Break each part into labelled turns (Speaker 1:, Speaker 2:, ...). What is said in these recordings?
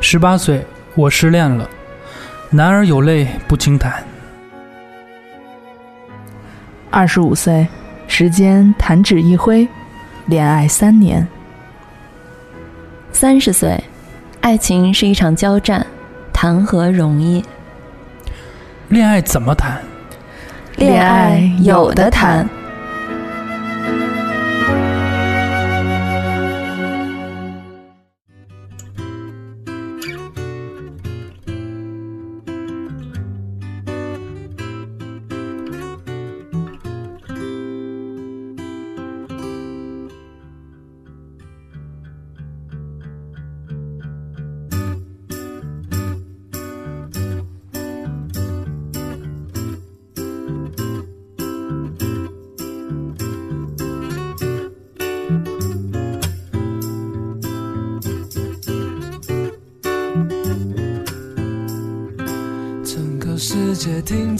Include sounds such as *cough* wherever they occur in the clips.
Speaker 1: 十八岁，我失恋了。男儿有泪不轻弹。
Speaker 2: 二十五岁，时间弹指一挥，恋爱三年。
Speaker 3: 三十岁，爱情是一场交战，谈何容易？
Speaker 1: 恋爱怎么谈？
Speaker 3: 恋爱有的谈。
Speaker 4: 整个世界停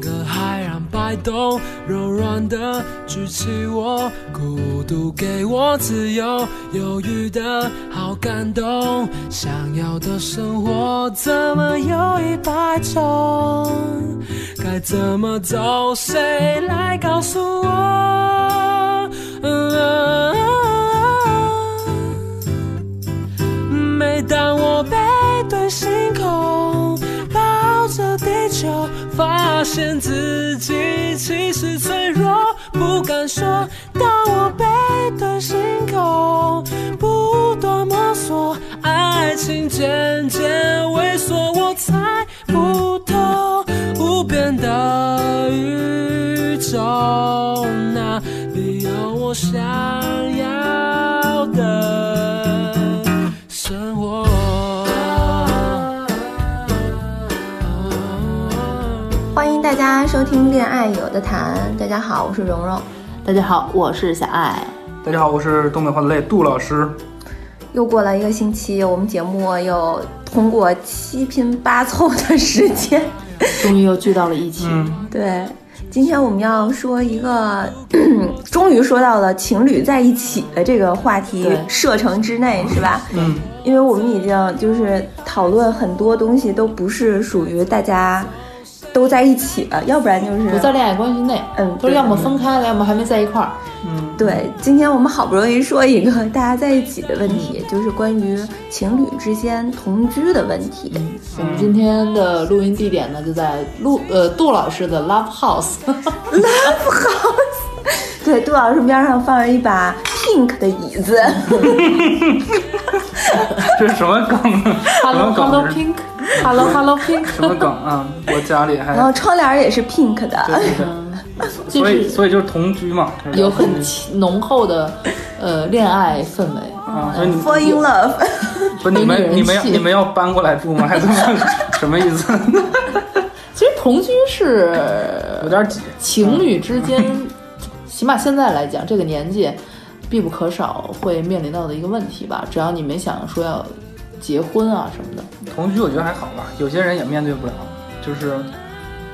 Speaker 4: 个海洋摆动，柔软的举起我，孤独给我自由，忧郁的好感动。想要的生活怎么有一百种？该怎么走？谁来告诉我？嗯啊每当我背对星空，抱着地球，发现自己其实脆弱，不敢说。当我背对星空，不断摸索，爱情渐渐萎缩，我猜不透无边的宇宙，哪里有我想要的？生活。
Speaker 5: 欢迎大家收听《恋爱有的谈》，大家好，我是蓉蓉。
Speaker 6: 大家好，我是小爱。
Speaker 7: 大家好，我是东北话的泪杜老师。
Speaker 5: 又过了一个星期，我们节目又通过七拼八凑的时间， *laughs*
Speaker 6: 终于又聚到了一起，
Speaker 7: 嗯，
Speaker 5: 对，今天我们要说一个， *clears throat* 终于说到了情侣在一起的这个话题
Speaker 6: 对
Speaker 5: 射程之内，是吧？
Speaker 7: 嗯，
Speaker 5: 因为我们已经就是讨论很多东西都不是属于大家都在一起的，要不然就是
Speaker 6: 不在恋爱关系内，
Speaker 5: 嗯，
Speaker 6: 就是要么分开了，要么还没在一块儿。
Speaker 5: 对，今天我们好不容易说一个大家在一起的问题，就是关于情侣之间同居的问题。
Speaker 6: 我们今天的录音地点呢，就在陆呃杜老师的 Love House，
Speaker 5: 对，杜老师边上放着一把 pink 的椅子，
Speaker 7: 这是什么梗？啊什
Speaker 6: Hello
Speaker 7: 么
Speaker 6: Hello
Speaker 7: 梗？
Speaker 6: Pink，Hello
Speaker 7: *laughs*
Speaker 6: Hello Pink，
Speaker 7: 什么梗啊？我家里还
Speaker 5: 然后窗帘也是 pink 的。
Speaker 7: 对对对，所以所以就是同居嘛，就是
Speaker 6: 有很浓厚的呃恋爱氛围。
Speaker 7: 啊，所以你
Speaker 5: *laughs* Fall in love，
Speaker 7: 不你
Speaker 6: 有
Speaker 7: 们
Speaker 6: 人
Speaker 7: 你们要
Speaker 6: 气
Speaker 7: 你们要搬过来住吗？还是什么意思？
Speaker 6: 其实同居是
Speaker 7: 有点挤，
Speaker 6: 情侣之间，起码现在来讲，这个年纪必不可少会面临到的一个问题吧。只要你没想说要结婚啊什么的，
Speaker 7: 同居我觉得还好吧，有些人也面对不了，就是，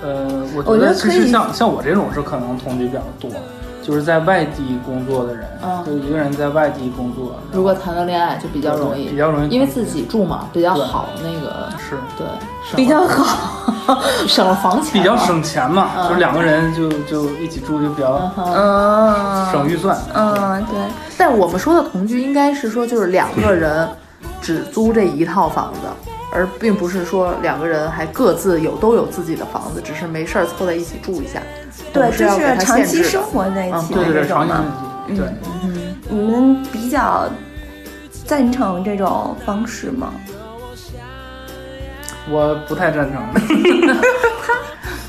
Speaker 7: 呃，我
Speaker 5: 我
Speaker 7: 觉
Speaker 5: 觉得
Speaker 7: 得其
Speaker 5: 可
Speaker 7: 实
Speaker 5: 以
Speaker 7: 像像我这种是可能同居比较多，就是在外地工作的人，
Speaker 6: 嗯
Speaker 7: 就一个人在外地工作，
Speaker 6: 如果谈到恋爱就比较容易，
Speaker 7: 比较容易同居，
Speaker 6: 因为自
Speaker 8: 啊
Speaker 6: 己住嘛，比较
Speaker 7: 对
Speaker 6: 好那个，
Speaker 7: 是
Speaker 6: 对，省
Speaker 5: 比较
Speaker 6: 了
Speaker 5: 好。
Speaker 6: *laughs* 省了房钱，啊
Speaker 7: 比较。省钱嘛，
Speaker 6: 嗯
Speaker 7: 就是两个人就就一起住就比
Speaker 6: 嗯
Speaker 7: 较
Speaker 6: 哼，
Speaker 5: 嗯，
Speaker 7: 省预算。
Speaker 5: 嗯，对，
Speaker 8: 但我们说的同居应该是说就是两个人只租这一套房子，而并不是说两个人还各自有都有自己的房子，只是没事儿凑在一起住一下。
Speaker 5: 对，
Speaker 8: 是
Speaker 5: 就
Speaker 8: 要给
Speaker 5: 是
Speaker 8: 他
Speaker 5: 长
Speaker 8: 限
Speaker 5: 期
Speaker 8: 制
Speaker 5: 生
Speaker 8: 的。
Speaker 5: 活在一
Speaker 7: 嗯
Speaker 5: 起
Speaker 7: 对
Speaker 5: 的
Speaker 7: 对
Speaker 5: 那
Speaker 7: 对，
Speaker 5: 种
Speaker 7: 长期
Speaker 5: 嘛。
Speaker 7: 经济对，
Speaker 5: 你们比较赞成这种方式吗？
Speaker 7: 我不太赞成，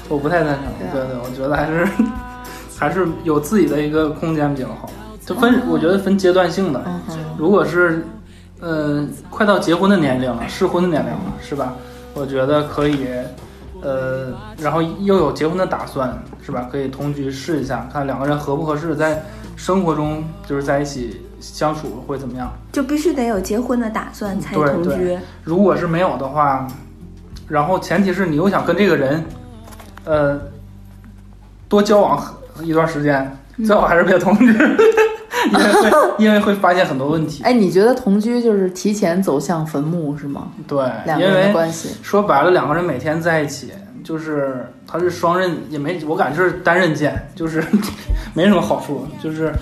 Speaker 7: 我不太赞成。对对，我觉得还是还是有自己的一个空间比较好。就分，我觉得分阶段性的。如果是，嗯、快到结婚的年龄了，适婚的年龄了，是吧？我觉得可以，呃，然后又有结婚的打算，是吧？可以同居试一下，看两个人合不合适，在生活中就是在一起相处会怎么样。
Speaker 5: 就必须得有结婚的打算才
Speaker 7: 对
Speaker 5: 同
Speaker 7: 对
Speaker 5: 居。
Speaker 7: 如果是没有的话，然后前提是你又想跟这个人，呃，多交往一段时间，
Speaker 8: 嗯
Speaker 7: 最好还是别同
Speaker 8: *laughs*
Speaker 7: 居，因为会因为会发现很多问题。
Speaker 8: 哎，你觉得同居就是提前走向坟墓是吗？
Speaker 7: 对，
Speaker 8: 两个
Speaker 7: 哎因
Speaker 8: 人的
Speaker 7: 为
Speaker 8: 关系，
Speaker 7: 说白了，两个人每天在一起，就是他是双刃，也没我感觉是单刃剑，就是 *laughs* 没什么好处，就是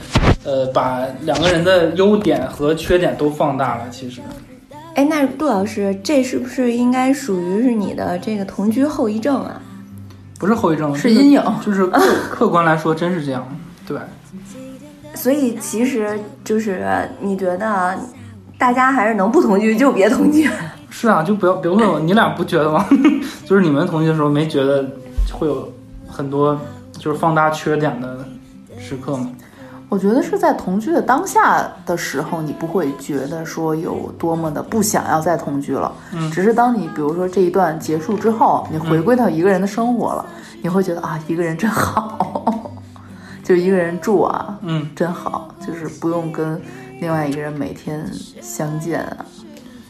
Speaker 7: 呃把两个人的优点和缺点都放大了。其实
Speaker 5: 哎，那杜老师，这是不是应该属于是你的这个同居后遗症啊？
Speaker 7: 不是后遗症，
Speaker 8: 是
Speaker 7: 就是
Speaker 8: 阴影
Speaker 7: 就是客客观来说真是这样。对，
Speaker 5: 所以其实就是你觉得大家还是能不同居就别同居。
Speaker 7: 是啊，就不要别问我，你俩不觉得吗？ *laughs* 就是你们同居的时候没觉得会有很多就是放大缺点的时刻吗？
Speaker 8: 我觉得是在同居的当下的时候，你不会觉得说有多么的不想要再同居了。
Speaker 7: 嗯
Speaker 8: 只是当你比如说这一段结束之后，你回归到一个人的生活了，你会觉得啊，一个人真好， *laughs* 就一个人住啊，
Speaker 7: 嗯，
Speaker 8: 真好，就是不用跟另外一个人每天相见啊。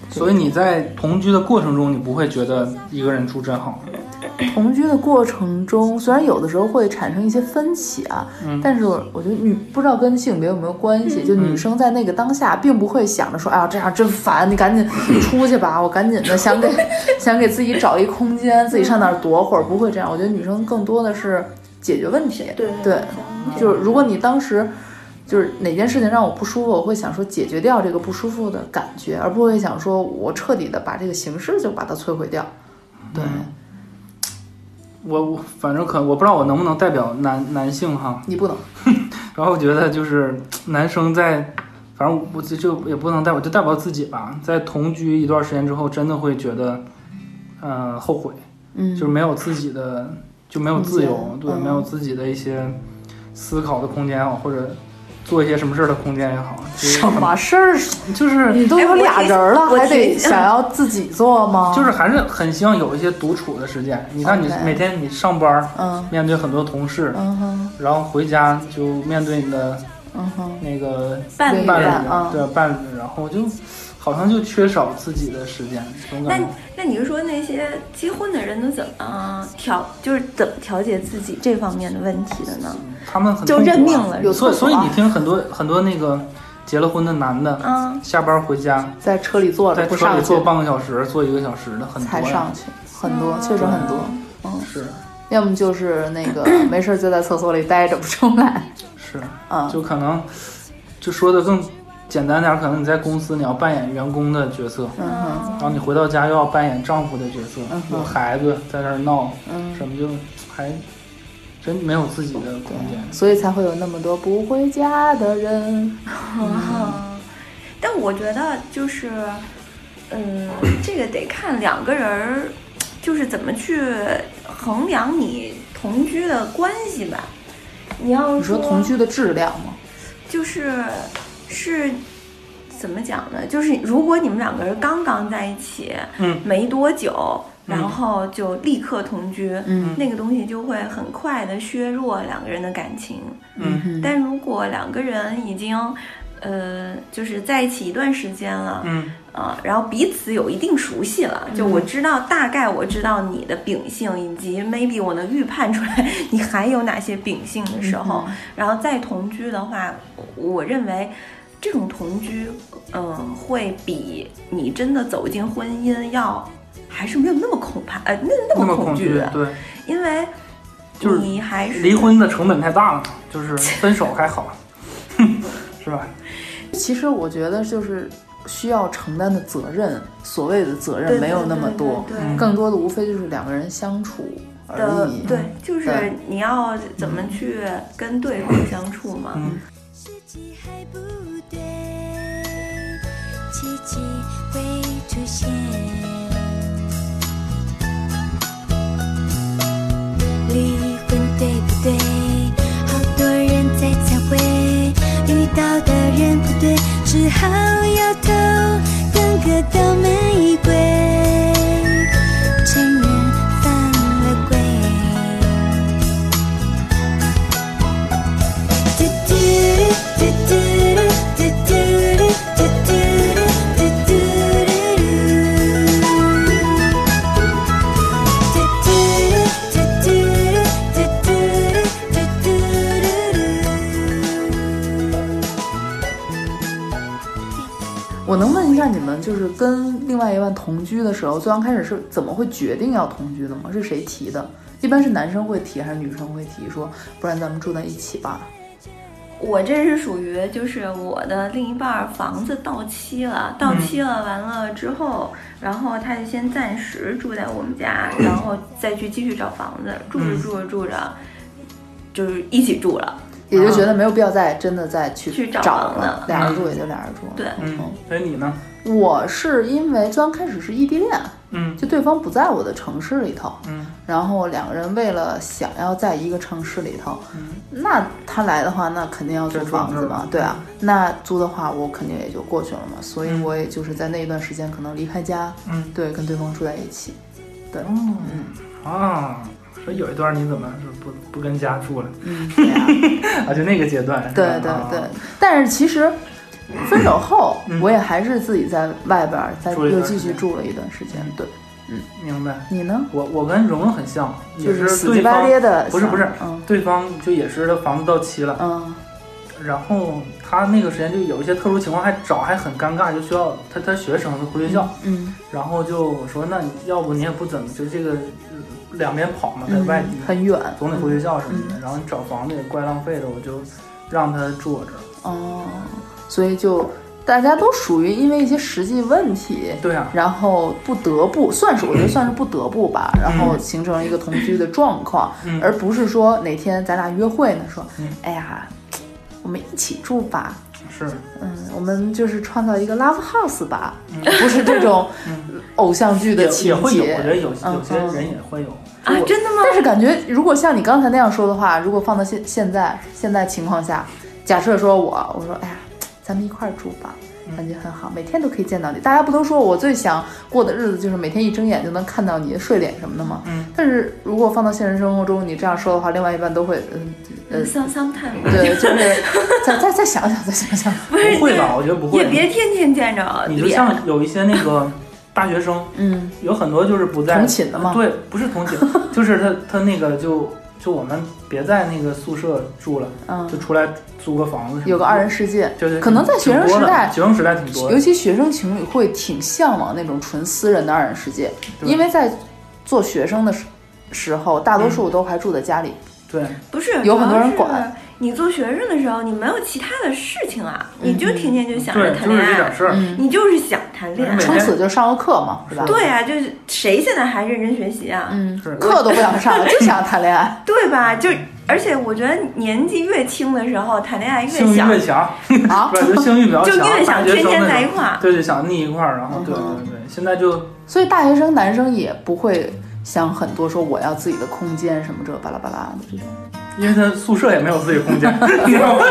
Speaker 7: 所以你在同居的过程中，你不会觉得一个人住真好。
Speaker 8: 同居的过程中，虽然有的时候会产生一些分歧啊，但是我我觉得女不知道跟性别有没有关系，就女生在那个当下并不会想着说，哎呀这样真烦，你赶紧出去吧，我赶紧的想给想给自己找一空间，自己上哪儿躲会儿，不会这样。我觉得女生更多的是解决问题，
Speaker 5: 对
Speaker 8: 对，就是如果你当时。就是哪件事情让我不舒服，我会想说解决掉这个不舒服的感觉，而不会想说我彻底的把这个形式就把它摧毁掉。对，
Speaker 7: 我我反正可我不知道我能不能代表男男性哈，
Speaker 8: 你不能。
Speaker 7: 然后我觉得就是男生在，反正我就就也不能代表，就代表自己吧，在同居一段时间之后，真的会觉得，呃，后悔，
Speaker 8: 嗯，
Speaker 7: 就是没有自己的，就没有自由
Speaker 8: 空间，
Speaker 7: 对，
Speaker 8: 嗯
Speaker 7: 没有自己的一些思考的空间也好，或者做一些什么事儿的空间也好，就是
Speaker 8: 什么事儿？
Speaker 7: 就是
Speaker 8: 你都有俩人了，
Speaker 5: 我提
Speaker 8: 还得想要自己做吗？
Speaker 7: *laughs* 就是，还是很希望有一些独处的时间。你看，你
Speaker 8: OK
Speaker 7: 每天你上班儿，
Speaker 8: 嗯
Speaker 7: 面对很多同事，
Speaker 8: 嗯哼，
Speaker 7: 然后回家就面对你的
Speaker 8: 嗯哼，
Speaker 7: 那个
Speaker 5: 伴侣
Speaker 7: 伴侣，
Speaker 8: 啊
Speaker 7: 对伴侣，然后就好像就缺少自己的时间，这种
Speaker 8: 嗯
Speaker 5: 那
Speaker 7: 感觉。
Speaker 5: 那你是说那些结婚的人都怎么调，就是怎么调节自己这方面的问题的呢？
Speaker 7: 他们很
Speaker 5: 就
Speaker 7: 痛苦啊
Speaker 5: 认命了
Speaker 8: 有
Speaker 7: 所以
Speaker 8: 痛苦
Speaker 7: 所
Speaker 8: 啊
Speaker 7: 以你听很多很多那个结了婚的男的，
Speaker 5: 嗯
Speaker 7: 下班回家
Speaker 8: 在车里坐着
Speaker 7: 在
Speaker 8: 不
Speaker 7: 车
Speaker 8: 上
Speaker 7: 里
Speaker 8: 去
Speaker 7: 坐，半个小时，坐一个小时的很多
Speaker 8: 才
Speaker 7: 呀
Speaker 8: 上去，很多，确实很多。
Speaker 7: 是
Speaker 8: 要么就是那个没事儿就在厕所里待着不出来，
Speaker 7: 是，
Speaker 8: 啊，
Speaker 7: 就可能就说的更简单点儿，可能你在公司你要扮演员工的角色，
Speaker 8: 嗯哼，
Speaker 7: 然后你回到家又要扮演丈夫的角色，
Speaker 8: 嗯哼
Speaker 7: 有孩子在那儿闹，
Speaker 8: 嗯
Speaker 7: 什么就还真没有自己的空间。
Speaker 8: 所以才会有那么多不回家的人。
Speaker 5: 啊，但我觉得就是，嗯，这个得看两个人儿，就是怎么去衡量你同居的关系吧。你要
Speaker 8: 你说同居的质量吗？
Speaker 5: 就是是怎么讲呢？就是如果你们两个人刚刚在一起，
Speaker 7: 嗯，
Speaker 5: 没多久，
Speaker 7: 嗯
Speaker 5: 然后就立刻同居，
Speaker 8: 嗯
Speaker 5: 那个东西就会很快的削弱两个人的感情。
Speaker 7: 嗯
Speaker 8: 嗯
Speaker 5: 但如果两个人已经，呃，就是在一起一段时间了，
Speaker 7: 嗯
Speaker 5: 呃，然后彼此有一定熟悉了，就我知道、大概我知道你的秉性，以及 maybe 我能预判出来你还有哪些秉性的时
Speaker 7: 嗯
Speaker 5: 候，然后再同居的话，我认为这种同居，嗯、会比你真的走进婚姻要还是没有那么恐怕，呃，那那
Speaker 7: 那么
Speaker 5: 么
Speaker 7: 恐
Speaker 5: 恐
Speaker 7: 惧
Speaker 5: 惧，，
Speaker 8: 啊
Speaker 7: 对，
Speaker 5: 因为
Speaker 7: 就是
Speaker 5: 你还是
Speaker 7: 离婚的成本太大了，就是分手还好， *laughs* 是吧？
Speaker 8: 其实我觉得就是需要承担的责任，所谓的责任
Speaker 5: 对
Speaker 8: 没有那么
Speaker 5: 对对
Speaker 8: 多，
Speaker 5: 对
Speaker 7: 嗯
Speaker 8: 更多的无非就是两个人相处而
Speaker 5: 的
Speaker 8: 已。
Speaker 5: 对，就是
Speaker 8: 对嗯
Speaker 5: 你要怎么去跟对方相处嘛。
Speaker 7: 嗯
Speaker 9: 时机还不对，奇迹会出现。离婚对不对？好多人在忏悔，遇到的人不对，只好摇头，当个倒霉鬼，承认犯了规。do do do do do do do
Speaker 8: 像你们就是跟另外一半同居的时候，最刚开始是怎么会决定要同居的吗？是谁提的？一般是男生会提还是女生会提说，不然咱们住在一起吧？
Speaker 5: 我这是属于就是我的另一半儿房子到期了，到
Speaker 8: 嗯
Speaker 5: 期了，完了之后，然后他就先暂时住在我们家，然后再去继续找房子，住着
Speaker 8: 嗯
Speaker 5: 住着住着，就是一起住了。
Speaker 8: 也就觉得没有必要再真的再去
Speaker 5: 去
Speaker 8: 找
Speaker 5: 找
Speaker 8: 了
Speaker 5: 了，
Speaker 8: 俩人住也就俩人住。
Speaker 5: 对
Speaker 7: 嗯，所以你呢？
Speaker 8: 我是因为最刚开始是异地恋，
Speaker 7: 嗯
Speaker 8: 就对方不在我的城市里头，
Speaker 7: 嗯
Speaker 8: 然后两个人为了想要在一个城市里头，
Speaker 7: 嗯
Speaker 8: 那他来的话，那肯定要租
Speaker 7: 就住
Speaker 8: 房子
Speaker 7: 这儿
Speaker 8: 嘛
Speaker 7: 吧，
Speaker 8: 对啊，那租的话，我肯定也就过去了嘛，所以
Speaker 7: 嗯
Speaker 8: 我也就是在那一段时间可能离开家，
Speaker 7: 嗯
Speaker 8: 对，跟对方住在一起，对，
Speaker 7: 啊，说有一段你怎么是不不跟家住了？
Speaker 8: 嗯，对啊， *laughs*
Speaker 7: 啊，就那个阶段是吧。
Speaker 8: 对对
Speaker 7: 啊
Speaker 8: 对，但是其实分手后
Speaker 7: 嗯，
Speaker 8: 我也还是自己在外边儿再
Speaker 7: 住了一
Speaker 8: 又
Speaker 7: 段时
Speaker 8: 继续
Speaker 7: 间
Speaker 8: 住了一段时间，对
Speaker 7: 明白。
Speaker 8: 你呢？
Speaker 7: 我我跟蓉蓉很像，
Speaker 8: 就
Speaker 7: 也
Speaker 8: 是死乞
Speaker 7: 对
Speaker 8: 白
Speaker 7: 方
Speaker 8: 咧的想，
Speaker 7: 不是不是
Speaker 8: 嗯
Speaker 7: 对方就也是他房子到期了，
Speaker 8: 嗯
Speaker 7: 然后他那个时间就有一些特殊情况，还找还很尴尬，就需要他他学生就回学校，
Speaker 8: 嗯，
Speaker 7: 然后就我说那你要不你也不怎么就这个呃两边跑嘛，在
Speaker 8: 嗯
Speaker 7: 外地、
Speaker 8: 很远，
Speaker 7: 总得回学校什么的，然后你找房子也怪浪费的，我就让他住我这儿。
Speaker 8: 哦，所以就大家都属于因为一些实际问题，
Speaker 7: 对啊，
Speaker 8: 然后不得不算是我
Speaker 7: 嗯
Speaker 8: 觉得算是不得不吧，然后形成一个同居的状况，
Speaker 7: 嗯
Speaker 8: 而不是说哪天咱俩约会呢，说、
Speaker 7: 嗯
Speaker 8: 哎呀，我们一起住吧，
Speaker 7: 是
Speaker 8: 嗯，我们就是创造一个 love house 吧， *laughs* 不是这种偶像剧
Speaker 7: 也
Speaker 8: 的
Speaker 7: 嗯也
Speaker 8: 情
Speaker 7: 会有，
Speaker 8: 节
Speaker 7: 我觉。得有
Speaker 8: 嗯
Speaker 7: 有些人也会有。
Speaker 5: 啊，真的吗？
Speaker 8: 但是感觉，如果像你刚才那样说的话，如果放到现现在现在情况下，假设说我我说哎呀，咱们一块儿住吧，感觉很好，每天都可以见到你。大家不都说我最想过的日子就是每天一睁眼就能看到你的睡脸什么的吗？
Speaker 7: 嗯。
Speaker 8: 但是如果放到现实生活中，你这样说的话，另外一半都会嗯呃
Speaker 5: 嗯 some sometime
Speaker 8: 对，就是再再再想想，再想想，
Speaker 5: 不是
Speaker 7: 不会吧？我觉得不会
Speaker 5: 也。别天天见着
Speaker 7: 你就
Speaker 5: 脸
Speaker 7: 像有一些那个大学生，
Speaker 8: 嗯，
Speaker 7: 有很多就是不在
Speaker 8: 同寝的吗
Speaker 7: 对，不是同寝，就是他他那个就就我们别在那个宿舍住了，
Speaker 8: 嗯
Speaker 7: 就出来租个房子什么的，
Speaker 8: 有个二人世界，
Speaker 7: 就是
Speaker 8: 可能在学生
Speaker 7: 挺多
Speaker 8: 时
Speaker 7: 的
Speaker 8: 代
Speaker 7: 学生时代挺多的，
Speaker 8: 尤其学生情侣会挺向往那种纯私人的二人世界，
Speaker 7: 对
Speaker 8: 因为在做学生的时时候，大多
Speaker 7: 嗯
Speaker 8: 数都还住在家里。
Speaker 7: 对，
Speaker 5: 不是
Speaker 8: 有很多人。
Speaker 5: 主要
Speaker 8: 管
Speaker 5: 是你做学生的时候，你没有其他的事情啊，
Speaker 8: 嗯
Speaker 5: 你就天天就想
Speaker 8: *laughs*
Speaker 5: 着
Speaker 7: 对，
Speaker 5: 谈
Speaker 7: 就是
Speaker 5: 恋
Speaker 7: 这
Speaker 5: 爱
Speaker 8: 啊
Speaker 7: 点，事儿。
Speaker 5: 你就是想谈恋爱
Speaker 7: 每。
Speaker 8: 撑死就是上个课嘛，是吧？
Speaker 5: 对啊，就是谁现在还认真学习啊？
Speaker 8: 嗯
Speaker 7: 是，
Speaker 8: 课都不想上了，就想谈
Speaker 7: *laughs*
Speaker 8: 恋爱。
Speaker 5: 对吧？就而且我觉得年纪越轻的时候谈恋爱越
Speaker 7: 性欲
Speaker 5: 想
Speaker 7: 越强，
Speaker 8: 啊
Speaker 7: *laughs* 不是就性欲比较
Speaker 5: 就
Speaker 7: 强，
Speaker 5: 越
Speaker 7: 大
Speaker 5: 想
Speaker 7: 学
Speaker 5: 天
Speaker 7: 生
Speaker 5: 天
Speaker 7: 那
Speaker 5: 在一
Speaker 7: 种
Speaker 5: 块儿
Speaker 7: 对，就想腻一块儿，然后对对对，现在就
Speaker 8: 所以大学生男生也不会想很多，说我要自己的空间什么这巴拉巴拉的，
Speaker 7: 嗯因为他宿舍也没有自己空
Speaker 8: *laughs*
Speaker 7: 间，你知道吗？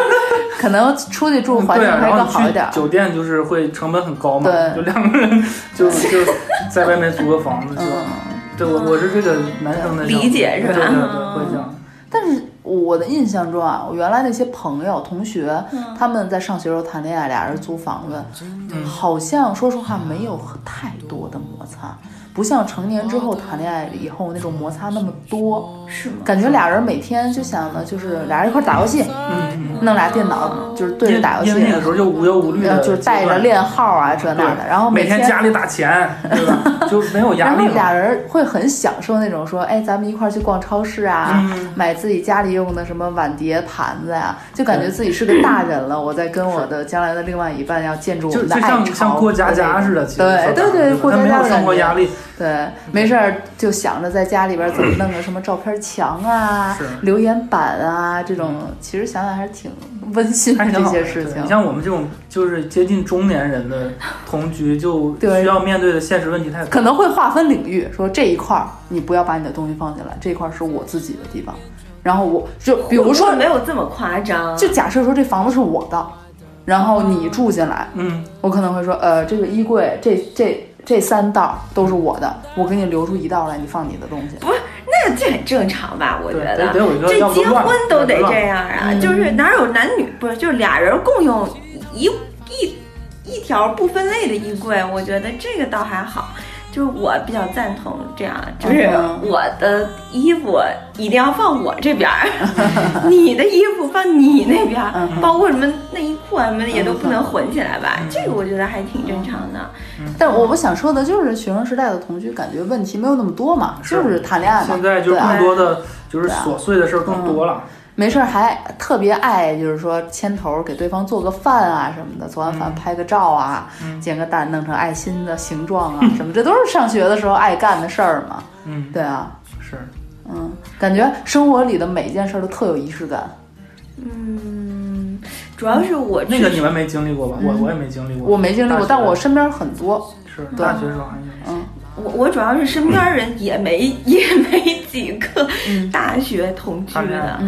Speaker 8: 可能出去住环
Speaker 7: 对
Speaker 8: 境
Speaker 7: 啊，
Speaker 8: 还
Speaker 7: 然后
Speaker 8: 更
Speaker 7: 你
Speaker 8: 好一点
Speaker 7: 去。酒店就是会成本很高嘛，
Speaker 8: 对
Speaker 7: 就两个
Speaker 8: *laughs*
Speaker 7: 人就就在外面租个房子就。
Speaker 8: 嗯，
Speaker 7: 对我我是这个男生的想法
Speaker 5: 理解是吧
Speaker 7: 对对
Speaker 8: 嗯
Speaker 7: 对，会这样。
Speaker 8: 但是我的印象中啊，我原来那些朋友、同学，
Speaker 5: 嗯
Speaker 8: 他们在上学时候谈恋爱，俩人租房子，
Speaker 7: 嗯
Speaker 8: 好像说实话没有太多的摩擦，不像成年之后谈恋爱以后那种摩擦那么多。
Speaker 5: 是吗？
Speaker 8: 感觉俩人每天就想的就是俩人一块儿打游戏，
Speaker 7: 嗯，
Speaker 8: 弄俩电脑就是对着打游
Speaker 7: 因为那个
Speaker 8: 戏，
Speaker 7: 时候就无忧无虑
Speaker 8: 然
Speaker 7: 的，
Speaker 8: 后就是带着练号啊这
Speaker 7: 对
Speaker 8: 那的，然后
Speaker 7: 每
Speaker 8: 天
Speaker 7: 天家里打
Speaker 8: *laughs*
Speaker 7: 钱，对吧？就没有压
Speaker 8: 然
Speaker 7: 力
Speaker 8: 后
Speaker 7: 嘛。
Speaker 8: 俩人会很享受那种说，哎，咱们一块儿去逛超市啊，
Speaker 7: 嗯
Speaker 8: 买自己家里用的什么碗碟、盘子呀、就感觉自己是个大人了。我在跟我的将来的另外一半要建筑我
Speaker 7: 就
Speaker 8: 们的
Speaker 7: 就
Speaker 8: 爱
Speaker 7: 像
Speaker 8: 巢
Speaker 7: 像过家家似的，其实说白了
Speaker 8: 对对对，过
Speaker 7: 他
Speaker 8: 家
Speaker 7: 没
Speaker 8: 家
Speaker 7: 有
Speaker 8: 的
Speaker 7: 生
Speaker 8: 感
Speaker 7: 活
Speaker 8: 觉。
Speaker 7: 压力，
Speaker 8: 对，没事儿就想着在家里边儿怎么弄个什么照片墙啊
Speaker 7: 是、
Speaker 8: 留言板啊这种，其实想想还是挺温馨的
Speaker 7: 还挺
Speaker 8: 这
Speaker 7: 好的。
Speaker 8: 些事
Speaker 7: 对
Speaker 8: 情
Speaker 7: 你。像我们这种就是接近中年人的同居，就
Speaker 8: *laughs* 对
Speaker 7: 需要面对的现实问题太多。
Speaker 8: 可能会划分领域，说这一块儿你不要把你的东西放进来，这一块儿是我自己的地方。然后我就比如说
Speaker 5: 我没有这么夸
Speaker 7: 啊
Speaker 5: 张，
Speaker 8: 就假设说这房子是我的，然后你住进来，
Speaker 7: 嗯，
Speaker 8: 我可能会说，呃，这个衣柜这这这三道都是我的，我给你留出一道来，你放你的东西。
Speaker 5: 不是那这很正常吧？我觉
Speaker 7: 对，
Speaker 5: 得
Speaker 7: 得得有一个，
Speaker 5: 这
Speaker 7: 要不
Speaker 5: 结
Speaker 7: 乱
Speaker 5: 婚都得
Speaker 7: 要不
Speaker 5: 这
Speaker 7: 乱嗯
Speaker 5: 样啊，就是哪有男女不是就是俩人共用一一一条不分类的衣柜，我觉得这个倒还好。就是我比较赞同这样，就是
Speaker 7: 嗯
Speaker 5: 我的衣服一定要放我这边儿， *laughs* 你的衣服放你那边
Speaker 7: 嗯
Speaker 5: 儿，包括什么内衣裤啊什么的也都不能混起来吧？
Speaker 7: 嗯
Speaker 5: 这个我觉得还挺正常的。
Speaker 8: 但我我想说的就是学生时代的同居，感觉问题没有那么多嘛，
Speaker 7: 是
Speaker 8: 就是谈恋爱嘛。
Speaker 7: 现在就
Speaker 8: 对啊
Speaker 7: 更多的就是琐碎的事儿更多了，
Speaker 8: 没事儿还特别爱，就是说牵头儿给对方做个饭啊什么的，做完
Speaker 7: 嗯
Speaker 8: 饭拍个照啊，煎个蛋弄成爱心的形状啊什么，这都是上学的时候爱干的事儿嘛。
Speaker 7: 嗯，
Speaker 8: 对啊，
Speaker 7: 是，
Speaker 8: 嗯，感觉生活里的每一件事儿都特有仪式感。
Speaker 5: 嗯，主要是我
Speaker 7: 那个你们没经历过吧？我我也没经历过，
Speaker 8: 我没经历
Speaker 7: 大
Speaker 8: 过，
Speaker 7: 学
Speaker 8: 但我身边儿很多。
Speaker 7: 是大学时候还有，
Speaker 5: 我我主要是身边人也没也没几个
Speaker 8: 嗯
Speaker 5: 大学同居
Speaker 7: 谈恋爱
Speaker 5: 的，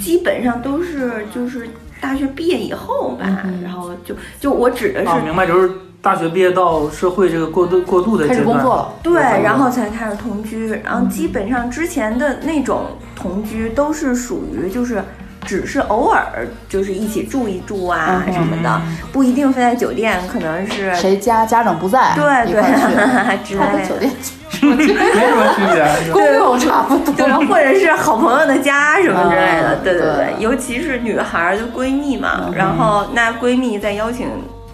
Speaker 5: 基本上都是就是大学毕业以后
Speaker 8: 嗯
Speaker 5: 吧，然后就就我指的是
Speaker 8: 哦
Speaker 7: 啊，明白，就是大学毕业到社会这个过渡过渡的
Speaker 8: 开
Speaker 7: 阶
Speaker 8: 始工
Speaker 7: 段，
Speaker 8: 作了，
Speaker 5: 对，然后才开始同居。然
Speaker 8: 嗯
Speaker 5: 后基本上之前的那种同居都是属于就是。只是偶尔就是一起住一住啊什么的，不一定非在酒店，可能是
Speaker 8: 嗯
Speaker 7: 哎
Speaker 8: 谁家家长不在，
Speaker 5: 对
Speaker 8: 一块儿
Speaker 5: 对 *laughs* 之
Speaker 8: 去，他跟
Speaker 5: 类
Speaker 8: 酒
Speaker 5: 的，
Speaker 8: 店
Speaker 7: *laughs* 没什么区别，是吧 *laughs*
Speaker 8: 公用差不多。
Speaker 5: 对，或者是好朋友的家什么之类的
Speaker 8: 啊，
Speaker 7: 嗯
Speaker 5: 对对
Speaker 8: 对
Speaker 5: 对，尤其是女孩儿就闺蜜嘛，然后那闺蜜再邀请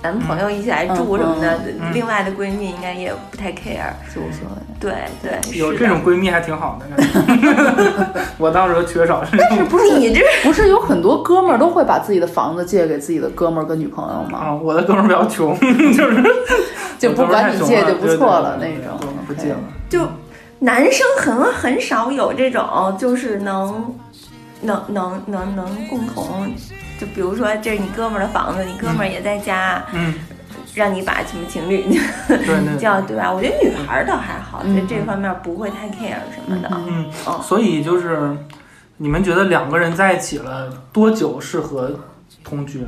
Speaker 5: 男朋
Speaker 7: 嗯
Speaker 5: 友一起来住什么的，另外的闺蜜应该也不太 care，
Speaker 8: 就无所谓。
Speaker 5: 对对，
Speaker 7: 有
Speaker 5: 是
Speaker 7: 这
Speaker 5: 的
Speaker 7: 种闺蜜还挺好的，感觉 *laughs* 我当时就缺少这种
Speaker 8: 不是
Speaker 5: 你这
Speaker 8: 不是有很多哥们儿都会把自己的房子借给自己的哥们儿跟女朋友吗？
Speaker 7: 啊，我的哥们儿比较穷， *laughs* 就是
Speaker 8: 就不管你借就不错了
Speaker 7: 对对对
Speaker 8: 那种
Speaker 7: 对对不
Speaker 8: OK
Speaker 7: 借了。
Speaker 5: 就男生很很少有这种，就是能能能能能共同，就比如说这是你哥们儿的房子，你哥们儿也在家，
Speaker 7: 嗯，
Speaker 5: 让你把什么情侣
Speaker 7: 对对
Speaker 5: *laughs* 叫对吧？我觉得女孩儿倒还好，在这方面不会太 care 什么的。
Speaker 7: 嗯
Speaker 5: 哦，
Speaker 7: 所以就是你们觉得两个人在一起了多久适合同居呢？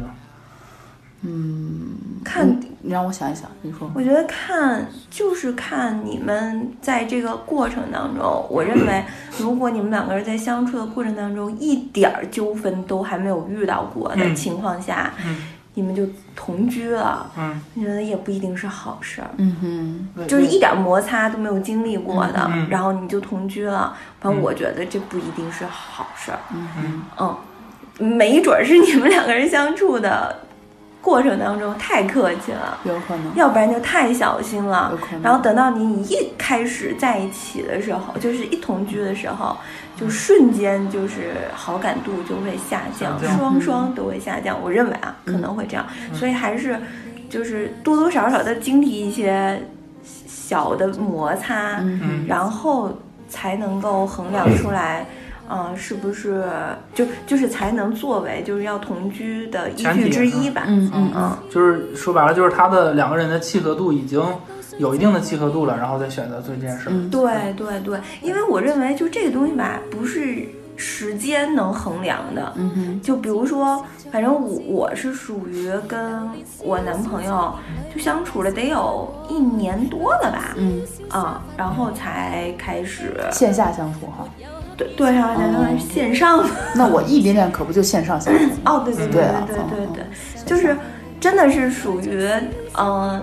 Speaker 5: 看，
Speaker 8: 你让我想一想，你说
Speaker 5: 嗯我觉得看就是看你们在这个过程当中，我认
Speaker 8: *clears throat*
Speaker 5: 为如果你们两个人在相处的过程当中一点儿纠纷都还没有遇到过的
Speaker 7: 嗯
Speaker 5: 情况下，
Speaker 7: 嗯
Speaker 5: 你们就同居了，
Speaker 7: 嗯，
Speaker 5: 我觉得也不一定是好事儿。
Speaker 8: 嗯
Speaker 5: 就是一点摩擦都没有经历过的，
Speaker 7: 嗯
Speaker 5: 然后你就同居了，反正
Speaker 7: 嗯
Speaker 5: 我觉得这不一定是好事儿。
Speaker 7: 嗯
Speaker 5: 嗯没准儿是你们两个人相处的过程当中太客气了，
Speaker 8: 哼，有可能，
Speaker 5: 要不然就太小心了
Speaker 8: 有。可能。
Speaker 5: 然后等到你一开始在一起的时候，就是一同居的时候，就瞬间就是好感度就会下降，
Speaker 7: 下降
Speaker 5: 双双都会下降。我认为啊，
Speaker 8: 嗯
Speaker 5: 可能会这样，所以还是就是多多少少的经历一些小的摩擦，
Speaker 7: 嗯
Speaker 5: 然后才能够衡量出来。呃，是不是就就是才能作为就是要同居的依
Speaker 7: 前
Speaker 5: 据
Speaker 7: 提
Speaker 5: 之
Speaker 7: 是
Speaker 5: 一吧？
Speaker 8: 嗯嗯
Speaker 5: 嗯，
Speaker 7: 就是说白了，就是他的两个人的契合度已经有一定的契合度了，然后再选择做这件事儿。
Speaker 8: 嗯
Speaker 5: 对对对，因为我认为就这个东西吧，不是时间能衡量的。
Speaker 8: 嗯哼，
Speaker 5: 就比如说，反正我我是属于跟我男朋友就相处了得有一年多了吧，
Speaker 8: 嗯，
Speaker 5: 啊、然后才开始
Speaker 8: 线下相处哈，
Speaker 5: 对对啊，然
Speaker 8: 哦
Speaker 5: 后线上嘛
Speaker 8: 那我异地恋可不就线上相处吗？
Speaker 5: 哦，对对
Speaker 8: 对
Speaker 5: 对
Speaker 8: 啊
Speaker 5: 对
Speaker 8: 嗯
Speaker 5: 对
Speaker 8: 嗯
Speaker 5: 对，就是真的是属于嗯、呃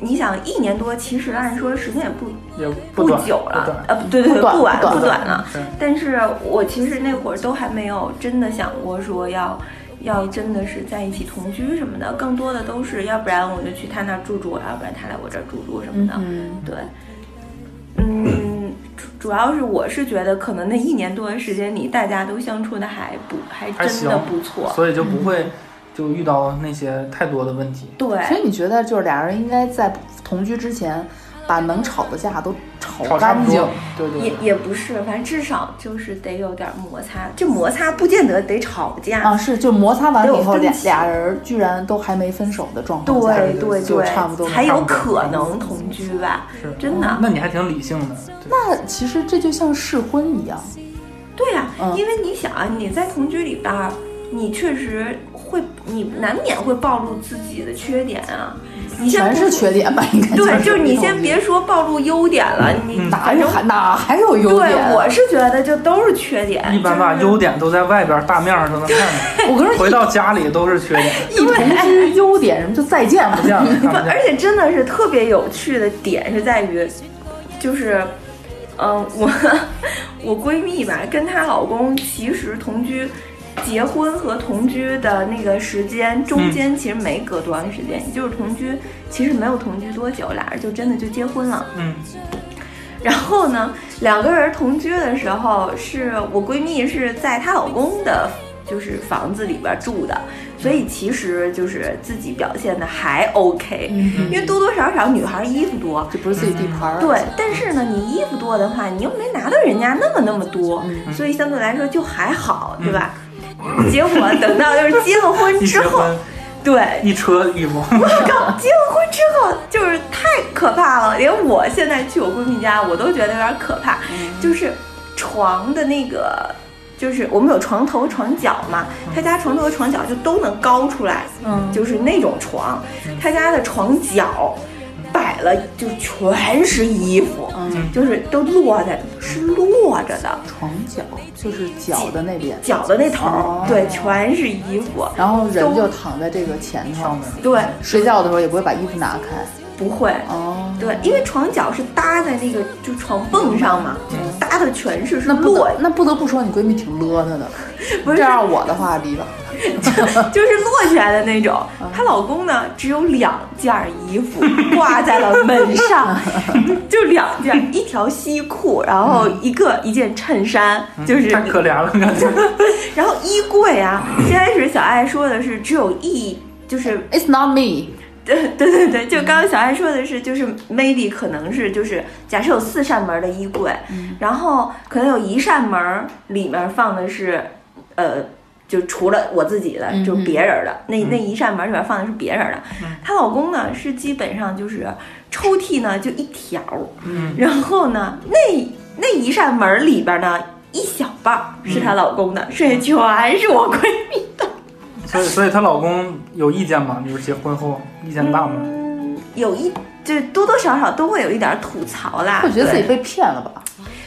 Speaker 5: 你想一年多，其实按说时间也不
Speaker 7: 也
Speaker 5: 不
Speaker 7: 短
Speaker 5: 久
Speaker 7: 不
Speaker 5: 了
Speaker 7: 短，嗯
Speaker 5: 呃，不对对对，
Speaker 8: 不短
Speaker 5: 不晚
Speaker 8: 不短
Speaker 5: 不短了
Speaker 7: 对。
Speaker 5: 但是我其实那会儿都还没有真的想过说要要真的是在一起同居什么的，更多的都是要不然我就去他那儿住住，要不然他来我这儿住住什么的。
Speaker 8: 嗯
Speaker 5: 对，嗯，主主要是我是觉得可能那一年多的时间里，大家都相处的还不还
Speaker 7: 还
Speaker 5: 真的
Speaker 7: 行
Speaker 5: 不错。
Speaker 7: 所以就不会就遇到那些太多的问题。
Speaker 5: 对，
Speaker 8: 所以你觉得就是俩人应该在同居之前，把能吵的架都
Speaker 7: 吵
Speaker 8: 吵
Speaker 7: 差
Speaker 8: 干
Speaker 7: 不
Speaker 8: 净
Speaker 7: 多。，对对
Speaker 5: 也
Speaker 7: 对，
Speaker 5: 也不是，反正至少就是得有点摩擦，这摩擦不见得得吵架。
Speaker 8: 啊，是就摩擦完了以后，
Speaker 5: 得有分
Speaker 8: 俩
Speaker 5: 歧
Speaker 8: 俩人居然都还没分手的状况下，
Speaker 5: 对对
Speaker 8: 就差不多
Speaker 5: 对，
Speaker 8: 了
Speaker 5: 才有可能同居吧？
Speaker 7: 是
Speaker 5: 真的
Speaker 8: 嗯
Speaker 7: 那你还挺理性的，对
Speaker 8: 那其实这就像试婚一样，
Speaker 5: 对呀、
Speaker 8: 嗯
Speaker 5: 因为你想啊，你在同居里边儿，你确实会，你难免会暴露自己的缺点啊。你先
Speaker 8: 全
Speaker 5: 不
Speaker 8: 是缺点吧？应该
Speaker 5: 对，
Speaker 8: 就
Speaker 5: 就是是你先别说暴露优点了，你
Speaker 8: 哪有还哪还有优点？
Speaker 5: 对，我是觉得就都是缺点。
Speaker 7: 一般吧，
Speaker 5: 就是
Speaker 7: 优点都在外边大面上都能看
Speaker 8: 我跟你
Speaker 7: 见，
Speaker 8: 说，
Speaker 7: 回到家里都是缺点，
Speaker 8: 一同之优点什么就再见吧
Speaker 7: 不。见了，看
Speaker 10: 嗯
Speaker 5: 不，
Speaker 7: 不
Speaker 5: 而 *laughs*
Speaker 7: 见。
Speaker 5: 且真的是特别有趣的点是在于，就是，嗯、我我闺蜜吧，跟她老公其实同居。结婚和同居的那个时间中间其实没隔多长时间，也就是同居，其实没有同居多久，俩人就真的就结婚了。
Speaker 7: 嗯，
Speaker 5: 然后呢，两个人同居的时候，是我闺蜜是在她老公的，就是房子里边住的，所以其实就是自己表现的还 OK，、因为多多少少女孩衣服多。
Speaker 8: 嗯
Speaker 5: 嗯
Speaker 8: 这不是自己地盘儿，
Speaker 5: 对，但是呢，你衣服多的话，你又没拿到人家那么那么多，
Speaker 8: 嗯
Speaker 5: 所以相对来说就还好，对吧？结果等到就是结了婚
Speaker 7: 一
Speaker 5: 之
Speaker 7: 结
Speaker 8: *laughs*
Speaker 5: 后，
Speaker 7: 婚
Speaker 5: 对，
Speaker 7: 一车衣服，
Speaker 5: 结了婚之后就是太可怕了，连我现在去我闺蜜家，我都觉得有点可怕。
Speaker 8: 嗯
Speaker 5: 就是床的那个，就是我们有床头床脚嘛，
Speaker 8: 嗯
Speaker 5: 她家床头床脚就都能高出来，嗯，就是那种床，
Speaker 8: 嗯
Speaker 5: 她家的床脚。摆了就全是衣服，就是都落在是落着的
Speaker 8: 嗯床脚就是脚的那边，
Speaker 5: 脚的那头儿，
Speaker 8: 哦
Speaker 5: 对，全是衣服，
Speaker 8: 然后人就躺在这个前头，
Speaker 5: 对，
Speaker 8: 睡觉的时候也不会把衣服拿开。
Speaker 5: 不会，
Speaker 8: 哦，
Speaker 5: 对，因为床脚是搭在那个就床蹦上嘛，搭的全是是
Speaker 8: 嗯那不
Speaker 5: 落
Speaker 8: 得，那不得不说你闺蜜挺邋遢的。
Speaker 5: 不
Speaker 8: 这
Speaker 5: 是
Speaker 8: 要我的话， *laughs* 离吧。
Speaker 5: 就是落起来的那种。
Speaker 8: 嗯
Speaker 5: 她老公呢，只有两件衣服挂在了门
Speaker 8: *laughs*
Speaker 5: 上，就两件，一条西裤，然后
Speaker 8: 嗯
Speaker 5: 一个一件衬衫，就是
Speaker 7: 太可怜了，感觉。
Speaker 5: 然后衣柜啊，先开始小爱说的是只有一。就是
Speaker 8: It's not me。
Speaker 5: *laughs* 对对对对，就刚刚小爱说的是，就是 maybe 可能是就是假设有四扇门的衣柜，
Speaker 8: 嗯
Speaker 5: 然后可能有一扇门儿里面放的是，呃，就除了我自己的，
Speaker 8: 嗯
Speaker 5: 就是别人的、那那一扇门里面放的是别人的。她、老公呢是基本上就是抽屉呢就一条儿，
Speaker 7: 嗯
Speaker 5: 然后呢那那一扇门儿里边呢一小半儿是她老公的，剩下全是我闺蜜。
Speaker 7: 所以，所以她老公有意见吗？就是结婚后意见大吗？
Speaker 5: 有一就是多多少少都会有一点儿吐槽啦，
Speaker 8: 会觉得自己
Speaker 5: 对
Speaker 8: 被骗了吧？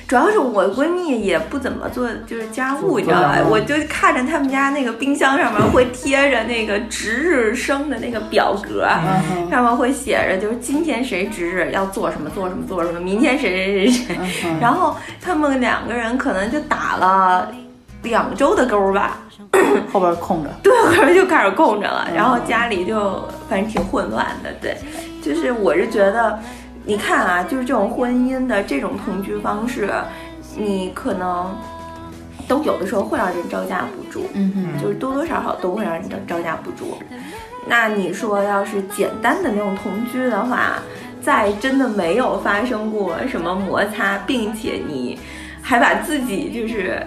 Speaker 5: 主要是我闺蜜也不怎么做就是家务，
Speaker 7: 做
Speaker 5: 你知道吧
Speaker 7: 家？务
Speaker 5: 我就看着他们家那个冰箱上面会贴着那个值日生的那个表格，
Speaker 8: 嗯
Speaker 5: 上面会写着就是今天谁值日要做什么做什么做什么，明天谁谁谁
Speaker 8: 嗯
Speaker 5: 谁。然后他们两个人可能就打了两周的勾吧，
Speaker 8: 后边空着。嗯
Speaker 5: 对，后边就开始供着了，然后家里就反正挺混乱的，对，就是我是觉得，你看啊，就是这种婚姻的这种同居方式，你可能都有的时候会让人招架不住，
Speaker 8: 嗯哼，
Speaker 5: 就是多多少少都会让人招招架不住。那你说要是简单的那种同居的话，在真的没有发生过什么摩擦，并且你还把自己就是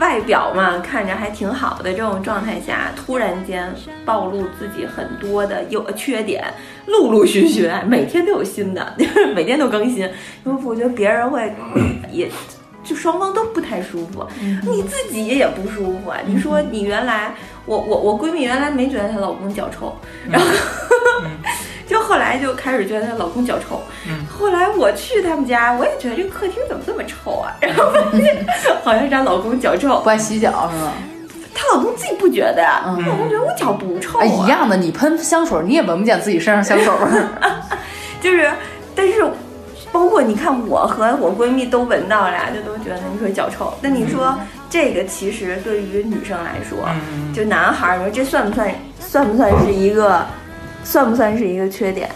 Speaker 5: 外表嘛看着还挺好的这种状态下，突然间暴露自己很多的优呃缺点，陆陆续续每天都有新的， *laughs* 就是每天都更新，因为我觉得别人会也。就双方都不太舒服，你自己也不舒服啊！你说你原来，我我我闺蜜原来没觉得她老公脚臭，然后 *laughs* 就后来就开始觉得她老公脚臭，后来我去他们家，我也觉得这客厅怎么这么臭啊，然后发现好像是她老公脚臭
Speaker 8: 不，爱洗脚是吧？
Speaker 6: 嗯
Speaker 5: 她老公自己不觉得呀，
Speaker 7: 嗯
Speaker 5: 她老公觉得我脚不臭啊，
Speaker 8: 哎，一样的，你喷香水，你也闻不见自己身上香水味儿。
Speaker 5: 就是，但是包括你看我和我闺蜜都闻到了呀，就都觉得你说脚臭，那你说这个其实对于女生来说，
Speaker 7: 嗯，
Speaker 5: 就男孩儿，你说这算不算算不算是一个，算不算是一个缺点？
Speaker 7: 嗯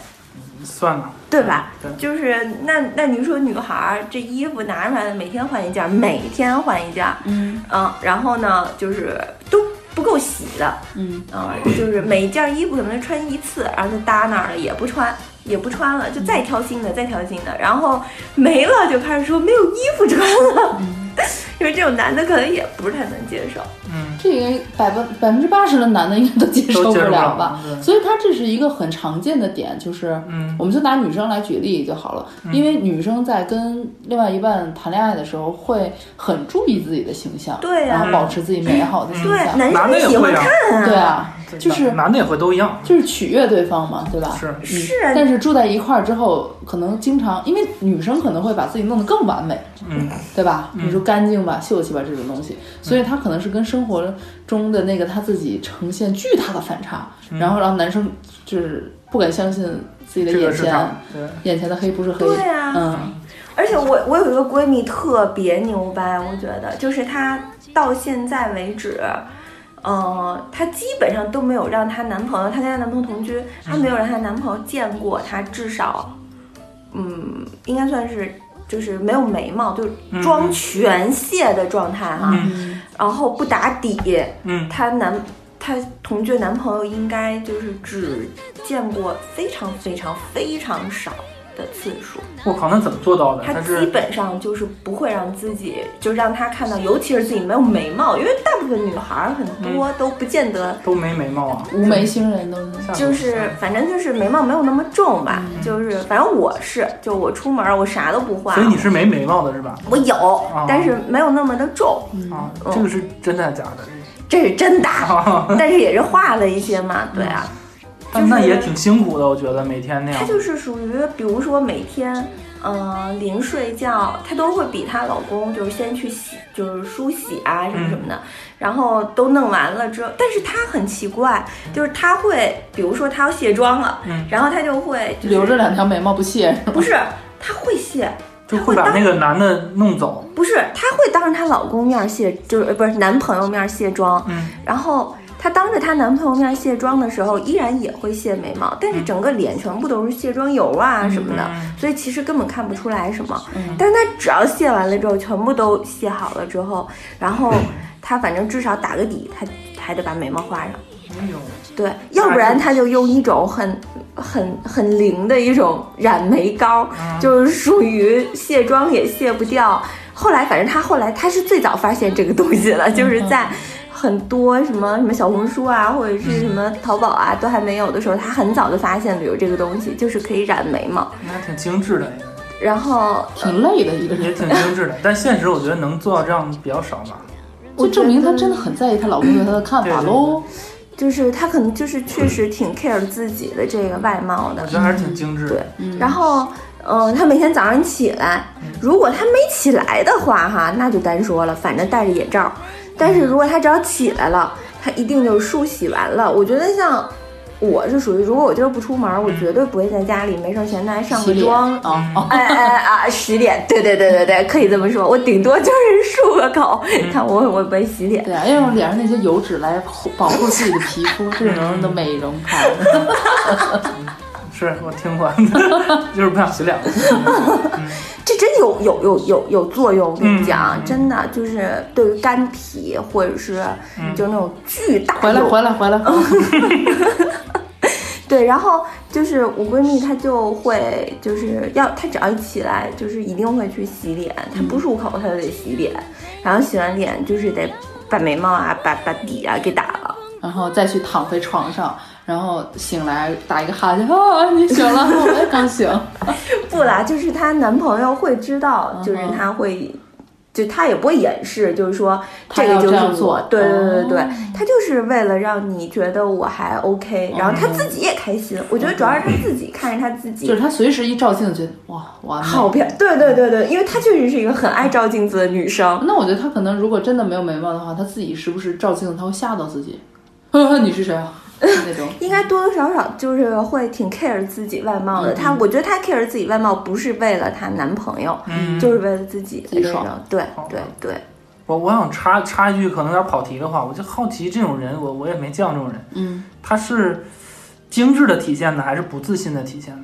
Speaker 7: 算了，
Speaker 5: 对吧？
Speaker 7: 对
Speaker 5: 就是那那你说女孩儿这衣服拿出来的，每天换一件儿，每天换一件，嗯然后呢，就是都不够洗的，嗯啊、就是每一件衣服可能就穿一次，然后就搭那儿了，也不穿。也不穿了，就再挑新的，再挑新的，然后没了就开始说没有衣服穿了， *laughs* 因为这种男的可能也不是太能接受。
Speaker 7: 嗯，
Speaker 6: *laughs* 这应该百分百分之八十的男的应该都接受
Speaker 7: 都接受
Speaker 6: 了
Speaker 7: 不
Speaker 6: 吧
Speaker 7: 了？对
Speaker 6: 所以他这是一个很常见的点，就是，
Speaker 7: 嗯
Speaker 6: 我们就拿女生来举例就好了，因为女生在跟另外一半谈恋爱的时候会很注意自己的形象，
Speaker 5: 对呀
Speaker 6: 然后保持自己美好的形
Speaker 5: 对，
Speaker 6: 象，
Speaker 8: 嗯
Speaker 5: 男
Speaker 7: 男
Speaker 5: 生
Speaker 7: 的
Speaker 5: 也
Speaker 7: 也
Speaker 5: 喜欢
Speaker 7: 会啊
Speaker 5: 看啊，
Speaker 6: 对啊，
Speaker 7: 对
Speaker 6: 就是
Speaker 7: 男男的也会都一样，
Speaker 6: 就是取悦对方嘛，对吧？
Speaker 7: 是
Speaker 6: 嗯
Speaker 5: 是啊
Speaker 6: 但是住在一块儿之后，可能经常因为女生可能会把自己弄得更完美，
Speaker 7: 嗯，
Speaker 6: 对吧？
Speaker 7: 嗯
Speaker 6: 你说干净吧、秀气吧这种东西，所以她可能是跟生活中的那个她自己呈现巨大的反差，然后让男生就是不敢相信自己的
Speaker 7: 嗯这
Speaker 6: 眼
Speaker 7: 个是
Speaker 6: 前，
Speaker 7: 他，对，
Speaker 6: 眼前的黑不是黑，
Speaker 5: 对啊
Speaker 6: 嗯，
Speaker 5: 而且我我有一个闺蜜特别牛掰，我觉得就是她到现在为止，呃，她基本上都没有让她男朋友，她跟她男朋友同居，她没有让她男朋友见过她，至少，嗯，应该算是就是没有眉毛，就是妆全卸的状态哈、
Speaker 7: 嗯
Speaker 5: 然后不打底，
Speaker 7: 嗯，
Speaker 5: 她男她同居男朋友应该就是只见过非常非常非常少的次数。
Speaker 7: 我靠，那怎么做到的？
Speaker 5: 他
Speaker 7: 他
Speaker 5: 基
Speaker 7: 是
Speaker 5: 本上就是不会让自己，就让他看到，尤其是自己没有眉毛，因为大部分女孩儿很
Speaker 7: 嗯
Speaker 5: 多都不见得，
Speaker 7: 都没眉毛啊，
Speaker 6: 无眉星人都是
Speaker 7: 下手
Speaker 5: 就是反正就是眉毛没有那么重吧，就是反正我是，就我出门儿我啥都不画
Speaker 7: 嗯所以，你是哦没眉毛的是吧？
Speaker 5: 我有，但是没有那么的重，
Speaker 7: 啊，这个是真的假的？
Speaker 5: 这是真的，
Speaker 7: 啊，
Speaker 5: 但是也是画了一些嘛，对啊，
Speaker 7: 嗯但那也挺辛苦的，我觉得每天那样
Speaker 5: 她。就是属于，比如说每天，呃，临睡觉，她都会比她老公就是先去洗，就是梳洗啊什么什么
Speaker 7: 嗯
Speaker 5: 的，然后都弄完了之后，但是她很奇怪，就是她会，比如说她要卸妆了，
Speaker 7: 嗯
Speaker 5: 然后她就会、就是、
Speaker 6: 留着，两条眉毛不卸，是吧
Speaker 5: 不是，她会卸，
Speaker 7: 就会把那个男的弄走，
Speaker 5: 不是，她会当着她老公面卸，就是呃不是男朋友面卸妆，
Speaker 7: 嗯，
Speaker 5: 然后她当着她男朋友面卸妆的时候，依然也会卸眉毛，但是整个脸全部都是卸妆油啊什么的，所以其实根本看不出来什么。但她只要卸完了之后，全部都卸好了之后，然后她反正至少打个底，她还得把眉毛画上。对，要不然她就用一种很、很、很灵的一种染眉膏，就是属于卸妆也卸不掉。后来，反正她后来她是最早发现这个东西了，
Speaker 6: 嗯
Speaker 5: 就是在很多什么什么小红书啊，或者是什么淘宝啊，都还没有的时候，她很早就发现了有这个东西，就是可以染眉毛。
Speaker 7: 那还挺精致的，
Speaker 5: 然后
Speaker 6: 挺累的一个
Speaker 7: 也
Speaker 6: 人，
Speaker 7: 挺精致的。但现实我觉得能做到这样比较少吧。
Speaker 6: 就证明她真的很在意她老公对她的看法
Speaker 7: 对对对
Speaker 6: 喽。
Speaker 5: 就是她可能就是确实挺 care 自己的这个外貌的
Speaker 7: 我，觉得还是挺精致
Speaker 5: 对
Speaker 7: 的。，
Speaker 6: 嗯
Speaker 5: 然后，嗯、他每天早上起来，如果他没起来的话，哈，那就单说了，反正戴着眼罩。但
Speaker 6: 嗯
Speaker 5: 是如果他只要起来了，他一定就是梳洗完了。我觉得像我是属于，如果我今儿不出门，我绝对不会在家里没事儿闲的还上
Speaker 6: 嗯洗
Speaker 5: 个
Speaker 6: 脸
Speaker 5: 妆。
Speaker 6: 啊
Speaker 7: 嗯
Speaker 6: 啊！
Speaker 5: 哎哎啊！洗脸，对对对对对，可以这么说。我顶多就是漱个口，
Speaker 6: 嗯
Speaker 5: 看我我不会洗脸。
Speaker 6: 对啊，要用脸上那些油脂来护保护自己的皮肤，这种人的美容靠。
Speaker 5: 嗯
Speaker 7: 是我听过，就是不想洗脸。
Speaker 5: 这真有有有有有作用，我跟
Speaker 7: 嗯
Speaker 5: 你讲，真的就是对于干皮或者是就是那种巨大
Speaker 6: 回来，
Speaker 5: 有
Speaker 6: 回来，回来！回
Speaker 5: 嗯
Speaker 6: 来
Speaker 5: 对，然后就是我闺蜜，她就会就是要她只要一起来，就是一定会去洗脸，她不漱口她就得洗脸，然后洗完脸就是得把眉毛啊、把把底啊给打了。
Speaker 6: 然后再去躺回床上，然后醒来打一个哈欠，啊，你醒 *laughs* 了，我也刚醒。
Speaker 5: 不啦，就是她男朋友会知
Speaker 6: 嗯
Speaker 5: 道，就是她会，就她也不会掩饰，就是说
Speaker 6: 她
Speaker 5: 这个
Speaker 6: 要
Speaker 5: 就
Speaker 6: 这
Speaker 5: 是
Speaker 6: 样
Speaker 5: 我
Speaker 6: 做，哦
Speaker 5: 对对对对对，她就是为了让你觉得我还 OK，然后她自己也开心。我觉得主要是她自己看着她自
Speaker 6: 嗯就
Speaker 5: 己
Speaker 6: 是他随时一照镜，觉得哇，完美。
Speaker 5: 好漂亮，对对对对，因为她确实是一个很爱照镜子的女生。
Speaker 6: 那我觉得他可能如果真的没有眉毛的话，他自己时不时照镜子，他会吓到自己。呵呵，你是谁啊？
Speaker 5: *laughs*
Speaker 6: 那种。
Speaker 5: 应该多多少少就是会挺 care 自己外貌的，
Speaker 6: 嗯
Speaker 5: 她我觉得她 care 自己外貌不是为了她男朋友，
Speaker 7: 嗯
Speaker 5: 就是为了自己的
Speaker 6: 己
Speaker 5: 那
Speaker 6: 爽
Speaker 5: 种，对对对，
Speaker 7: 我我想插插一句，可能有点跑题的话，我就好奇这种人，我我也没见过这种人，
Speaker 6: 嗯，
Speaker 7: 他是精致的体现呢，还是不自信的体现呢？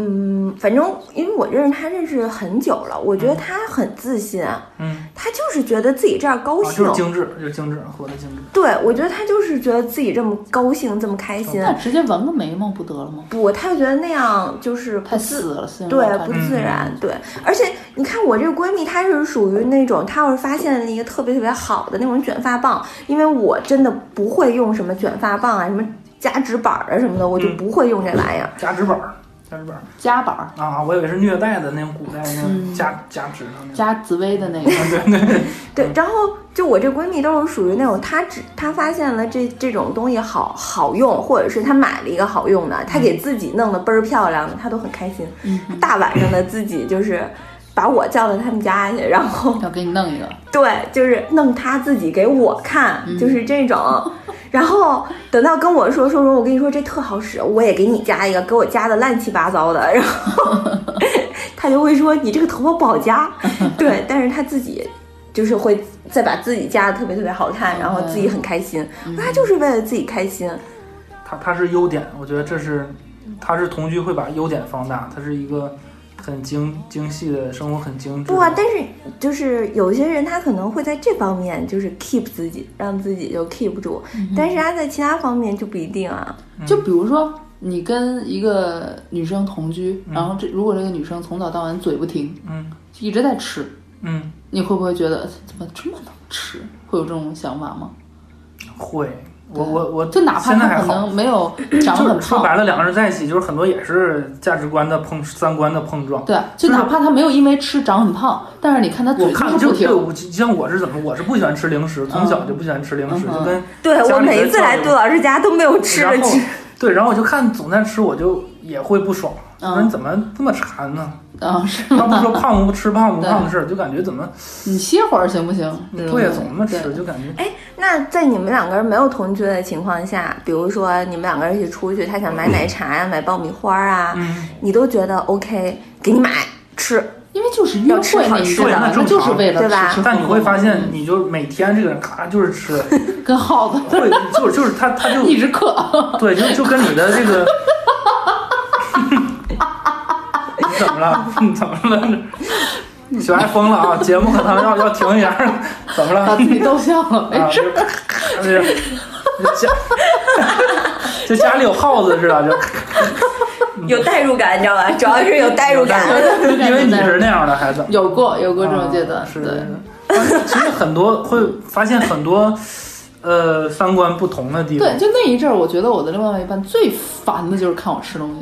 Speaker 5: 嗯，反正因为我认识他认识很久了，我觉得他很自信，啊
Speaker 7: 嗯，
Speaker 5: 他就是觉得自己这样高
Speaker 7: 啊，就
Speaker 5: 兴。
Speaker 7: 是精致，就是精致，活得精致。
Speaker 5: 对，我觉得他就是觉得自己这么高兴，这么开心。
Speaker 6: 那直接纹个眉毛不得了吗？
Speaker 5: 不，他就觉得那样就是不
Speaker 6: 太
Speaker 5: 自
Speaker 6: 死了，私人
Speaker 5: 对啊
Speaker 6: 观
Speaker 5: 不
Speaker 6: 看
Speaker 7: 嗯
Speaker 5: 自然，对。而且你看我这个闺蜜，她是属于那种，她要是发现了一个特别特别好的那种卷发棒，因为我真的不会用什么卷发棒啊，什么夹直板儿啊什么的，我就
Speaker 7: 嗯
Speaker 5: 不会用这玩意儿。
Speaker 7: 夹直板儿，加日本儿
Speaker 6: 夹板儿，
Speaker 7: 啊，我以为是虐待的那种古代那种夹夹指头那种。
Speaker 6: 夹紫薇的那个，嗯
Speaker 5: 对，然后就我这闺蜜都是属于那种，她只她发现了这这种东西好好用，或者是她买了一个好用的，她给自己弄得倍儿漂亮的，她都很开心。
Speaker 6: 嗯
Speaker 5: 大晚上的自己就是把我叫到他们家去，然后
Speaker 6: 要给你弄一个，
Speaker 5: *laughs*
Speaker 6: 嗯
Speaker 5: 对，就是弄她自己给我看，就是这
Speaker 6: *laughs*
Speaker 5: 种。然后等到跟我说说说，我跟你说这特好使，我也给你加一个，给我加的乱七八糟的。然
Speaker 6: *laughs*
Speaker 5: 后她就会说你这个头发不好夹，
Speaker 6: *laughs*
Speaker 5: 对，但是她自己就是会再把自己夹的特别特别好看，然后自
Speaker 7: 嗯
Speaker 5: 己很开心。她就是为了自己开心，
Speaker 7: 它它是优点，我觉得这是，它是同居会把优点放大，它是一个很精精细的生活，很精致。
Speaker 5: 不啊，但是就是有些人他可能会在这方面就是 keep 自己，让自己就 keep 住，
Speaker 7: 嗯
Speaker 5: 但是他在其他方面就不一定啊。
Speaker 6: 就比如说。你跟一个女生同居，然后这如果这个女生从早到晚嘴不停，
Speaker 7: 嗯
Speaker 6: 一直在吃，
Speaker 7: 嗯，
Speaker 6: 你会不会觉得怎么这么能吃？会有这种想法吗？
Speaker 7: 会，我我我
Speaker 6: 就哪怕
Speaker 7: 现在
Speaker 6: 他
Speaker 7: 还
Speaker 6: 可
Speaker 7: 好。
Speaker 6: 能没有长
Speaker 7: 就
Speaker 6: 得
Speaker 7: 是
Speaker 6: 很
Speaker 7: 说
Speaker 6: 胖，
Speaker 7: 白了，两个人在一起，就是很多也是价值观的碰、三观的碰撞。
Speaker 6: 对，就哪怕他没有因为吃长很胖，但是你看他
Speaker 7: 我
Speaker 6: 嘴就
Speaker 7: 看
Speaker 6: 是
Speaker 7: 就
Speaker 6: 不停
Speaker 7: 对，。我像我是怎么，我是不喜欢吃零食，从小就不喜欢吃零食，
Speaker 6: 嗯
Speaker 7: 就跟
Speaker 5: 对我
Speaker 7: 家里
Speaker 5: 每一
Speaker 7: 人
Speaker 5: 次
Speaker 7: 教
Speaker 5: 来
Speaker 7: 育
Speaker 5: 杜老师家都没有吃的
Speaker 7: 然后
Speaker 5: 吃，
Speaker 7: 对，然后我就看总在吃，我就也会不爽，
Speaker 6: 嗯
Speaker 7: 说你怎么这么馋呢？
Speaker 6: 啊，是
Speaker 7: 他不是
Speaker 6: 吗？
Speaker 7: 说胖不吃胖不胖的事儿，就感觉怎么
Speaker 6: 你歇会儿行不行？ *laughs* 这种
Speaker 7: 对
Speaker 6: 东西
Speaker 7: 总那么吃，
Speaker 6: 对
Speaker 7: 就感觉
Speaker 5: 哎那在你们两个人没有同居的情况下，比如说你们两个人一起出去，他想买奶茶呀、买爆米花啊，
Speaker 7: 嗯
Speaker 5: 你都觉得 OK，给你买吃。
Speaker 6: 因为就是约会那一
Speaker 7: 对
Speaker 6: 段，
Speaker 7: 那正常
Speaker 6: 咱们就是为了
Speaker 5: 对吧
Speaker 6: 吃吃喝喝
Speaker 7: 但你会发现，你就每天这个人咔就是吃，
Speaker 6: 跟耗子
Speaker 7: 会就就是他他就
Speaker 6: *laughs* 一直嗑，
Speaker 7: 对，就就跟你的这
Speaker 6: *laughs*
Speaker 7: 个，你怎么了？你怎么了？小爱疯了啊！节目可能要要停一下，怎么了？
Speaker 6: 把自己逗笑了，没
Speaker 7: 啊，
Speaker 6: 事。
Speaker 7: 就就是家，就家里有耗子似的，
Speaker 5: 有代入感，你知道吧？主要是有代入感。
Speaker 7: 就因为你是那样的孩子，
Speaker 6: 有过有过这种阶段，
Speaker 7: 啊是
Speaker 6: 对。
Speaker 7: 但其实很多会发现很多，呃，三观不同的地方
Speaker 6: 对，。就那一阵儿，我觉得我的另外一半最烦的就是看我吃东西。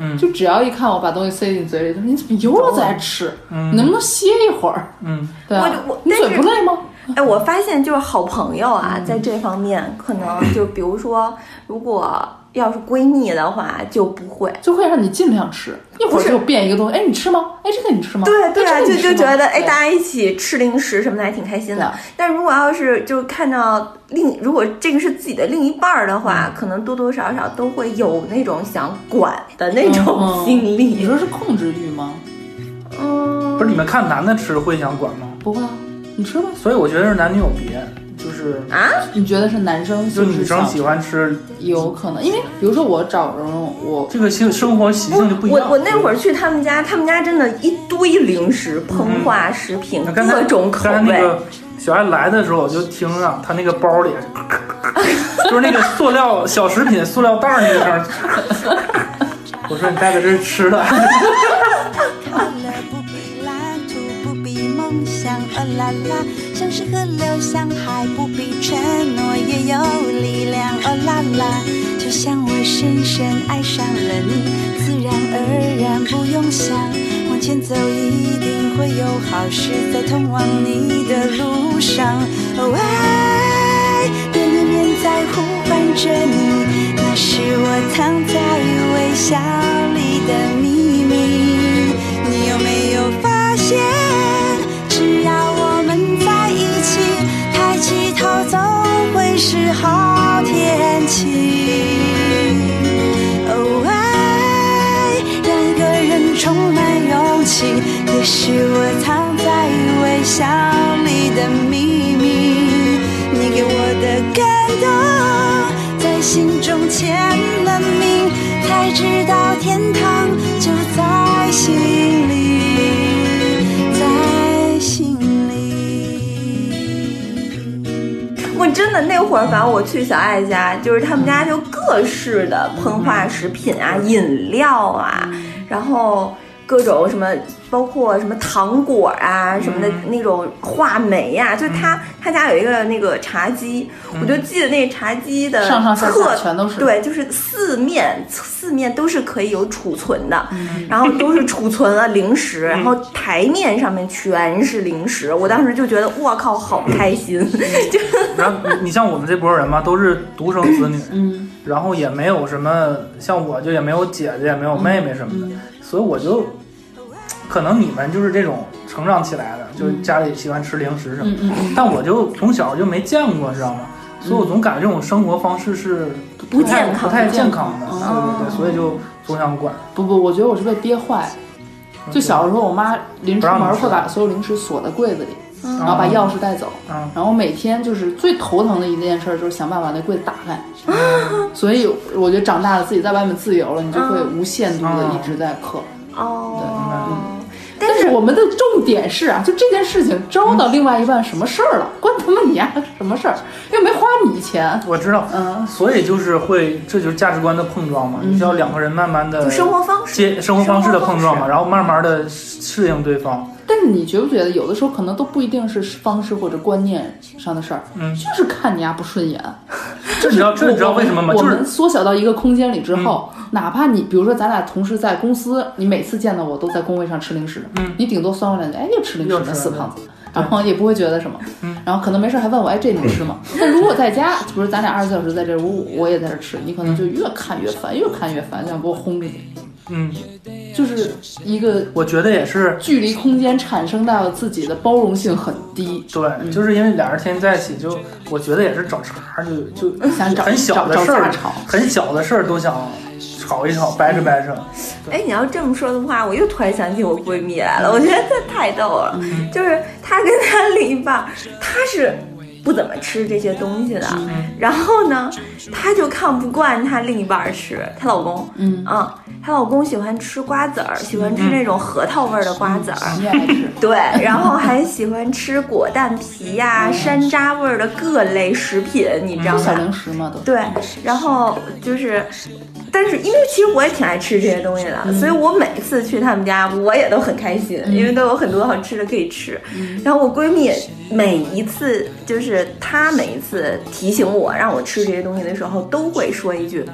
Speaker 7: 嗯
Speaker 6: 就只要一看我把东西塞进嘴里，他说你怎么又在吃？
Speaker 7: 嗯
Speaker 6: 你能不能歇一会儿？
Speaker 7: 嗯，
Speaker 6: 对啊
Speaker 5: 我我，
Speaker 6: 你
Speaker 5: 但是
Speaker 6: 嘴不累吗？
Speaker 5: 哎，我发现就是好朋友啊，在这方面可能就比如说，如果要是闺蜜的话，就不会。
Speaker 6: 就会让你尽量吃，一会
Speaker 5: 不
Speaker 6: 儿
Speaker 5: 是
Speaker 6: 就变一个东西，哎，你吃吗？哎，这个你吃吗？
Speaker 5: 对对啊，
Speaker 6: 哎
Speaker 5: 就
Speaker 6: 这个你吃
Speaker 5: 就
Speaker 6: 吗
Speaker 5: 觉得哎，
Speaker 6: 对
Speaker 5: 大家一起吃零食什么的还挺开心的
Speaker 6: 对。
Speaker 5: 但如果要是就看到另，如果这个是自己的另一半儿的话，嗯可能多多少少都会有那种想管的那种
Speaker 6: 嗯
Speaker 5: 心
Speaker 6: 你
Speaker 5: 理。
Speaker 6: 说是控制欲吗？
Speaker 5: 嗯
Speaker 7: 不是你们看男的吃会想管吗？
Speaker 6: 不会啊，你吃吧。
Speaker 7: 所以我觉得是男女有别，就是
Speaker 5: 啊，
Speaker 6: 你觉得是男生
Speaker 7: 就
Speaker 6: 性
Speaker 7: 女
Speaker 6: 取
Speaker 7: 生
Speaker 6: 向
Speaker 7: 喜欢吃
Speaker 6: 有可能，因为比如说我找蓉蓉，我
Speaker 7: 这个性生活习性就不一
Speaker 5: 我
Speaker 7: 样。
Speaker 5: 我那会儿去他们家，他们家真的一堆零食、膨化食品，
Speaker 7: 那刚才
Speaker 5: 各种口
Speaker 7: 刚才那
Speaker 5: 味。
Speaker 7: 个小爱来的时候，我就听啊，她那个包里，就是那个塑料小食品、塑料袋儿那个声儿。 *laughs* 我说你带的这是吃的，
Speaker 9: 快乐不必蓝图，不必梦想，哦啦啦，像是河流，像海，不必承诺，也有力量，哦啦啦，就像我深深爱上了你，自然而然不用想，往前走一定会有好事在通往你的路上，哦爱，边缘人在呼唤着你，那是我藏在微笑里的秘密。你有没有发现，只要我们在一起，抬起头总会是好天气。哦，爱让一个人充满勇气，也是我藏在微笑里的秘密。你给我的感动，在心中签了名，才知道天堂就在心里，在心里。
Speaker 5: 我真的那会儿，反正我去小爱家，就是他们家就各式的膨化食品啊、饮料啊，然后各种什么，包括什么糖果啊什么
Speaker 6: 嗯
Speaker 5: 的那种话梅呀、就是他他家有一个那个茶几，我就记得那茶几的
Speaker 6: 嗯上上下下
Speaker 5: 侧
Speaker 6: 全都是
Speaker 5: 对，就是四面四面都是可以有储存的，
Speaker 6: 嗯
Speaker 5: 然后都是储存了零食，然后台面上面全是零食，我当时就觉得我靠，好开
Speaker 6: *laughs*
Speaker 5: 心，就
Speaker 7: 然后你你像我们这波人嘛，都是独生子女，嗯，然后也没有什么像我就也没有姐姐，也没有妹妹什么
Speaker 5: 嗯
Speaker 7: 的，所以我就可能你们就是这种成长起来的，就是家里喜欢吃零食什么的，
Speaker 5: 嗯
Speaker 7: 但我就从小就没见过，知道吗？所以我总感觉这种生活方式是
Speaker 5: 不
Speaker 7: 太
Speaker 5: 健康哦
Speaker 7: 不太
Speaker 6: 不
Speaker 7: 健
Speaker 6: 健
Speaker 7: 康
Speaker 6: 康
Speaker 7: 的，对对对，所以就总想管。
Speaker 6: 不不，我觉得我是被憋坏。就小时候，我妈临
Speaker 7: 不
Speaker 6: 出
Speaker 7: 让你
Speaker 6: 门
Speaker 7: 吃啊
Speaker 6: 会把所有零食锁在柜子里，
Speaker 7: 然
Speaker 6: 然后把钥匙带走。
Speaker 7: 嗯
Speaker 6: 然后每天就是最头疼的一件事，就是想办法把那柜子打开。所以我觉得长大了，自己在外面自由了，你就会无限度
Speaker 7: 嗯
Speaker 6: 的一直在嗑。
Speaker 5: 哦，但
Speaker 6: 但
Speaker 5: 是
Speaker 6: 是我们的重点是啊，就这件事情招
Speaker 7: 嗯
Speaker 6: 到另外一半什么事儿了？关他妈你丫、什么事儿？又没花你钱。
Speaker 7: 我知道，
Speaker 6: 嗯
Speaker 7: 所以就是会，这就是价值观的碰撞嘛，你需要两个人慢慢的
Speaker 5: 嗯就生活方式
Speaker 7: 接生活方式的碰撞
Speaker 5: 生活方
Speaker 7: 嘛，
Speaker 5: 式
Speaker 7: 然后慢慢的适应对方，
Speaker 6: 但是你觉不觉得有的时候可能都不一定是方式或者观念上的事儿，
Speaker 7: 嗯
Speaker 6: 就是看你丫、不
Speaker 7: *laughs*
Speaker 6: 顺眼。
Speaker 7: 这你知道这你知道为什么吗？
Speaker 6: 我
Speaker 7: 就
Speaker 6: 们我
Speaker 7: 是
Speaker 6: 们缩小到一个空间里之后，
Speaker 7: 嗯
Speaker 6: 哪怕你比如说咱俩同时在公司，你每次见到我都在工位上吃零食，
Speaker 7: 嗯
Speaker 6: 你顶多酸我两句，哎，又吃零
Speaker 7: 又
Speaker 6: 食
Speaker 7: 吃
Speaker 6: 呢，
Speaker 7: 了
Speaker 6: 死胖子。然后也不会觉得什么，
Speaker 7: 嗯
Speaker 6: 然后可能没事还问我，哎，这你吃吗？
Speaker 7: *laughs*
Speaker 6: 但如果在家，比如咱俩二十四小时在这屋，我也在这吃，你可能就越看越烦，越看越烦，想给我轰出去，
Speaker 7: 嗯，
Speaker 6: 就是一个
Speaker 7: 我觉得也是，
Speaker 6: 距离空间产生到自己的包容性很低，
Speaker 7: 对，就是因为俩人天天在一起，就我觉得也是找茬，就就
Speaker 6: 想找
Speaker 7: 很小的
Speaker 6: 找
Speaker 7: 事
Speaker 6: 找
Speaker 7: 儿
Speaker 6: 架吵，
Speaker 7: 很小的事儿都想吵一吵，掰扯掰扯，
Speaker 5: 哎，你要这么说的话，我又突然想起我闺蜜来了。我觉得她太逗了，就是她跟她另一半儿，她是不怎么吃这些东西的，然后呢，她就看不惯她另一半儿吃，她老公，嗯她老公喜欢吃瓜子儿，喜欢吃那种核桃味儿的瓜子儿。
Speaker 6: 你也爱吃。
Speaker 5: 对，然后还喜欢吃果蛋皮呀、山楂味儿的各类食品，你知道吗？
Speaker 6: 小零食嘛都。
Speaker 5: 对，然后就是，但是因为其实我也挺爱吃这些东西的，所以我每次去他们家，我也都很开心，因为都有很多好吃的可以吃。然后我闺蜜每一次就是她每一次提醒我让我吃这些东西的时候，都会说一句。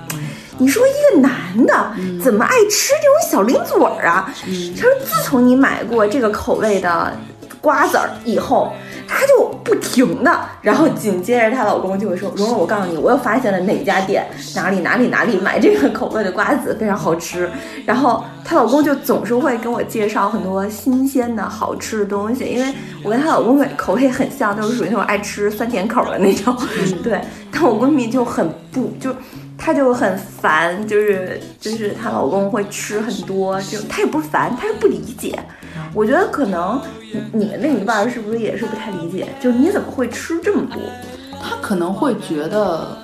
Speaker 5: 你说一个男的怎么爱吃这种小零嘴儿啊？她说自从你买过这个口味的瓜子儿以后，她就不停的，然后紧接着她老公就会说：“蓉蓉，我告诉你，我又发现了哪家店哪里哪里哪里买这个口味的瓜子非常好吃。”然后她老公就总是会给我介绍很多新鲜的好吃的东西，因为我跟她老公的口味很像，都是属于那种爱吃酸甜口的那种。 *laughs* 对，但我闺蜜就很不就。她就很烦，就是就是她老公会吃很多这种，她也不是烦，她是不理解。我觉得可能你你的另一半是不是也是不太理解，就是你怎么会吃这么多？
Speaker 6: 他可能会觉得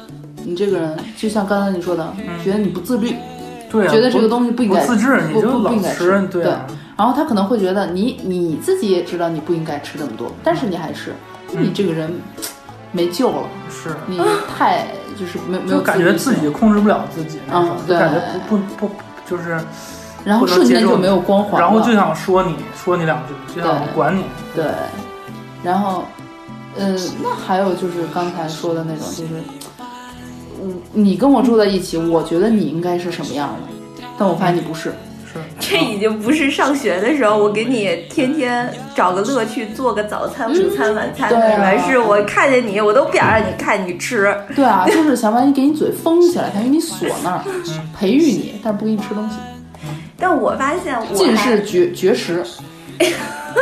Speaker 6: 你这个人，就像刚才你说的，觉得你不自律，
Speaker 7: 嗯对啊，
Speaker 6: 觉得这个东西
Speaker 7: 不
Speaker 6: 不应该
Speaker 7: 不自制，你
Speaker 6: 不
Speaker 7: 就
Speaker 6: 不
Speaker 7: 老
Speaker 6: 不应该
Speaker 7: 吃，对啊，
Speaker 6: 然后他可能会觉得你你自己也知道你不应该吃这么多，但是你还吃，你这个人嘖没救了，
Speaker 7: 嗯是。
Speaker 6: 你太就是没没
Speaker 7: 就
Speaker 6: 有
Speaker 7: 感觉自
Speaker 6: 律
Speaker 7: 己
Speaker 6: 性，
Speaker 7: 控制不了自己那种，
Speaker 6: 嗯
Speaker 7: 就
Speaker 6: 对
Speaker 7: 感觉不不不就是，
Speaker 6: 然后瞬间就没有光环了，
Speaker 7: 然后就想说你说你两句，就想
Speaker 6: 对
Speaker 7: 管你，
Speaker 6: 对，然后，嗯，那还有就是刚才说的那种，就是，嗯，你跟我住在一起，我觉得你应该是什么样的，但我发现你不是，
Speaker 5: 这已经不是上学的时候，我给你天天找个乐趣做个早餐、午餐、晚餐的
Speaker 6: 对
Speaker 5: 了，
Speaker 6: 啊
Speaker 5: 是我看见你，我都不想让你看你吃。
Speaker 6: 对啊，就是想把你给你嘴封起来，想给你锁那儿，培育你，但是不给你吃东西，
Speaker 5: 但我发现我
Speaker 6: 尽
Speaker 5: 还
Speaker 6: 是绝绝食，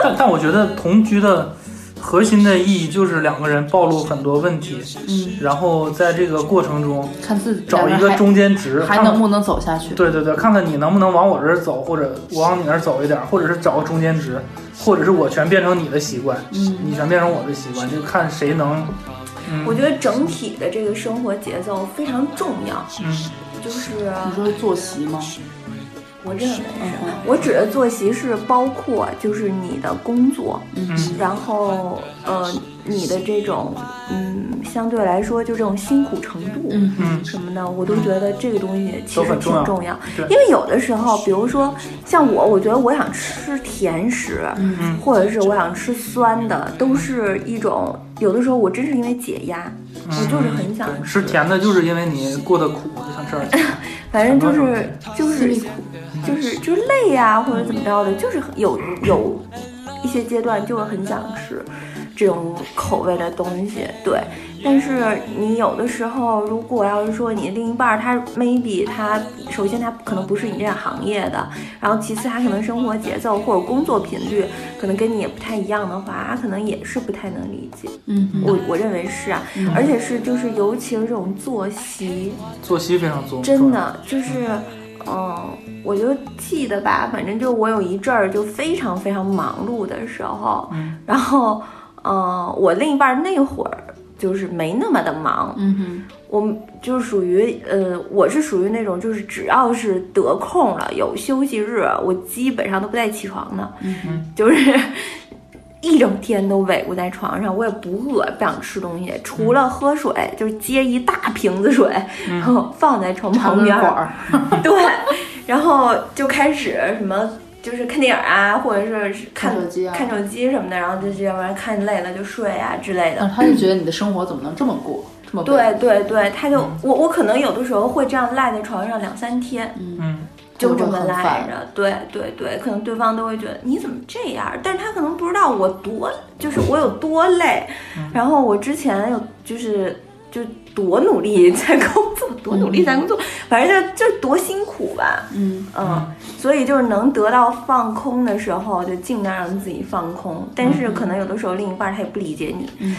Speaker 7: 但但我觉得同居的核心的意义就是两个人暴露很多问题，
Speaker 6: 嗯，
Speaker 7: 然后在这个过程中
Speaker 6: 看自己
Speaker 7: 找一个中间值，
Speaker 6: 还
Speaker 7: 看看
Speaker 6: 能不能走下去，
Speaker 7: 对对对，看看你能不能往我这儿走，或者我往你那儿走一点，或者是找个中间值，或者是我全变成你的习惯，你全变成我的习惯，就看谁能，嗯
Speaker 5: 我觉得整体的这个生活节奏非常重要，
Speaker 7: 嗯，
Speaker 5: 就是
Speaker 6: 你说作息吗？
Speaker 5: 我认为是，我指的作息是包括就是你的工作，
Speaker 7: 嗯
Speaker 5: 然后呃你的这种，嗯，相对来说就这种辛苦程度，嗯
Speaker 7: 嗯
Speaker 5: 什么的，我都觉得这个东西其
Speaker 7: 都
Speaker 5: 实
Speaker 7: 很
Speaker 5: 挺
Speaker 7: 重要
Speaker 5: 重要
Speaker 7: 对。
Speaker 5: 因为有的时候，比如说像我，我觉得我想吃甜食，
Speaker 7: 嗯
Speaker 5: 或者是我想吃酸的，都是一种有的时候我真是因为解压，我就是很想
Speaker 7: 对吃甜的，就是因为你过得苦，就想吃点甜。
Speaker 5: 反正就
Speaker 7: 很多
Speaker 5: 是就是就是就是累呀、或者怎么着的，就是很有有一些阶段就会很想吃这种口味的东西，对。但是你有的时候，如果要是说你另一半儿他 maybe 他首先他可能不是你这个行业的，然后其次他可能生活节奏或者工作频率可能跟你也不太一样的话，他可能也是不太能理解。
Speaker 6: 嗯，
Speaker 5: 我我认为是啊，而且是就是尤其是这种作息，
Speaker 7: 作息非常重要，
Speaker 5: 真的就是，嗯，我就记得吧，反正就我有一阵儿就非常非常忙碌的时候，
Speaker 7: 嗯
Speaker 5: 然后，嗯，我另一半儿那会儿就是没那么的忙，
Speaker 6: 嗯
Speaker 5: 我们就是属于呃，我是属于那种就是只要是得空了有休息日，我基本上都不带起床的，
Speaker 6: 嗯
Speaker 7: 哼
Speaker 5: 就是 *laughs* 一整天都萎固在床上，我也不饿，不想吃东西，除
Speaker 6: 嗯
Speaker 5: 了喝水，就是接一大瓶子水，然后放在床
Speaker 6: 哼，嗯长
Speaker 5: 旁
Speaker 6: 根
Speaker 5: 边儿，
Speaker 6: 管儿，
Speaker 5: 对，然后就开始什么。就是看电影啊，或者是看
Speaker 6: 看手机啊
Speaker 5: 看手机什么的，然后就这要不然看累了就睡啊之类的
Speaker 6: 那。他就觉得你的生活怎么能这么过，这么
Speaker 5: 对对对，他就我我可能有的时候会这样赖在床上两三天，
Speaker 7: 嗯，
Speaker 5: 就这
Speaker 6: 会
Speaker 5: 么
Speaker 6: 很
Speaker 5: 赖
Speaker 6: 烦
Speaker 5: 着。对对对，可能对方都会觉得你怎么这样，但是他可能不知道我多就是我有多累，然后我之前有就是就多努力 *laughs* 在工作，多努力在工作，反正就就多辛苦吧，
Speaker 6: 嗯
Speaker 5: 嗯，所以就是能得到放空的时候，就尽量让自己放空，但是可能有的时候另一半他也不理解你，
Speaker 7: 嗯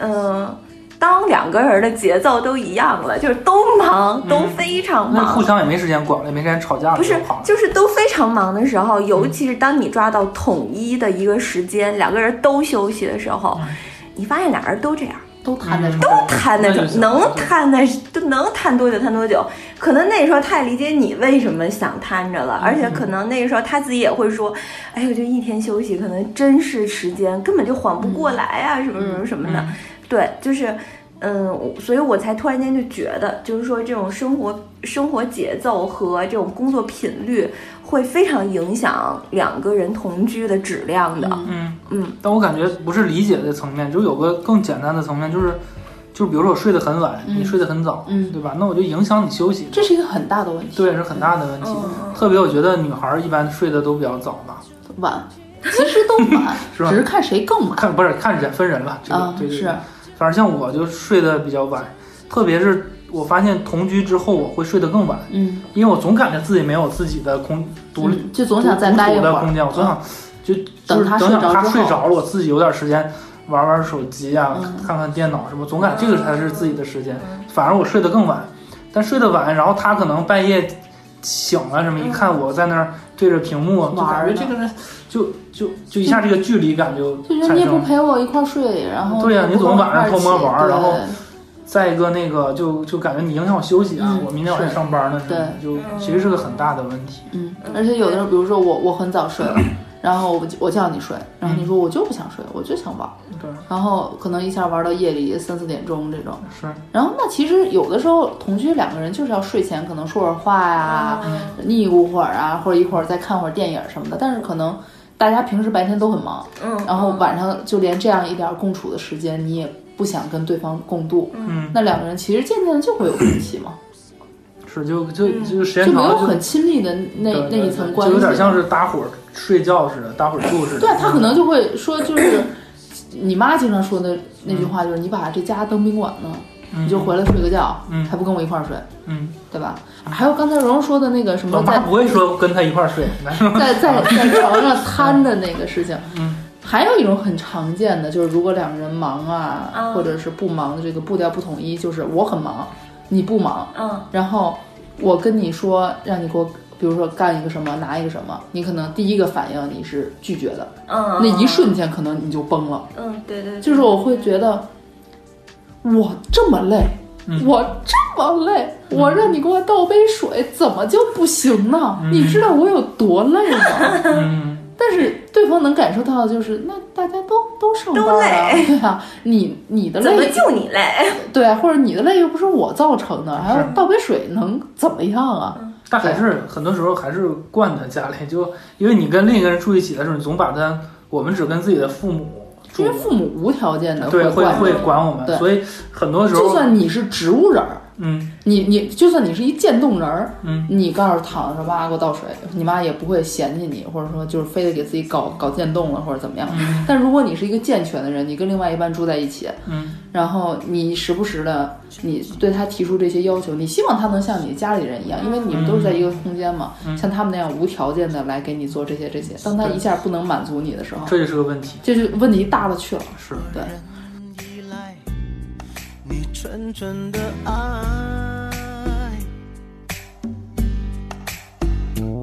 Speaker 5: 嗯，当两个人的节奏都一样了，就是都忙，都非常
Speaker 7: 嗯那互
Speaker 5: 忙，
Speaker 7: 相也没时间管了，也没时间吵架了，
Speaker 5: 不是
Speaker 7: 就好，了
Speaker 5: 就是都非常忙的时候，尤其是当你抓到统一的一个时间，两个人都休息的时候，你发现俩人都这样，
Speaker 6: 都摊在
Speaker 7: 嗯
Speaker 6: 床上，
Speaker 5: 摊那
Speaker 7: 那
Speaker 5: 种
Speaker 7: 就行
Speaker 5: 能
Speaker 7: 那就行
Speaker 5: 摊那就能摊多久摊多久。可能那时候他也理解你为什么想摊着了，而且可能那时候他自己也会说：“哎呦，就一天休息，可能真是时间根本就缓不过来啊，什么什么什么的。”对，就是。嗯，我所以我才突然间就觉得，就是说这种生活生活节奏和这种工作频率会非常影响两个人同居的质量的。
Speaker 7: 嗯
Speaker 5: 嗯，
Speaker 7: *laughs* 但我感觉不是理解的层面，就有个更简单的层面，就是就是比如说我睡得很晚，你睡得很早，
Speaker 6: 嗯
Speaker 7: 对吧？那我就影响你休息，
Speaker 6: 这是一个很大的问题。
Speaker 7: 对，是很大的问题。
Speaker 6: 嗯
Speaker 7: 特别我觉得女孩儿一般睡得都比较早吧，
Speaker 6: 晚，其实都晚，
Speaker 7: *laughs* 是吧
Speaker 6: 只是看谁更晚。
Speaker 7: 看不是看人分人吧，这个、
Speaker 6: 啊
Speaker 7: 这个
Speaker 6: 是
Speaker 7: 反正像我就睡得比较晚，特别是我发现同居之后我会睡得更晚，
Speaker 6: 嗯，
Speaker 7: 因为我总感觉自己没有自己的空独立。
Speaker 6: 嗯就总想再待一
Speaker 7: 独处
Speaker 6: 会
Speaker 7: 的
Speaker 6: 儿。嗯
Speaker 7: 空间，我总想就就
Speaker 6: 等
Speaker 7: 是
Speaker 6: 他
Speaker 7: 等
Speaker 6: 睡着
Speaker 7: 想他
Speaker 6: 之后
Speaker 7: 睡着了，我自己有点时间玩玩手机啊，
Speaker 6: 嗯
Speaker 7: 看看电脑什么，总感觉这个才是自己的时间。反而我睡得更晚，但睡得晚，然后他可能半夜醒了什么，一看我在那儿对着屏幕，就
Speaker 6: 嗯玩
Speaker 7: 感觉
Speaker 6: 儿呢
Speaker 7: 这个人就就就一下这个距离感就
Speaker 6: 就觉得
Speaker 7: 产
Speaker 6: 你也
Speaker 7: 生
Speaker 6: 不
Speaker 7: 了。
Speaker 6: 陪我一块儿睡，然后
Speaker 7: 对呀你
Speaker 6: 不跟
Speaker 7: 总
Speaker 6: 我
Speaker 7: 晚上
Speaker 6: 一块儿
Speaker 7: 偷摸
Speaker 6: 起
Speaker 7: 玩儿然后
Speaker 6: 对
Speaker 7: 再一个那个就就感觉你影响我休息啊，
Speaker 6: 嗯
Speaker 7: 我明天晚上
Speaker 6: 是
Speaker 7: 上班呢什么的，就其实是个很大的问题。
Speaker 6: 嗯，而且有的时候，比如说我我很早睡了，然后我我叫你睡，然后你说我就不想睡，我就想玩儿，
Speaker 7: 嗯对，
Speaker 6: 然后可能一下玩到夜里三四点钟这种。
Speaker 7: 是，
Speaker 6: 然后那其实有的时候同居两个人就是要睡前可能说会儿话呀、
Speaker 7: 嗯
Speaker 6: 腻咕会儿啊，或者一会儿再看会儿电影什么的，但是可能。大家平时白天都很忙，
Speaker 5: 嗯
Speaker 6: 然后晚上就连这样一点儿共处的时间，你也不想跟对方共度，
Speaker 7: 嗯，
Speaker 6: 那两个人其实渐渐的就会有分歧嘛，
Speaker 7: 是就就就时
Speaker 6: 嗯就
Speaker 7: 间
Speaker 6: 没
Speaker 7: 长
Speaker 6: 有
Speaker 7: 了就
Speaker 6: 很亲密的那
Speaker 7: 嗯对
Speaker 6: 那
Speaker 7: 对
Speaker 6: 一
Speaker 7: 对
Speaker 6: 层关系，
Speaker 7: 就有点像是搭伙儿睡觉似的，搭伙儿住似的。
Speaker 6: 对啊，他可能就会说，就是你妈经常说的那句话，就是你把这家当宾馆呢，
Speaker 7: 嗯
Speaker 6: 你就回来睡个觉，
Speaker 7: 嗯
Speaker 6: 还不跟我一块儿睡，
Speaker 7: 嗯，
Speaker 6: 对吧？还有刚才蓉蓉说的那个什
Speaker 7: 我
Speaker 6: 么
Speaker 7: 妈
Speaker 6: 在
Speaker 7: 不会说跟他一块儿
Speaker 6: *laughs*
Speaker 7: 睡，但是
Speaker 6: 在
Speaker 7: *laughs*
Speaker 6: 在在床上瘫的那个事情，
Speaker 7: 嗯
Speaker 6: 还有一种很常见的就是，如果两个人忙啊，
Speaker 5: 啊
Speaker 6: 或者是不忙的这个步调不统一，就是我很忙，你不忙，
Speaker 5: 嗯
Speaker 6: 然后我跟你说让你给我，比如说干一个什么，拿一个什么，你可能第一个反应你是拒绝的，
Speaker 5: 嗯，
Speaker 6: 那一瞬间可能你就崩了，
Speaker 5: 嗯，对对，对
Speaker 6: 就是我会觉得我这么累，
Speaker 7: 嗯
Speaker 6: 我这么累，我让你给我倒杯水，怎么就不行呢？
Speaker 7: 嗯
Speaker 6: 你知道我有多累吗？
Speaker 7: 嗯，
Speaker 6: 但是对方能感受到的就是，那大家都都上班
Speaker 5: 都
Speaker 6: 啊，
Speaker 5: 累
Speaker 6: 对啊，你你的
Speaker 5: 怎么
Speaker 6: 累，
Speaker 5: 就你累？
Speaker 6: 对啊，或者你的累又不是我造成的，还有
Speaker 7: 是
Speaker 6: 倒杯水能怎么样啊？
Speaker 5: 嗯
Speaker 7: 但还是很多时候还是惯在家里，就因为你跟另一个人住一起的时候，你总把他，我们只跟自己的父母
Speaker 6: 因
Speaker 7: 住
Speaker 6: 为，父母无条件的
Speaker 7: 对，会
Speaker 6: 管
Speaker 7: 会
Speaker 6: 你
Speaker 7: 管我们，
Speaker 6: 对
Speaker 7: 所以很多时
Speaker 6: 就
Speaker 7: 候，
Speaker 6: 算你是植物人儿，
Speaker 7: 嗯
Speaker 6: 你你就算你是一渐冻人儿，
Speaker 7: 嗯，
Speaker 6: 你告诉躺着说妈给我倒水，你妈也不会嫌弃你，或者说就是非得给自己搞搞渐冻了或者怎么样。但如果你是一个健全的人，你跟另外一半住在一起，
Speaker 7: 嗯，
Speaker 6: 然后你时不时的你对他提出这些要求，你希望他能像你家里人
Speaker 7: 嗯
Speaker 6: 一样，因为你们都是在一个空间嘛，像他们那样无条件的来给你做这些这些。当他
Speaker 7: 对
Speaker 6: 一下不能满足你的时候，
Speaker 7: 这就是个问题，
Speaker 6: 这就问题大了去了。
Speaker 7: 是啊
Speaker 6: 对，
Speaker 4: 依赖你纯纯的爱。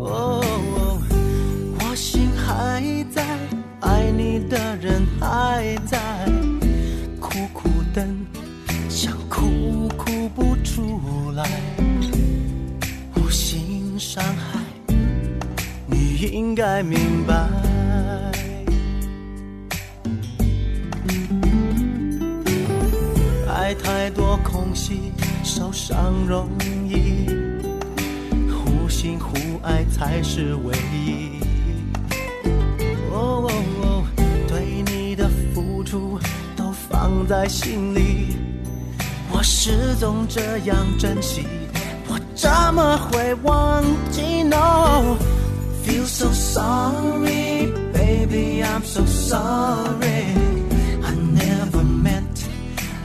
Speaker 4: 哦，我心还在，爱你的人还在，苦苦等，想哭哭不出来，无心伤害，你应该明白。爱太多空隙，受伤容易，互信互爱才是唯一。哦哦哦，对你的付出都放在心里，我始终这样珍惜，我怎么会忘记？No。Feel so sorry, baby, I'm so sorry. I never meant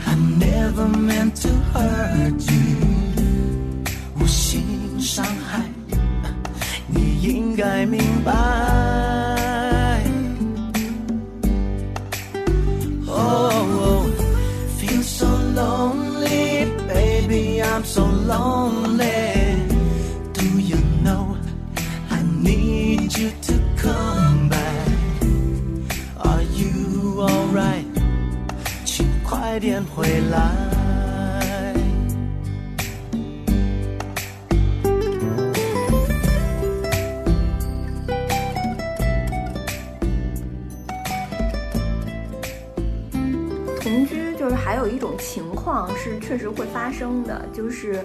Speaker 4: I never meant to hurt you，无心伤害，你应该明白。Oh, feel so lonely, baby, I'm so lonely. Do you know I need you to come back? Are you alright? 请快点回来。
Speaker 5: 同居就是还有一种情况是确实会发生的，就是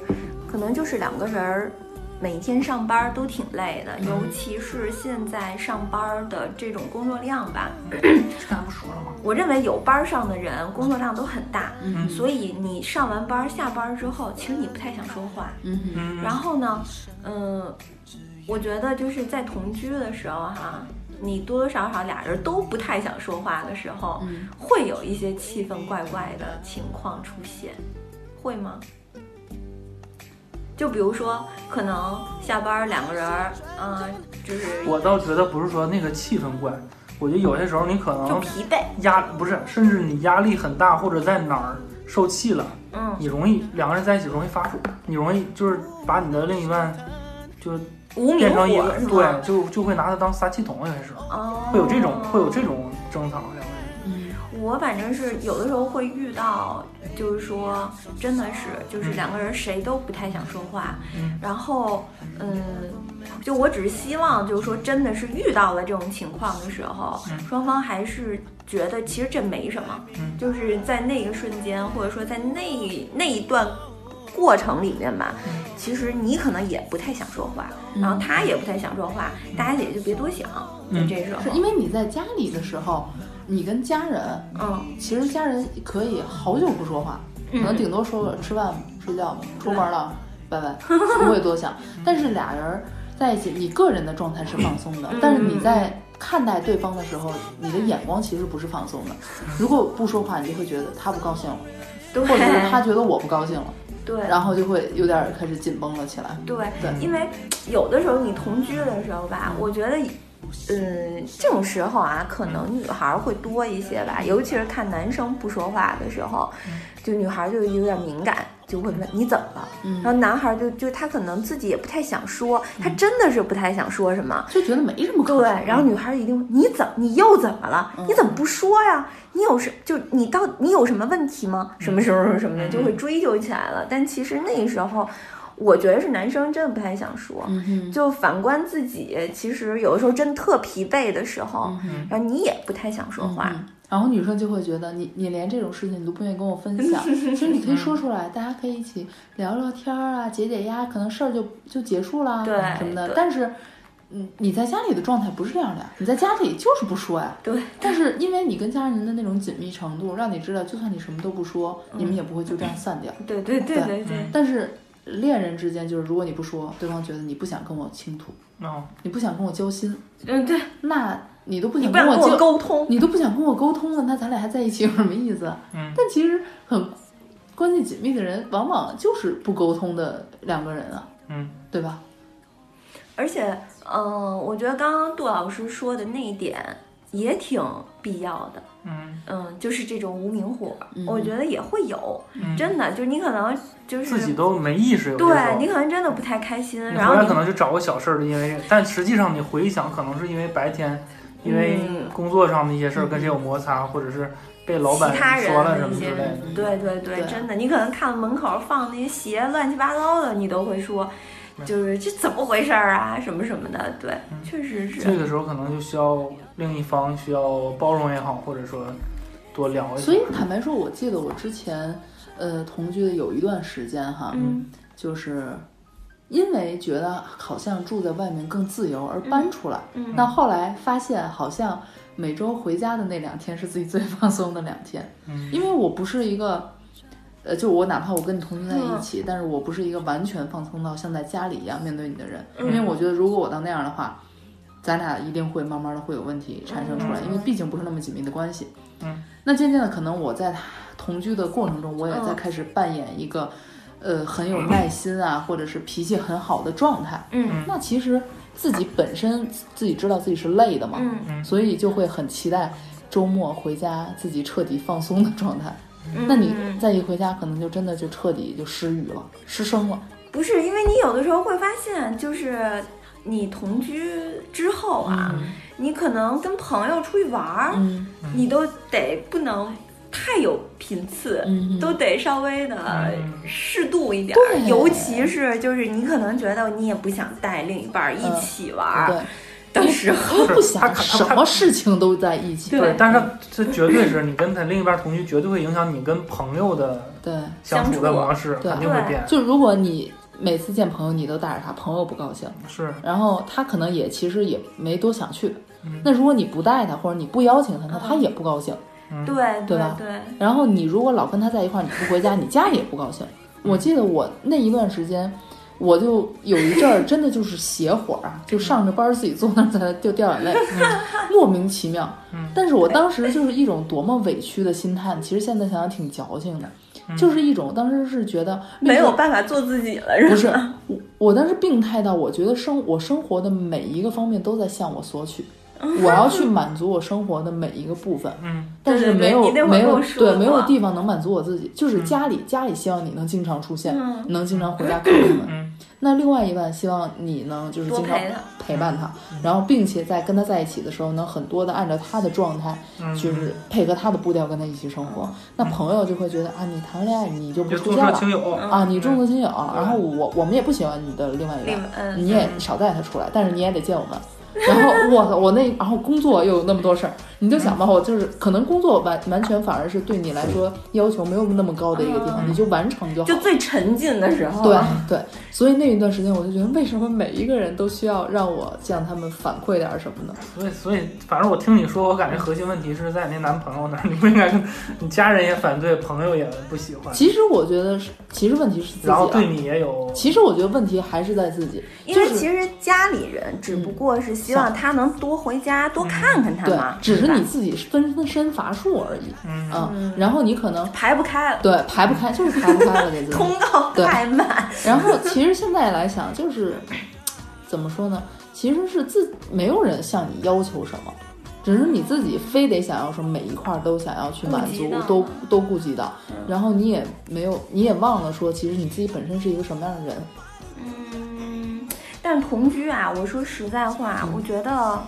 Speaker 5: 可能就是两个人儿每天上班儿都挺累的，尤其是现在上班儿的这种工作量吧。我认为有班儿上的人工作量都很大，所以你上完班儿下班儿之后，其实你不太想说话。然后呢，嗯、我觉得就是在同居的时候哈，你多多少少俩人都不太想说话的时候，会有一些气氛怪怪的情况出现，会吗？就比如说，可能下班儿两个人儿，嗯、就是
Speaker 7: 我倒觉得不是说那个气氛怪，我觉得有些时候你可
Speaker 5: 就
Speaker 7: 能
Speaker 5: 疲惫，
Speaker 7: 压不是，甚至你压力很大，或者在哪儿受气了，
Speaker 5: 嗯，
Speaker 7: 你容易两个人在一起容易发火，你容易就是把你的另一半就
Speaker 5: 无名
Speaker 7: 变成一
Speaker 5: 火
Speaker 7: 个
Speaker 5: 是吗？
Speaker 7: 对，就就会拿他当撒气筒，有些时候
Speaker 5: 哦，
Speaker 7: 会有这种会有这种争吵，两个人。
Speaker 5: 我反正是有的时候会遇到，就是说真的是就是两个人谁都不太想说话，
Speaker 7: 嗯
Speaker 5: 然后嗯，就我只是希望就是说真的是遇到了这种情况的时候，
Speaker 7: 嗯
Speaker 5: 双方还是觉得其实这没什么，
Speaker 7: 嗯
Speaker 5: 就是在那个瞬间或者说在那那一段。过程里面吧，
Speaker 7: 嗯
Speaker 5: 其实你可能也不太想说话，然后他也不太想说话，大家也就别多想。在
Speaker 7: 嗯
Speaker 5: 这时候
Speaker 6: 是，因为你在家里的时候，你跟家人。
Speaker 5: 嗯，
Speaker 6: 其实家人可以好久不说话，可能顶多说个吃饭、睡觉、
Speaker 5: 嗯
Speaker 6: 出门了，拜 *laughs* 拜，不会多想。但是俩人在一起，你个人的状态是放松的，
Speaker 5: 嗯
Speaker 6: 但是你在看待对方的时候，你的眼光其实不是放松的。如果不说话，你就会觉得他不高
Speaker 5: *laughs*
Speaker 6: 兴了，
Speaker 5: 对，
Speaker 6: 或者是他觉得我不高兴了，
Speaker 5: 对，
Speaker 6: 然后就会有点开始紧绷了起来。
Speaker 5: 对，
Speaker 6: 对
Speaker 5: 因为有的时候你同居的时候吧，我觉得，嗯，这种时候啊，可能女孩儿会多一些吧，尤其是看男生不说话的时候，就女孩儿就有点敏感，就会问你怎么了，然后男孩儿就就他可能自己也不太想说，他真的是不太想说什么，
Speaker 6: 就觉得没什么可
Speaker 5: 对，然后女孩一定，你怎你又怎么了？你怎么不说呀？你有什就你到你有什么问题吗？什么什么什么什么的，就会追究起来了。但其实那时候，我觉得是男生真的不太想说。
Speaker 6: 嗯
Speaker 5: 就反观嗯
Speaker 6: 嗯
Speaker 5: 自己，其实有的时候真特疲惫的时候，然后你也不太想说话。
Speaker 6: 然后女生就会觉得你你连这种事情你都不愿意跟我分
Speaker 5: *laughs*
Speaker 6: 享，其实你可以说出来，大家可以一起聊聊天儿啊，解解压，可能事儿就就结束啦，
Speaker 5: 对
Speaker 6: 什么的
Speaker 5: 对。
Speaker 6: 但是，嗯，你在家里的状态不是这样的呀，你在家里就是不说
Speaker 5: *laughs*
Speaker 6: 呀。
Speaker 5: 对，
Speaker 6: 但是因为你跟家人的那种紧密程度，让你知道，就算你什么都不说，你们也不会就这样散掉。嗯
Speaker 5: 对对嗯对对对，
Speaker 6: 但是恋人之间，就是如果你不说，对方觉得你不想跟我倾吐，
Speaker 7: 哦，
Speaker 6: 你不想跟我交心，
Speaker 5: 嗯对，
Speaker 6: 那你都不
Speaker 5: 你
Speaker 6: 想
Speaker 5: 不想跟
Speaker 6: 交
Speaker 5: 我沟通，
Speaker 6: 你都不想跟我沟通了，那咱俩还在一起有什么意思？
Speaker 7: 嗯
Speaker 6: 但其实很关系紧密的人，往往就是不沟通的两个人啊，
Speaker 7: 嗯，
Speaker 6: 对吧？
Speaker 5: 而且，嗯、我觉得刚刚杜老师说的那一点也挺必要的。
Speaker 7: 嗯，
Speaker 5: 嗯，就是这种无名火，
Speaker 6: 嗯
Speaker 5: 我觉得也会有，
Speaker 7: 嗯
Speaker 5: 真的，就是你可能就是
Speaker 7: 自己都没意识有这种。
Speaker 5: 对你可能真的不太开心，
Speaker 7: 你
Speaker 5: 然
Speaker 7: 回
Speaker 5: 后
Speaker 7: 来
Speaker 5: 你
Speaker 7: 可能就找个小事儿，因为但实际上你回想，可能是因为白天，因为
Speaker 5: 嗯
Speaker 7: 工作上的一些事儿跟谁
Speaker 6: 嗯
Speaker 7: 有摩擦，或者是被老板
Speaker 5: 其他
Speaker 7: 说了什
Speaker 5: 人的
Speaker 7: 么
Speaker 5: 一
Speaker 7: 之
Speaker 5: 些
Speaker 7: 类的。
Speaker 5: 对对对，
Speaker 6: 对啊
Speaker 5: 真的，你可能看门口放那些鞋乱七八糟的，你都会说，就是这怎么回事儿啊，什么什么的，对，确实
Speaker 7: 嗯这
Speaker 5: 是，
Speaker 7: 个时候可能就需要另一方需要包容也好，或者说多聊一下。
Speaker 6: 所以坦白说，我记得我之前呃同居的有一段时间哈，
Speaker 5: 嗯
Speaker 6: 就是因为觉得好像住在外面更自由而搬出来，
Speaker 5: 嗯
Speaker 6: 那后来发现好像每周回家的那两天是自己最 *laughs* 放松的两天，
Speaker 7: 嗯
Speaker 6: 因为我不是一个。呃，就我哪怕我跟你同居在
Speaker 5: 嗯
Speaker 6: 一起，但是我不是一个完全放松到像在家里一样面对你的人，
Speaker 5: 嗯
Speaker 6: 因为我觉得如果我到那样的话，咱俩一定会慢慢的会有问题产生出来，
Speaker 5: 嗯
Speaker 6: 因为毕竟不是那么紧密的关系。
Speaker 7: 嗯，
Speaker 6: 那渐渐的，可能我在同居的过程中，我也在
Speaker 5: 嗯
Speaker 6: 开始扮演一个，呃，很有耐心啊，或者是脾气很好的状态。
Speaker 5: 嗯
Speaker 6: 那其实自己本身自己知道自己是累的嘛，
Speaker 5: 嗯
Speaker 6: 所以就会很期待周末回家自己彻底放松的状态。
Speaker 5: 嗯，
Speaker 6: 那你再一回家，可能就真的就彻底就失语了，失声了。
Speaker 5: 不是，因为你有的时候会发现，就是你同居之后啊，你可能跟朋友出去玩儿，
Speaker 6: 嗯
Speaker 5: 你都得不能太有频次，
Speaker 6: 嗯
Speaker 5: 都得稍微的适度一点儿。
Speaker 6: 对
Speaker 5: 尤其是就是你可能觉得你也不想带另一半儿一起玩儿
Speaker 6: 嗯对，
Speaker 5: 的时候，
Speaker 6: 他不
Speaker 7: 他他
Speaker 6: 想什么事情都在一起。
Speaker 7: 对，但是这绝对是你跟他另一半同居，绝对会影响你跟朋友的
Speaker 6: 对，
Speaker 7: 相处的模式，
Speaker 6: 对
Speaker 7: 肯定会变。
Speaker 6: 就如果你每次见朋友，你都带着他，朋友不高兴，
Speaker 7: 是，
Speaker 6: 然后他可能也其实也没多想去
Speaker 7: 嗯。
Speaker 6: 那如果你不带他，或者你不邀请他，那
Speaker 5: 嗯
Speaker 6: 他也不高兴。
Speaker 5: 对
Speaker 6: 嗯
Speaker 5: 对
Speaker 6: 对吧然后你如果老跟他在一块儿，你不回家，你家里也不高兴。
Speaker 5: 嗯
Speaker 6: 我记得我那一段时间，我就有一阵儿真的就是邪火
Speaker 5: 嗯
Speaker 6: 啊，就上着班儿自己坐那儿在那就掉眼泪， *laughs* 莫名其妙。
Speaker 5: 嗯
Speaker 6: 但是我当时就是一种多么委屈的心态，其实现在想想挺矫情的，就是一种当时是觉得
Speaker 5: 嗯没有办法做自己了，是吧
Speaker 6: 不是我，我当时病态到我觉得生我生活的每一个方面都在向我索取，
Speaker 5: 嗯
Speaker 6: 我要去满足我生活的每一个部分，
Speaker 7: 嗯，
Speaker 6: 但
Speaker 5: 对
Speaker 6: 是
Speaker 5: 对对
Speaker 6: 没有
Speaker 5: 你那会儿
Speaker 6: 没
Speaker 5: 跟
Speaker 6: 有
Speaker 5: 我说
Speaker 6: 对
Speaker 5: 过
Speaker 6: 没有地方能满足我自己，
Speaker 7: 嗯
Speaker 6: 就是家里家里希望你能经常出现，
Speaker 5: 嗯
Speaker 6: 能经常回家看他们，
Speaker 7: 嗯
Speaker 6: 那另外一半希望你能就是
Speaker 5: 多
Speaker 6: 经常
Speaker 5: 陪他
Speaker 6: 陪伴他，
Speaker 7: 嗯
Speaker 6: 然后并且在跟他在一起的时候能很多的按照他的状态，
Speaker 7: 嗯
Speaker 6: 就是配合他的步调跟他一起生活，那朋友就会觉得啊你谈恋爱你就
Speaker 7: 你
Speaker 6: 不
Speaker 7: 嗯就
Speaker 6: 出
Speaker 7: 重
Speaker 6: 家
Speaker 7: 色
Speaker 6: 了
Speaker 7: 轻。友
Speaker 5: 嗯
Speaker 6: 啊，你重色轻友，然后我我们也不喜欢你的另外一
Speaker 5: 另
Speaker 6: 半，
Speaker 5: 嗯
Speaker 6: 你也少带他出来，但是你也得见我们。然后我操，我那然后工作又有那么多事儿，你就想吧，我就是可能工作完完全反而是对你来说要求没有那么高的一个地方，你就完成就好
Speaker 5: 就
Speaker 6: 了。
Speaker 5: 最沉浸的时候，啊
Speaker 6: 对对，所以那一段时间我就觉得，为什么每一个人都需要让我向他们反馈点儿什么呢？
Speaker 7: 所以，所以，反正我听你说，我感觉核心问题是在你那男朋友那儿，你不应该跟你家人也反对，朋友也不喜欢，
Speaker 6: 其实我觉得是，其实问题是自己、
Speaker 7: 然后
Speaker 6: 啊。
Speaker 7: 对你也有，
Speaker 6: 其实我觉得问题还是在自己，
Speaker 5: 因为
Speaker 6: 就是
Speaker 5: 其实家里人只不过是希望他能多回家、多看看他
Speaker 6: 对
Speaker 5: 嘛，，
Speaker 6: 只是
Speaker 5: 吧
Speaker 6: 你自己分身乏术而已。
Speaker 7: 嗯
Speaker 6: 嗯，然后你可能
Speaker 5: 排不开了，
Speaker 6: 对排不开，就是排不开了给自己。
Speaker 5: 通告
Speaker 6: 对
Speaker 5: 太满，
Speaker 6: 然后其实现在来想，就是怎么说呢？其实是自没有人向你要求什么，只是你自己非得想要说每一块儿都想要去满
Speaker 5: 顾
Speaker 6: 足
Speaker 5: 及到，
Speaker 6: 都都顾及到，然后你也没有，你也忘了说，其实你自己本身是一个什么样的人。
Speaker 5: 嗯，但同居啊，我说实在话，我觉得，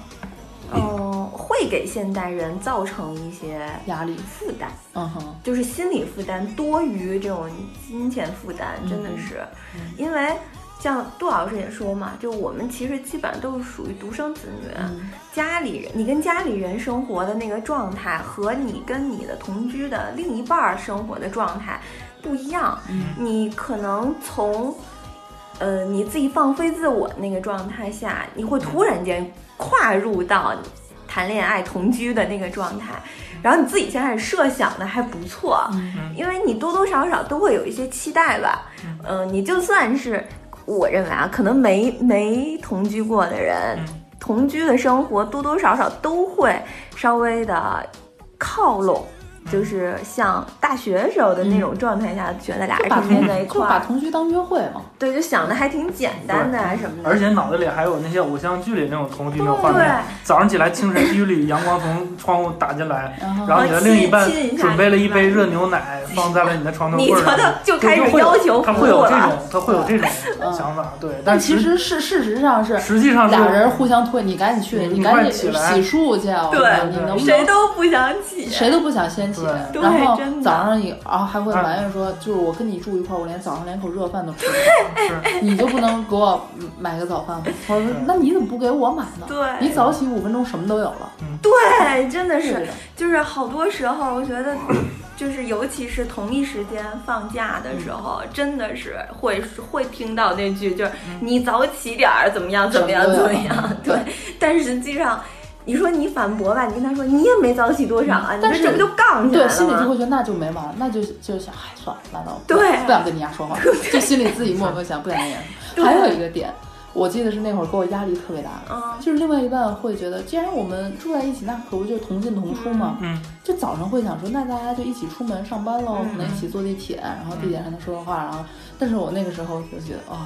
Speaker 5: 嗯，会给现代人造成一些
Speaker 6: 压力，
Speaker 5: 负担，
Speaker 6: 嗯哼，
Speaker 5: 就是
Speaker 6: 嗯
Speaker 5: 心理负担多于这种金钱负担，真的是，因为像杜老师也说嘛，就我们其实基本上都是属于独生子女，
Speaker 6: 嗯
Speaker 5: 家里人你跟家里人生活的那个状态和你跟你的同居的另一半儿生活的状态不一样，
Speaker 6: 嗯
Speaker 5: 你可能从。呃，你自己放飞自我那个状态下，你
Speaker 6: 嗯
Speaker 5: 会突然间跨入到谈恋爱同居的那个状态，然后你自己现在设想的还不错，
Speaker 7: 嗯
Speaker 5: 因为你多多少少都会有一些期待吧。
Speaker 7: 嗯
Speaker 5: 呃，你就算是我认为啊，可能没没同居过的人，
Speaker 7: 嗯
Speaker 5: 同居的生活多多少少都会稍微的靠拢。
Speaker 7: 嗯
Speaker 5: 就是像大学时候的那种状态下，觉得俩人
Speaker 6: 把
Speaker 5: 天天在一
Speaker 6: 同就
Speaker 5: 块
Speaker 6: 把
Speaker 5: 儿，
Speaker 6: 同居当约会嘛，
Speaker 5: 对，就想的还挺简单的啊什么的。
Speaker 7: 而且脑子里还有那些偶像剧里那种同居的画
Speaker 5: 对
Speaker 7: 面，早上起来清晨第一缕阳光从窗户打进来，
Speaker 6: 然后
Speaker 7: 然后你的另一半
Speaker 5: 亲一下
Speaker 7: 准备了一杯热牛奶，放在了你的床头
Speaker 5: 你
Speaker 7: 柜
Speaker 5: 瞧
Speaker 7: 上
Speaker 5: 瞧，，就
Speaker 7: 就
Speaker 5: 开始
Speaker 7: 就会有
Speaker 5: 要求
Speaker 7: 他
Speaker 5: 服务
Speaker 7: 会有这
Speaker 5: 了。
Speaker 7: 种，他会有这种
Speaker 6: 嗯
Speaker 7: 想法，对。但
Speaker 6: 但其实是事实上是嗯
Speaker 7: 实际上是
Speaker 6: 俩人互相推，你赶紧去，
Speaker 7: 你
Speaker 6: 你赶
Speaker 7: 快
Speaker 6: 紧
Speaker 7: 起
Speaker 6: 洗
Speaker 7: 来
Speaker 6: 漱去，啊我
Speaker 5: 对
Speaker 6: 你能不
Speaker 5: 谁
Speaker 6: 能？
Speaker 5: 都不想起，
Speaker 6: 谁都不想先起，
Speaker 7: 对
Speaker 6: 然
Speaker 5: 对
Speaker 6: 后
Speaker 5: 真的
Speaker 6: 早上也啊还会埋怨说，就是我跟你住一块儿，我连早上连口热饭都吃不上，你就不能给我买个早饭吗？我说那你怎么不给我买呢？
Speaker 5: 对
Speaker 6: 你早起五分钟什么都有了，
Speaker 5: 对，真的
Speaker 6: 是
Speaker 5: 是，就是好多时候，我觉得， *clears throat* 就是尤其是同一时间放假的时候，
Speaker 6: 嗯
Speaker 5: 真的是会会听到那句，就是你早起点儿，怎么样，怎么样，
Speaker 6: 什么
Speaker 5: 怎么
Speaker 6: 都有
Speaker 5: 样。对
Speaker 6: 对，
Speaker 5: 但是实际上，你说你反驳吧，你跟他说你也没早起多少啊，你
Speaker 6: 但
Speaker 5: 说
Speaker 6: 是
Speaker 5: 这不就杠起来
Speaker 6: 对，心里
Speaker 5: 了
Speaker 6: 就
Speaker 5: 吗？
Speaker 6: 会觉得那就没完，那就就想，哎，算了，拉倒，
Speaker 5: 对
Speaker 6: 不想跟你丫说话，就心里自己默默想，不想跟你
Speaker 5: 对
Speaker 6: 说。还有一个点，我记得是那会儿给我压力特别大，
Speaker 5: 嗯，
Speaker 6: 就是另外一半会觉得，既然我们住在一起，那可不就是同进同出吗？
Speaker 7: 嗯，
Speaker 6: 就早上会想说，那大家就一起出门上班喽，
Speaker 5: 嗯
Speaker 6: 可能一起坐地铁，然后地铁上能说说话，然后，但是我那个时候就觉得，哦，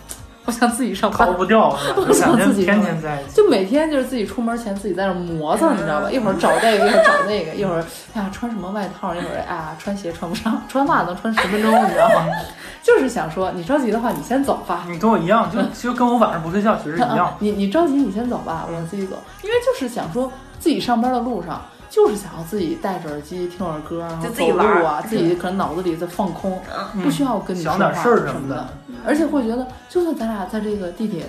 Speaker 6: *sniffs* 我想自己上班
Speaker 7: 逃，不
Speaker 6: *laughs*
Speaker 7: 掉，就感觉天天在一起。
Speaker 6: 就每天就是自己出门前自己在那磨蹭，你知道吧？一会儿找这个，一会儿找那个，一会儿哎呀穿什么外套，一会儿哎呀穿鞋穿不上，穿袜子能穿十分钟，你知道吗？ *laughs* 就是想说你着急的话，你先走吧。
Speaker 7: 你跟我一样，就就跟我晚上不睡觉
Speaker 6: *laughs*
Speaker 7: 其实一样。
Speaker 6: 你你着急，你先走吧，我自己走，因为就是想说自己上班的路上，就是想要自己戴着耳机听会儿歌，然后
Speaker 5: 就自
Speaker 6: 走
Speaker 5: 己玩
Speaker 6: 路啊，
Speaker 5: 儿
Speaker 6: 自己可能脑子里在放空，
Speaker 7: 嗯
Speaker 6: 不需要跟你说
Speaker 7: 想
Speaker 6: 话
Speaker 7: 点事儿什
Speaker 6: 什
Speaker 7: 么
Speaker 6: 么
Speaker 7: 的，
Speaker 6: 而且会觉得，就算咱俩在这个地铁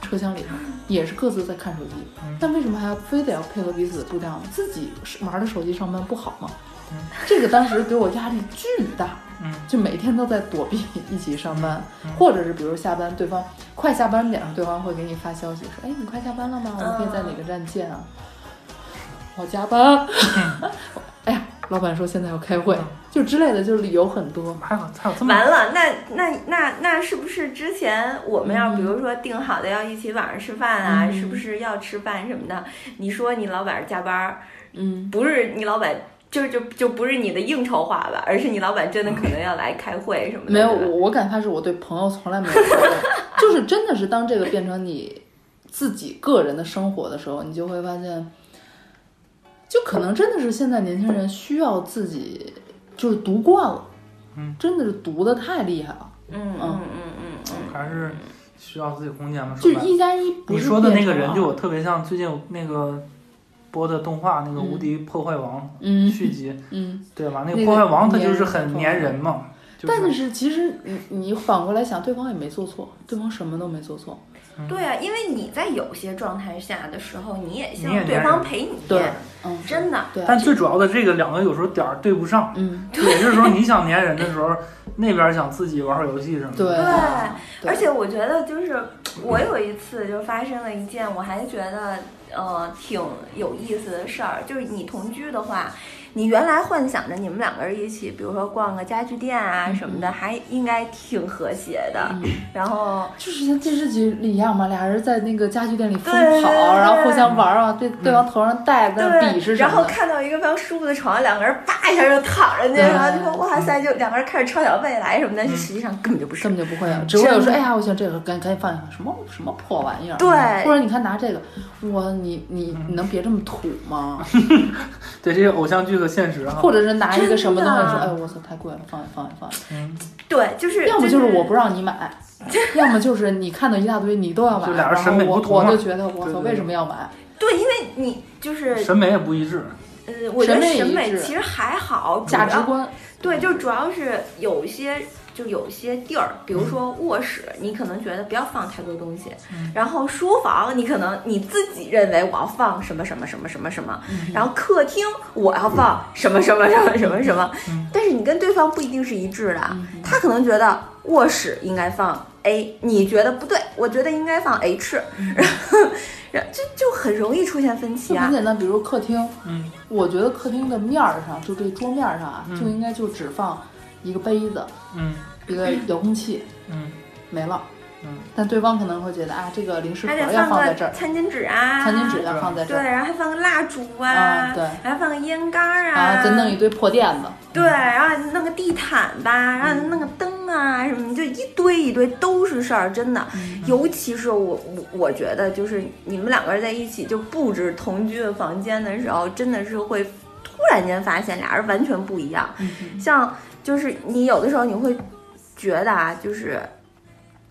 Speaker 6: 车厢里头，也是各自在看手机，
Speaker 7: 嗯
Speaker 6: 但为什么还要非得要配合彼此的步调呢？自己玩着手机上班不好吗？这个当时给我压力巨大，
Speaker 7: 嗯
Speaker 6: 就每天都在躲避一起上班，
Speaker 7: 嗯嗯
Speaker 6: 或者是比如下班，对方快下班点了，对方会给你发消息说：“哎，你快下班了吗？我们可以在哪个站见啊？”
Speaker 7: 嗯
Speaker 6: 我加班。 *laughs* 哎呀，老板说现在要开会，
Speaker 7: 嗯
Speaker 6: 就之类的，就是理由很多。
Speaker 7: 还有还
Speaker 10: 嗯
Speaker 7: 有这么
Speaker 5: 完了，那那那那是不是之前我们要比如说定好的要一起晚上吃饭啊，是不是要吃饭什么的？你说你老板加班儿，
Speaker 6: 嗯，
Speaker 5: 不是你老板，就就就不是你的应酬话吧，而是你老板真的可能要来开会什么的。
Speaker 6: 没有，
Speaker 5: 对吧
Speaker 6: 我我敢发誓，我对朋友从来没有 *laughs* 说过，就是真的是当这个变成你自己个人的生活的时候，你就会发现，就可能真的是现在年轻人需要自己就是读惯了，
Speaker 7: 嗯，
Speaker 6: 真的是读的太厉害了，
Speaker 5: 嗯嗯嗯嗯嗯，
Speaker 7: 还是需要自己空间嘛，
Speaker 6: 就是是
Speaker 7: 吧？
Speaker 6: 一加一不
Speaker 7: 你
Speaker 6: 是
Speaker 7: 说的那
Speaker 6: 变
Speaker 7: 个
Speaker 6: 成
Speaker 7: 人
Speaker 6: 二
Speaker 7: 就我特别像最近有那个播的动画那个《无敌破坏王》
Speaker 6: 嗯
Speaker 7: 续集，
Speaker 6: 嗯，
Speaker 7: *laughs* 对吧？那
Speaker 6: 那
Speaker 7: 个
Speaker 6: 个
Speaker 7: 破坏王他就是
Speaker 6: 粘
Speaker 7: 很
Speaker 6: 人
Speaker 7: 粘人嘛，就
Speaker 6: 但是其实你你反过来想，对方也没做错，对方什么都没做错，
Speaker 5: 对啊，因为你在有些状态下的时候，你也希
Speaker 7: 你也
Speaker 5: 望
Speaker 7: 粘
Speaker 5: 对
Speaker 7: 人
Speaker 5: 方陪你，
Speaker 6: 对，嗯，
Speaker 5: 真的。
Speaker 6: 对，
Speaker 7: 但最主要的这个两个有时候点儿对不
Speaker 6: *laughs*
Speaker 7: 上，
Speaker 6: 嗯，
Speaker 7: 有些时候你想粘人的时候，那边想自己玩会儿游戏什么的，
Speaker 6: 对，
Speaker 5: 啊
Speaker 6: 对
Speaker 5: 而且我觉得就是我有一次就发生了一件我还觉得呃挺有意思的事儿，就是你同居的话，你原来幻想着你们两个人一起，比如说逛个家具店啊
Speaker 6: 嗯
Speaker 5: 什么的，还应该挺和谐的，然后。
Speaker 6: 就是像电视剧里一样嘛，俩人在那个家具店里疯
Speaker 5: 对对
Speaker 6: 跑，
Speaker 5: 对
Speaker 6: 然后互相玩啊，对对方头上戴的鄙
Speaker 5: 对，
Speaker 6: 视什
Speaker 5: 然
Speaker 6: 么
Speaker 5: 后
Speaker 6: 的。
Speaker 5: 看到一个非常舒服的床，两个人叭一下就躺上去，然后就
Speaker 6: 嗯
Speaker 5: 说哇塞，就两个人开始畅想未来什么的，实际上根本就不是
Speaker 6: 根。本就不会啊！只会有说，哎呀，我想这个，赶紧赶紧放一放，什么什么破玩意儿？啊
Speaker 5: 对
Speaker 6: 或者你看拿这个，我你你你能别这么土吗？
Speaker 7: 对这些偶像剧和现实啊哈
Speaker 6: 或，者是拿一个什么东西
Speaker 5: 真的
Speaker 6: 说，哎，我操，太贵了，放一放一放一。
Speaker 5: 对，就是
Speaker 6: 要么就是我不让你买，要么就是你看到一大堆你都要买，
Speaker 7: 就俩人
Speaker 6: 然后
Speaker 7: 审美
Speaker 6: 我
Speaker 7: 不同嘛
Speaker 6: 我就觉得我
Speaker 7: 对
Speaker 6: 操，
Speaker 7: 对
Speaker 6: 为什么要买？
Speaker 5: 对，因为你就是
Speaker 7: 审美也不一致，
Speaker 5: 呃，我觉得
Speaker 6: 审美
Speaker 5: 审
Speaker 6: 一
Speaker 5: 美
Speaker 6: 致
Speaker 5: 其实还好，主
Speaker 6: 价值
Speaker 5: 要
Speaker 6: 观，
Speaker 5: 对，就主要是有一些，就有一些地儿，比
Speaker 6: 嗯
Speaker 5: 如说卧室，你可能觉得不要放太多东西，
Speaker 6: 嗯
Speaker 5: 然后书房，你可能你自己认为我要放什么什么什么什么什么，
Speaker 6: 嗯
Speaker 5: 然后客厅我要放什么什么什么什么什么，
Speaker 6: 嗯
Speaker 5: 但是你跟对方不一定是一致的啊，他可能觉得卧室应该放 A，你觉得不对，我觉得应该放 H，然
Speaker 6: 嗯
Speaker 5: 后 *laughs* 然后这就很容易出现分歧
Speaker 6: 就
Speaker 5: 啊
Speaker 6: 很，简单，比如客厅，
Speaker 7: 嗯，
Speaker 6: 我觉得客厅的面儿上，就这桌面儿上啊，就应该就只放一个杯子，
Speaker 7: 嗯
Speaker 6: 一个遥控器，
Speaker 7: 嗯
Speaker 6: 没了。
Speaker 7: 嗯，
Speaker 6: 但对方可能会觉得啊，这个零食盒
Speaker 5: 还得
Speaker 6: 要
Speaker 5: 放
Speaker 6: 放
Speaker 5: 个
Speaker 6: 在这儿，
Speaker 5: 餐巾纸啊，
Speaker 6: 餐巾纸要放在这
Speaker 5: 对，
Speaker 6: 儿，
Speaker 5: 然后还放个蜡烛啊，
Speaker 6: 啊对
Speaker 5: 还放个烟杆儿啊
Speaker 6: 然后再啊弄一嗯堆破垫子，
Speaker 5: 对，然后弄个地毯
Speaker 6: 嗯
Speaker 5: 吧，然后弄个灯啊什么，就一堆一堆都是事儿，真的。
Speaker 6: 嗯
Speaker 5: 尤其是我我我觉得，就是你们两个人在一起就布置同居的房间的时候，真的是会突然间发现俩人完全不一样。
Speaker 6: 嗯
Speaker 5: 像就是你有的时候你会觉得啊，就是。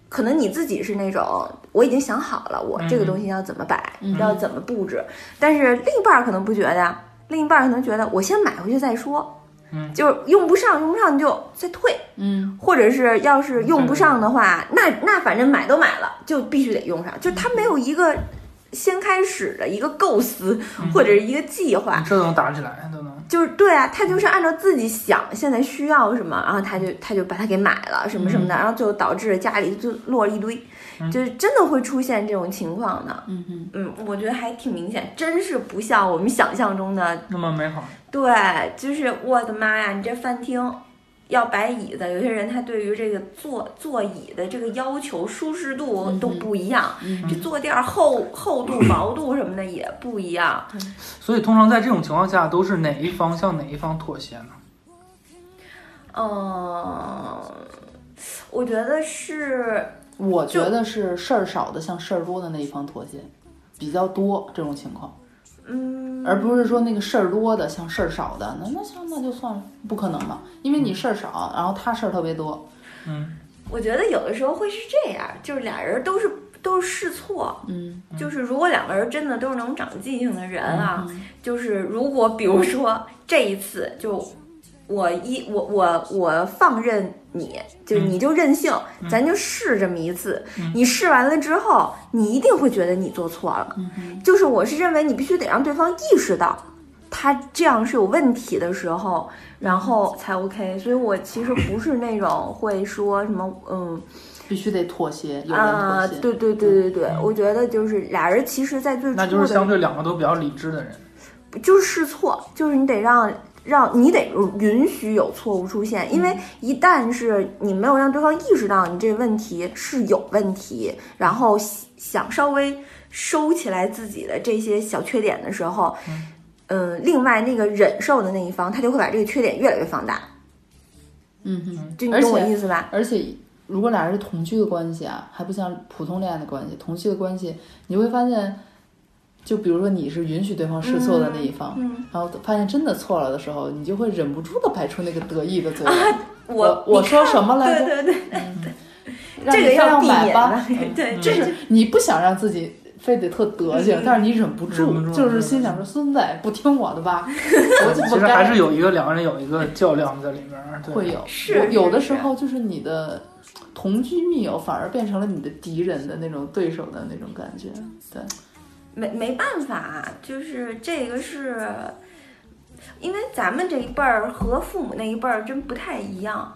Speaker 5: 可能你自己是那种我已经想好了，
Speaker 6: 嗯
Speaker 5: 我这个东西要怎么摆，要怎么布置，但是另一半儿可能不觉得呀，另一半儿可能觉得我先买回去再说，就是用不上，用不上你就再退，
Speaker 6: 嗯，
Speaker 5: 或者是要是用不上的话，那那反正买都买了，就必须得用上，就他没有一个先开始的一个构思或者是一个计
Speaker 10: 嗯
Speaker 5: 划，
Speaker 7: 这能打起来都能。
Speaker 5: 就是对啊，他就是按照自己想现在需要什么，然后他就他就把它给买了什么什么的，然后就导致家里就落了一堆，就是真的会出现这种情况的，
Speaker 6: 嗯嗯，
Speaker 5: 嗯，我觉得还挺明显，真是不像我们想象中的
Speaker 7: 那么美好，
Speaker 5: 对，就是我的妈呀！你这饭厅要摆椅子，有些人他对于这个坐坐椅的这个要求、舒适度都不一样，这坐垫儿厚厚度、薄度什么的也不一样。
Speaker 7: 所以通常在这种情况下，都是哪一方向哪一方妥协呢？
Speaker 5: 嗯，我觉得是，
Speaker 6: 我觉得是事儿少的向事儿多的那一方妥协比较多这种情况，
Speaker 5: 嗯，
Speaker 6: 而不是说那个事儿多的向事儿少的，那那行那就算了，不可能吧？因为你事儿少，然后他事儿特别多，
Speaker 5: 我觉得有的时候会是这样，就是俩人都是都是试错，
Speaker 6: 嗯，嗯
Speaker 5: 就是如果两个人真的都是那种长记性的人啊，就是如果比如说这一次就我一我我我放任你，就
Speaker 6: 嗯
Speaker 5: 你就任性，咱就试这么一次。你试完了之后，你一定会觉得你做错了。
Speaker 6: 嗯
Speaker 5: 就是我是认为你必须得让对方意识到。他这样是有问题的时候，然后才 OK。所以我其实不是那种会说什么，嗯，
Speaker 6: 必须得妥协，有人
Speaker 5: 啊
Speaker 6: 妥，协，
Speaker 5: 对对对对对，我觉得就是俩人其实，在最初
Speaker 7: 那
Speaker 5: 的
Speaker 7: 就是相对两个都比较理智的人。
Speaker 5: 就是试错，就是你得让让你得允许有错误出
Speaker 6: 嗯
Speaker 5: 现，因为一旦是你没有让对方意识到你这个问题是有问题，然后想稍微收起来自己的这些小缺点的时候，嗯、另外那个忍受的那一方，他就会把这个缺点越来越放大，
Speaker 6: 嗯哼，
Speaker 5: 就你
Speaker 6: 而
Speaker 5: 懂我
Speaker 6: 且
Speaker 5: 意思吧？
Speaker 6: 而且，如果俩人是同居的关系啊，还不像普通恋爱的关系。同居的关系，你会发现，就比如说你是允许对方试错的那一方，
Speaker 5: 嗯
Speaker 6: 然后发现真的错了的时候，你就会忍不住的摆出那个得意的嘴脸，我
Speaker 5: 啊我
Speaker 6: 我说什么来
Speaker 5: 对
Speaker 6: 着
Speaker 5: 对对，
Speaker 6: 让
Speaker 5: 这
Speaker 6: 你
Speaker 5: 个
Speaker 6: 非
Speaker 5: 要
Speaker 6: 让
Speaker 5: 避
Speaker 6: 买
Speaker 5: 免
Speaker 6: 吧
Speaker 5: 的。，对，
Speaker 6: 就
Speaker 5: 这
Speaker 6: 是你不想让自己非得特德行，但是你忍不住，
Speaker 7: 忍不住
Speaker 6: 就是
Speaker 7: 对
Speaker 6: 心想说孙子不听我的
Speaker 5: *laughs*
Speaker 6: 吧，我就
Speaker 7: 其
Speaker 6: 不
Speaker 7: 实
Speaker 6: 该
Speaker 7: 还是有一个两个人有一个较量在里边儿，对
Speaker 6: 会有，
Speaker 5: 是
Speaker 6: 有有的
Speaker 5: 是
Speaker 6: 时候就是你的同居密友反而变成了你的敌人的那种对手的那种感觉，对，
Speaker 5: 没没办法，就是这个是，因为咱们这一辈儿和父母那一辈儿真不太一样，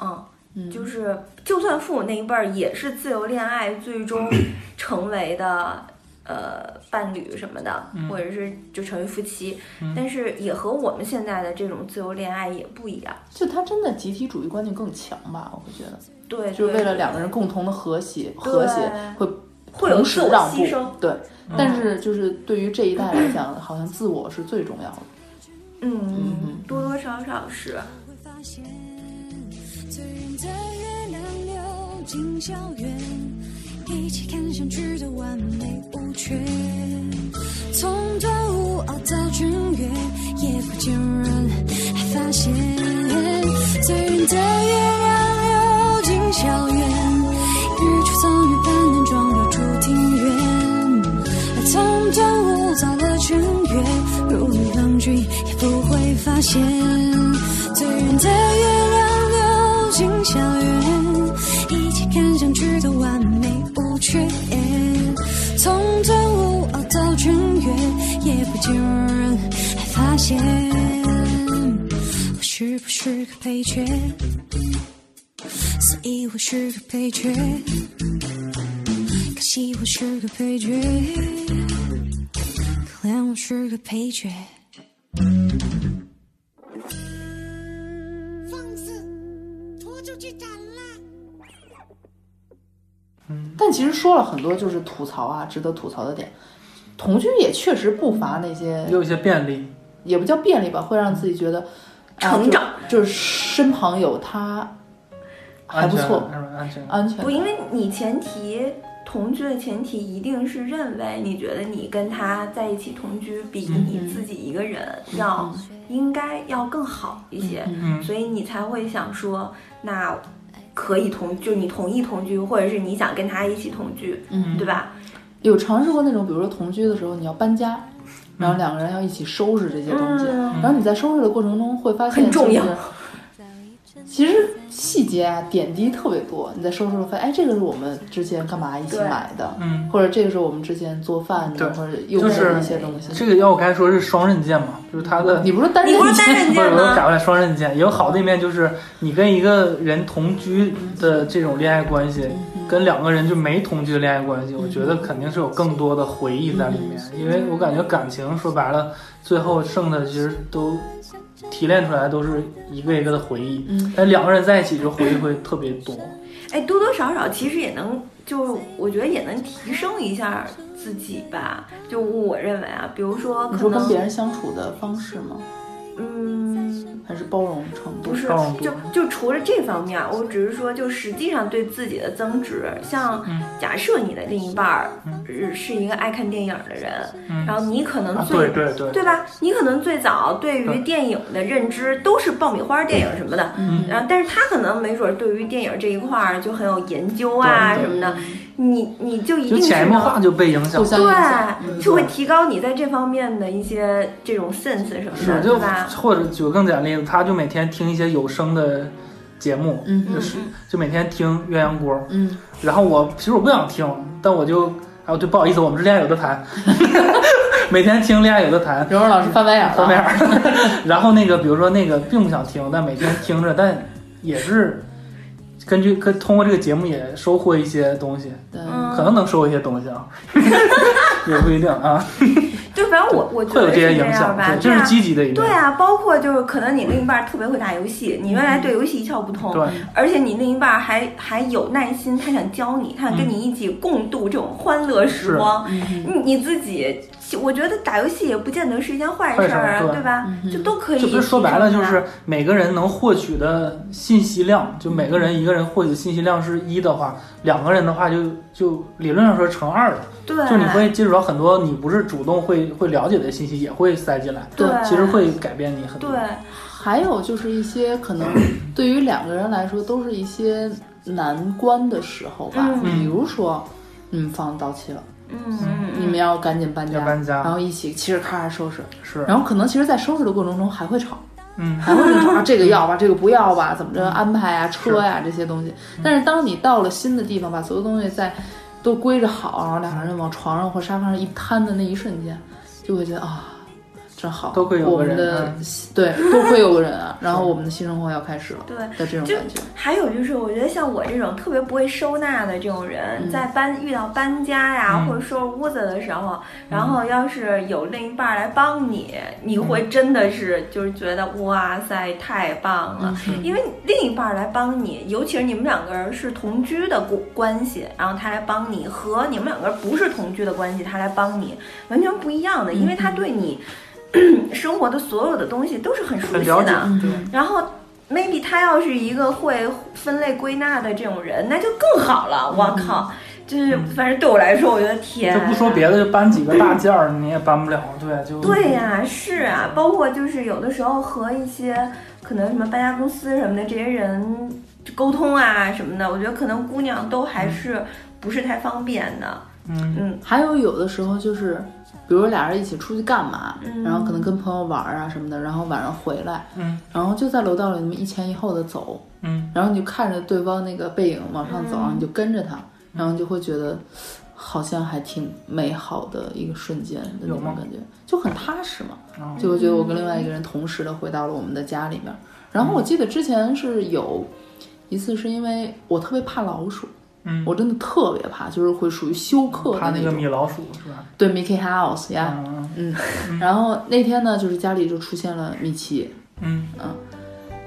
Speaker 5: 嗯，
Speaker 6: 嗯
Speaker 5: 就是就算父母那一辈儿也是自由恋爱最
Speaker 6: *coughs*
Speaker 5: 终成为的呃伴侣什么的，
Speaker 6: 嗯
Speaker 5: 或者是就成为夫妻，但是也和我们现在的这种自由恋爱也不一样，
Speaker 6: 就他真的集体主义观念更强吧，我会觉得，
Speaker 5: 对，
Speaker 6: 就是
Speaker 5: 对
Speaker 6: 为了两个人共同的和谐，和谐会
Speaker 5: 会有
Speaker 6: 同时
Speaker 5: 自我
Speaker 6: 让步
Speaker 5: 牺牲，嗯
Speaker 6: 对，但是就是对于这一代来讲，好像自我是最重要的，
Speaker 5: 嗯，嗯多多少少是，
Speaker 9: 会发现，醉人的月亮流进校园，一起看相聚的完美无缺。从端午熬到正月，夜不见人，还发现醉人的月亮流进校园，日出藏于半年妆流出庭院。从端午到了正月，如鱼浪君发现，最圆的月亮流进校园，一起看上去的完美无缺。哎从端午熬到正月，也不见有人还发现，我是不是个配角？所以我是个配角，可惜我是个配角，可怜我是个配角。
Speaker 6: 但其实说了很多就是吐槽啊，值得吐槽的点。同居也确实不乏那些
Speaker 7: 也，有一些便利。
Speaker 6: 也不叫便利吧，会让自己觉得、啊
Speaker 5: 成长
Speaker 6: 就，就是身旁有他，还不错，啊
Speaker 7: 安全。
Speaker 6: 安全
Speaker 5: 不，。因为你前提同居的前提一定是认为你觉得你跟他在一起同居比
Speaker 6: 嗯
Speaker 5: 你自己一个人要应该要更好一些，
Speaker 7: 嗯
Speaker 5: 所以你才会想说那。可以同，就你同意同居，或者是你想跟他一起同居，
Speaker 6: 嗯
Speaker 5: 对吧？
Speaker 6: 有尝试过那种，比如说同居的时候你要搬家，然
Speaker 7: 嗯
Speaker 6: 后两个人要一起收拾这些东西，
Speaker 5: 嗯
Speaker 6: 然后你在收拾的过程中会发现
Speaker 5: 很重要 *laughs*
Speaker 6: 就是其实细节啊点滴特别多，你在收拾的时候发现，哎，这个是我们之前干嘛一起
Speaker 5: 对
Speaker 6: 买的，
Speaker 7: 嗯，
Speaker 6: 或者这个是我们之前做饭
Speaker 7: 对
Speaker 6: 的，或者用
Speaker 7: 就
Speaker 6: 的
Speaker 7: 是
Speaker 6: 一些东西。
Speaker 7: 这个要我该说是双刃剑嘛，就是它的
Speaker 6: 你不是单
Speaker 5: 你
Speaker 6: 身
Speaker 5: 不是单
Speaker 7: 不
Speaker 5: 刃
Speaker 7: 是
Speaker 5: 剑
Speaker 7: 我
Speaker 5: 吗？
Speaker 7: 打过来双刃剑，也有好的一面，就是你跟一个人同居的这种恋爱关系，跟两个人就没同居的恋爱关系，我觉得肯定是有更多的回忆在里面，因为我感觉感情说白了，最后剩的其实都提炼出来都是一个一个的回忆，
Speaker 6: 嗯
Speaker 7: 但两个人在一起就回忆会特别多，
Speaker 5: 哎，多多少少其实也能，就是我觉得也能提升一下自己吧。就我认为啊，比如说
Speaker 6: 你
Speaker 5: 可
Speaker 6: 说跟别
Speaker 5: 能，
Speaker 6: 人相处的方式吗？
Speaker 5: 嗯，
Speaker 6: 还是包容程度？
Speaker 5: 不是
Speaker 7: 包容，度
Speaker 5: 就就除了这方面，我只是说，就实际上对自己的增值，像
Speaker 7: 嗯
Speaker 5: 假设你的另一半儿呃是一个爱看电影的人，然后你可能
Speaker 7: 啊，
Speaker 5: 最
Speaker 7: 对对对，
Speaker 5: 对吧？你可能最早对于
Speaker 7: 对
Speaker 5: 电影的认知都是爆米花电影什么的，
Speaker 7: 嗯
Speaker 5: 然后但是他可能没准对于电影这一块儿就很有研究啊
Speaker 7: 对
Speaker 5: 什么的，你你就一
Speaker 7: 就
Speaker 5: 定是
Speaker 7: 潜移默化就被影响了。
Speaker 6: 互相影响，
Speaker 5: 对，就会
Speaker 7: 嗯
Speaker 5: 提高你在这方面的一些这种 sense 什么
Speaker 7: 是
Speaker 5: 的，
Speaker 7: 就
Speaker 5: 对吧？
Speaker 6: 啊
Speaker 7: 或者举个更简单的例子，他就每天听一些有声的节目，
Speaker 6: 嗯
Speaker 7: 就
Speaker 6: 嗯
Speaker 7: 是就每天听鸳鸯锅，
Speaker 6: 嗯，
Speaker 7: 然后我其实我不想听，但我就哎我对不好意思，我们是恋爱有的
Speaker 6: *laughs*
Speaker 7: 谈，每天听恋爱有的谈，
Speaker 6: 蓉蓉老师翻白眼了，
Speaker 7: 翻白眼儿。然后那个比如说那个并不想听，但每天听着，但也是根据跟通过这个节目也收获一些东西，
Speaker 6: 对，
Speaker 5: 嗯
Speaker 7: 可能能收获一些东西啊， *laughs* 也不一定啊，
Speaker 5: 对，反正我我觉
Speaker 7: 会有
Speaker 5: 得
Speaker 7: 这
Speaker 5: 是
Speaker 7: 些
Speaker 5: 这
Speaker 7: 影
Speaker 5: 样
Speaker 7: 响，
Speaker 5: 吧
Speaker 7: 对，，这是
Speaker 5: 啊
Speaker 7: 积极的一面。
Speaker 5: 对啊，包括就是可能你另一半儿特别会打游戏，你原来对游戏一窍不通，
Speaker 7: 嗯对
Speaker 5: 而且你另一半儿还还有耐心，他想教你，他想
Speaker 7: 嗯
Speaker 5: 跟你一起共度这种欢乐时光。你你自己，我觉得打游戏也不见得是一件坏
Speaker 7: 坏
Speaker 5: 事
Speaker 7: 事
Speaker 5: 儿
Speaker 7: 儿
Speaker 5: 啊，
Speaker 7: 对
Speaker 5: 对吧？就都可以。
Speaker 7: 这不是说白了，就是每个人能获取的信息量，就每个人一个人获取信息量是一的话，两个人的话就就理论上说乘二了，
Speaker 5: 对，
Speaker 7: 就你会接触到很多你不是主动会会了解的信息，也会塞进来，
Speaker 5: 对，
Speaker 7: 其实会改变你很
Speaker 5: 对
Speaker 7: 多。，
Speaker 6: 还有就是一些可能对于两个人来说都是一些难关的时候吧，
Speaker 7: 嗯
Speaker 6: 比如说你们房子到期了，
Speaker 5: 嗯
Speaker 6: 你们
Speaker 5: 嗯
Speaker 6: 要赶紧搬家，
Speaker 7: 要搬家
Speaker 6: 然后一起嘁哧咔嚓收拾，
Speaker 7: 是，
Speaker 6: 然后可能其实，在收拾的过程中还会吵，
Speaker 7: 嗯，
Speaker 6: 还会吵啊这个要吧，这个不要吧，怎么着安排啊，车呀、这些东西。但是当你到了新的地方，把所有东西再都归置好，然后两个人往床上或沙发上一瘫的那一瞬间，就会觉得啊。真好，
Speaker 7: 都会有
Speaker 6: 我
Speaker 7: 个
Speaker 6: 们
Speaker 7: 人
Speaker 6: 的
Speaker 7: 嗯
Speaker 6: 新对，都会有个人啊，然后我们的新生活要开始了
Speaker 5: 对。
Speaker 6: 的这种
Speaker 5: 就
Speaker 6: 感觉。
Speaker 5: 还有就是，我觉得像我这种特别不会收纳的这种人，在搬遇到搬家呀、
Speaker 7: 嗯
Speaker 5: 或者收拾屋子的时候，然后要是有另一半儿来帮你，你
Speaker 7: 嗯
Speaker 5: 会真的是就是觉得哇塞太棒
Speaker 7: 嗯
Speaker 5: 了，因为另一半儿来帮你，尤其是你们两个人是同居的关关系，然后他来帮你和你们两个人不是同居的关系，他来帮你完全不一样
Speaker 7: 嗯
Speaker 5: 的，因为他对你。 *clears throat* 生活的所有的东西都是很熟
Speaker 7: 很
Speaker 5: 悉
Speaker 7: 了解
Speaker 5: 的，，
Speaker 6: 啊
Speaker 7: 对，
Speaker 5: 然后 maybe 他要是一个会分类归纳的这种人，那就更好了。我
Speaker 6: 嗯
Speaker 5: 靠，就是反正对我来说，我觉得天
Speaker 7: 就，
Speaker 5: 啊
Speaker 7: 不说别的，就搬几个大件儿你也搬不了，对，就
Speaker 5: 对呀、是啊，包括就是有的时候和一些可能什么搬家公司什么的这些人沟通啊什么的，我觉得可能姑娘都还是不是太方便的。
Speaker 7: 嗯
Speaker 5: 嗯，
Speaker 6: 还有有的时候就是比如俩人一起出去干嘛，
Speaker 5: 嗯
Speaker 6: 然后可能跟朋友玩儿啊什么的，然后晚上回来，
Speaker 7: 嗯
Speaker 6: 然后就在楼道里那么一前一后的走，
Speaker 7: 嗯，
Speaker 6: 然后你就看着对方那个背影往上走，然后你就跟着他，
Speaker 7: 嗯
Speaker 6: 然后就会觉得好像还挺美好的一个瞬间的那
Speaker 7: 有
Speaker 6: 种
Speaker 7: 吗
Speaker 6: 感觉，就很踏实嘛。
Speaker 7: 哦
Speaker 6: 嗯就会觉得我跟另外一个人同时的回到了我们的家里面。然后我记得之前是有一次是因为我特别怕老鼠，
Speaker 7: 嗯
Speaker 6: 我真的特别怕，就是会属于休克的
Speaker 7: 怕那
Speaker 6: 种
Speaker 7: 个米老鼠是吧？
Speaker 6: 对 Mickey House 呀，
Speaker 7: 嗯
Speaker 6: 嗯，然后那天呢，就是家里就出现了米奇，啊
Speaker 7: 嗯，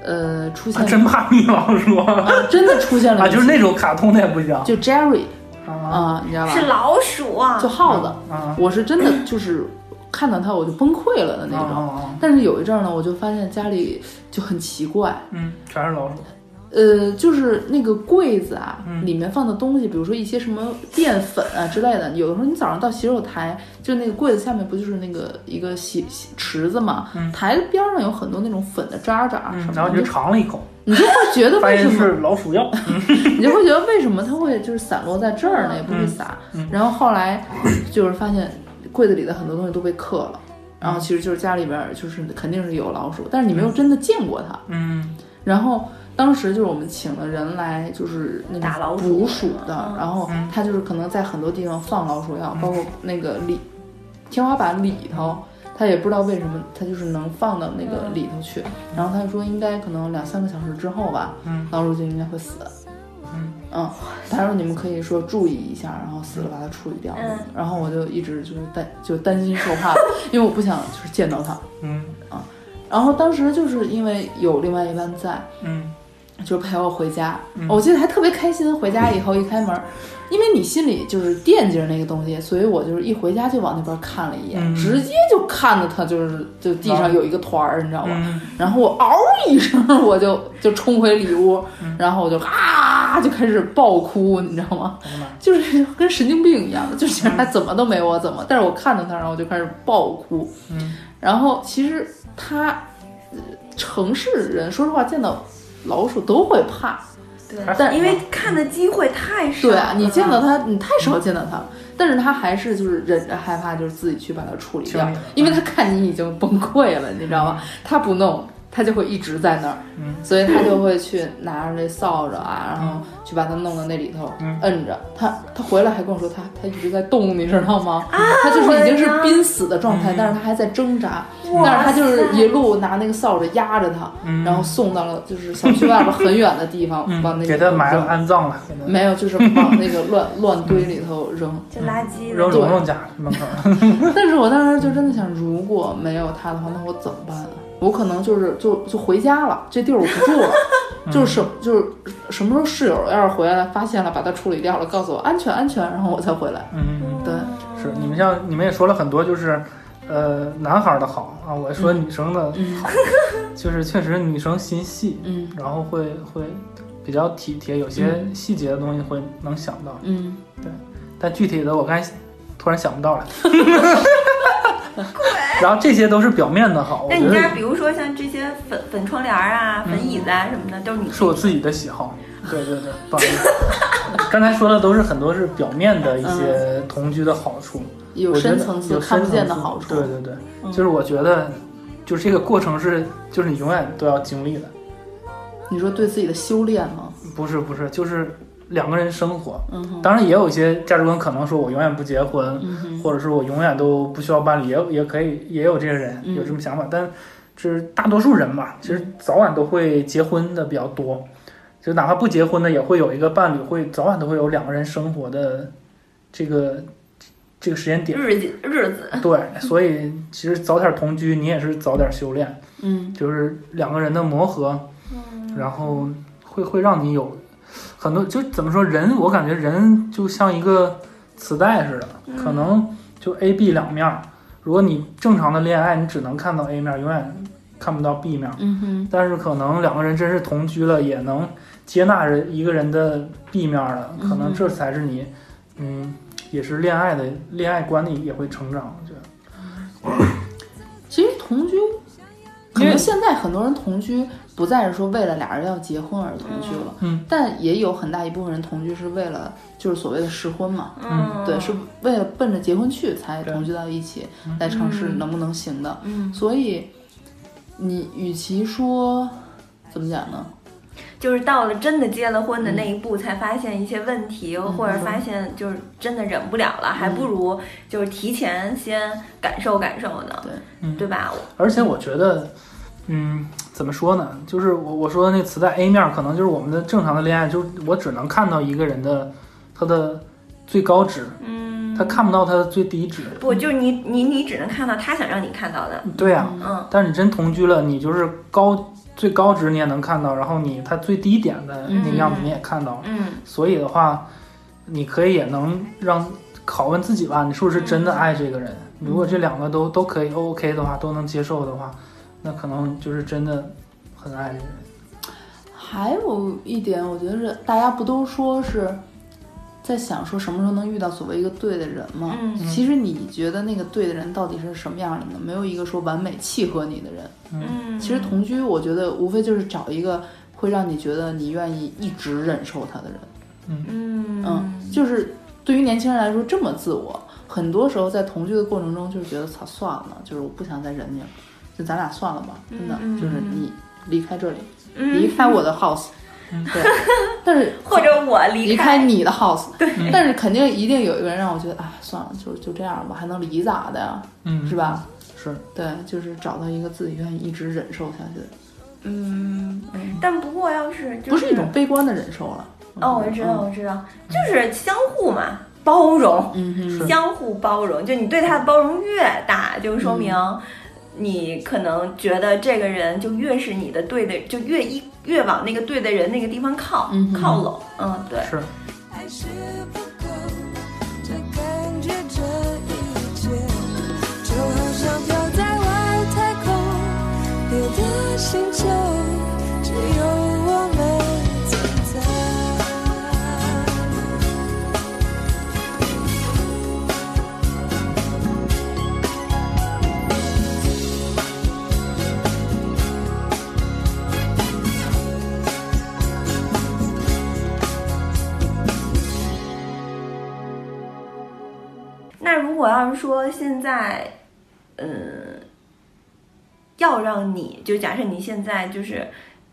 Speaker 6: 呃，出现
Speaker 7: 他真怕米老鼠啊，
Speaker 6: 啊真的出现了米奇，
Speaker 7: 就是那种卡通的也不行
Speaker 6: 就 Jerry
Speaker 7: 啊
Speaker 6: 啊，你知道吧
Speaker 5: 是？老鼠啊
Speaker 6: 就，耗子，
Speaker 7: 啊
Speaker 6: 我是真的就是看到它我就崩溃了的那种。
Speaker 7: 啊！
Speaker 6: 但是有一阵儿呢，我就发现家里就很奇怪，
Speaker 7: 嗯，全是老鼠，
Speaker 6: 呃，就是那个柜子啊，
Speaker 7: 嗯
Speaker 6: 里面放的东西，比如说一些什么淀粉啊之类的，有的时候你早上到洗手台，就那个柜子下面不就是那个一个洗洗池子嘛，
Speaker 7: 嗯
Speaker 6: 台子边上有很多那种粉的渣渣什么的，
Speaker 7: 然后你就尝了一口，
Speaker 6: 你就会觉得
Speaker 7: 发
Speaker 6: 嗯为什
Speaker 7: 现
Speaker 6: 么，
Speaker 7: 是老鼠药，
Speaker 6: 你就会觉得为什么它会就是散落在这儿呢，也不会
Speaker 7: 嗯
Speaker 6: 撒。
Speaker 7: 嗯
Speaker 6: 然后后来就是发现柜子里的很多东西都被克了。然后
Speaker 7: 嗯
Speaker 6: 其实就是家里边儿就是肯定是有老鼠，但是你没有真的见过它，
Speaker 7: 嗯
Speaker 6: 然后当时就是我们请了人来，就是那
Speaker 5: 打
Speaker 6: 种
Speaker 5: 老鼠
Speaker 6: 捕鼠的
Speaker 5: 嗯，
Speaker 6: 然后他就是可能在很多地方放老鼠
Speaker 7: 嗯
Speaker 6: 药，包括那个里天花板里头，他也不知道为什么他就是能放到那
Speaker 5: 嗯
Speaker 6: 个里头去。然后他说应该可能两三个小时之后吧
Speaker 7: 嗯，
Speaker 6: 老鼠就应该会死。
Speaker 7: 嗯
Speaker 6: 他说你们可以说注意一下，然后死了把它处理掉
Speaker 5: 嗯。
Speaker 6: 然后我就一直就是担就担惊受怕， *laughs* 因为我不想就是见到它。
Speaker 7: 嗯
Speaker 6: 然后当时就是因为有另外一半在，
Speaker 7: 嗯
Speaker 6: 就是陪我回家、
Speaker 7: 嗯
Speaker 6: 我记得还特别开心。回家以后一开门，因为你心里就是惦记着那个东西，所以我就是一回家就往那边看了一眼，
Speaker 7: 嗯
Speaker 6: 直接就看到它就是就地上有一个团儿，你知道吗？
Speaker 7: 嗯
Speaker 6: 然后我嗷一声，我就就冲回里屋，然后我就啊就开始爆哭，你知道吗？就是跟神经病一样的，就觉得他怎么都没我怎么，但是我看到他，然后我就开始爆哭。
Speaker 7: 嗯，
Speaker 6: 然后其实他、呃城市人说实话见到老鼠都会怕，但
Speaker 5: 因为看的机会太少
Speaker 6: 对
Speaker 5: 了。嗯
Speaker 6: 啊，你见
Speaker 7: 嗯
Speaker 6: 到它，你太少见到它了。但是他还是就是忍着害怕，就是自己去把它处理掉
Speaker 7: 清理，
Speaker 6: 因为他看你已经崩溃了，你知道吗？他不弄，他就会一直在那儿，
Speaker 7: 嗯
Speaker 6: 所以他就会去拿着这扫帚啊，然后去把它弄到那里头，
Speaker 7: 嗯
Speaker 6: 摁着。他他回来还跟我说他他一直在动，你知道吗？
Speaker 7: 啊
Speaker 6: 他就是已经是濒死的状
Speaker 7: 嗯
Speaker 6: 态，但是他还在挣扎，但是他就是一路拿那个扫帚压着他，
Speaker 7: 嗯，
Speaker 6: 然后送到了就是小区外边很远的地方，往那
Speaker 7: 嗯
Speaker 6: 个
Speaker 7: 给他埋
Speaker 6: 扔
Speaker 7: 了安葬了，可能
Speaker 6: 没有，就是往那个乱乱堆里头
Speaker 7: *laughs*
Speaker 6: 扔。
Speaker 5: 就垃圾
Speaker 7: 扔
Speaker 5: 的
Speaker 7: 蓉蓉家门口了，
Speaker 6: 但是我当时就真的想，如果没有他的话，那我怎么办啊？我可能就是就就回家了，这地儿我不
Speaker 7: *laughs*
Speaker 6: 住了。
Speaker 7: 嗯
Speaker 6: 就是什就是什么时候室友要是回来发现了，把它处理掉了，告诉我安全安全，然后我才回来。
Speaker 7: 嗯。
Speaker 6: 对，
Speaker 7: 是你们像你们也说了很多，就是呃男孩儿的好啊，我说
Speaker 6: 嗯
Speaker 7: 女生的好， *laughs* 就是确实女生心细，
Speaker 6: 嗯
Speaker 7: 然后会会比较体贴，有些细节的东西会能想到，
Speaker 6: 嗯，
Speaker 7: 但具体的我刚才突然想不到了。然后这些都是表面的好，我
Speaker 5: 那
Speaker 7: 觉
Speaker 5: 你家
Speaker 7: 得
Speaker 5: 比如说像这些粉粉窗帘儿啊、
Speaker 7: 嗯
Speaker 5: 粉椅子啊什么的，都是你
Speaker 7: 是我自己的喜好。对对对，不好意思，刚才说的都是很多是表面的一些同居的好处。
Speaker 6: 嗯有
Speaker 7: 我觉得
Speaker 6: 深层次
Speaker 7: 有
Speaker 6: 看不见
Speaker 7: 深
Speaker 6: 的
Speaker 7: 层次
Speaker 6: 好处。嗯
Speaker 7: 对对对，就是我觉得，就是这个过程是，就是你永远都要经历的。
Speaker 6: 你说对自己的修炼吗？
Speaker 7: 不是不是，就是两个人生活。
Speaker 6: 嗯哼，
Speaker 7: 当然也有一些价值观可能说我永远不结婚，
Speaker 6: 嗯哼，
Speaker 7: 或者是我永远都不需要伴侣，也有也可以也有这些人
Speaker 6: 嗯
Speaker 7: 有这么想法，但就是大多数人嘛，其实早晚都会结婚的比较多。就哪怕不结婚的，也会有一个伴侣，会早晚都会有两个人生活的这个这个时间点。
Speaker 5: 日子日子。
Speaker 7: 对，所以其实早点同居，你也是早点修炼，
Speaker 6: 嗯
Speaker 7: 就是两个人的磨合，然后会会让你有很多，就怎么说人，我感觉人就像一个磁带似的，可能就 A、B 两面儿。如果你正常的恋爱，你只能看到 A 面儿，永远看不到 B 面儿。
Speaker 6: 嗯哼，
Speaker 7: 但是可能两个人真是同居了，也能接纳人一个人的 B 面儿了，
Speaker 6: 嗯
Speaker 7: 可能这才是你，嗯，也是恋爱的恋爱观里也会成长，我觉得。
Speaker 6: 其实同居可
Speaker 7: 因为
Speaker 6: 能现在很多人同居不再是说为了俩人要结婚而同居了，
Speaker 7: 嗯，
Speaker 6: 但也有很大一部分人同居是为了就是所谓的试婚嘛，
Speaker 7: 嗯
Speaker 6: 对，是为了奔着结婚去才
Speaker 7: 对
Speaker 6: 同居到一起，来尝试能不能行的。
Speaker 5: 嗯
Speaker 6: 所以你与其说怎么讲呢，
Speaker 5: 就是到了真的结了婚的那一步，才发现一些问题，
Speaker 6: 嗯
Speaker 5: 或者发现就是真的忍不了了，还不如就是提前先感受感受呢，
Speaker 6: 对嗯
Speaker 5: 对吧？我
Speaker 7: 而且我觉得，嗯，怎么说呢？就是我我说的那磁带 A 面，可能就是我们的正常的恋爱，就是我只能看到一个人的他的最高值，
Speaker 5: 嗯，
Speaker 7: 他看不到他的最低值。
Speaker 5: 不就是你你你只能看到他想让你看到的，
Speaker 7: 对啊，
Speaker 5: 嗯
Speaker 7: 但是你真同居了，你就是高最高值你也能看到，然后你他最低点的
Speaker 6: 嗯
Speaker 7: 那个样子你也看到了，
Speaker 5: 嗯
Speaker 7: 所以的话，你可以也能让拷问自己吧，你是不是真的爱这个人？如果这两个都都可以 OK 的话，都能接受的话，那可能就是真的很爱这个人。
Speaker 6: 还有一点，我觉得是大家不都说是在想说什么时候能遇到所谓一个对的人吗？
Speaker 5: 嗯
Speaker 6: 其实你觉得那个对的人到底是什么样的呢？没有一个说完美契合你的人。
Speaker 5: 嗯，
Speaker 6: 其实同居，我觉得无非就是找一个会让你觉得你愿意一直忍受他的人。
Speaker 5: 嗯
Speaker 6: 嗯，就是对于年轻人来说，这么自我，很多时候在同居的过程中，就是觉得操算了，就是我不想再忍你了，就咱俩算了吧，真的，
Speaker 5: 嗯嗯
Speaker 6: 就是你离开这里，
Speaker 5: 嗯
Speaker 6: 离开我的 house，、对，但是
Speaker 5: 或者我
Speaker 6: 离
Speaker 5: 离
Speaker 6: 开
Speaker 5: 开
Speaker 6: 你的 house，对，但是肯定一定有一个人让我觉得，哎，算了，就就这样吧，还能离咋的呀，
Speaker 7: 嗯，
Speaker 6: 是？吧？
Speaker 7: 是，
Speaker 6: 对，就是找到一个自己愿意一直忍受下去的，
Speaker 5: 嗯，但不过要是就
Speaker 6: 不是一种悲嗯观的忍受了。
Speaker 5: 哦，我知道，我知道，就是相互嘛，包容，
Speaker 6: 嗯哼，
Speaker 7: 是
Speaker 5: 相互包容。就你对他的包容越大，就说明
Speaker 6: 嗯
Speaker 5: 你可能觉得这个人就越是你的对的，就越一越往那个对的人那个地方靠、
Speaker 6: 嗯哼
Speaker 5: 靠拢。嗯，对，
Speaker 7: 是，
Speaker 9: 还是不够，这感觉这一切，就好像飘在外太空，别的星球只有我们存在。
Speaker 5: 那如果要是说现在，嗯，要让你就假设你现在就是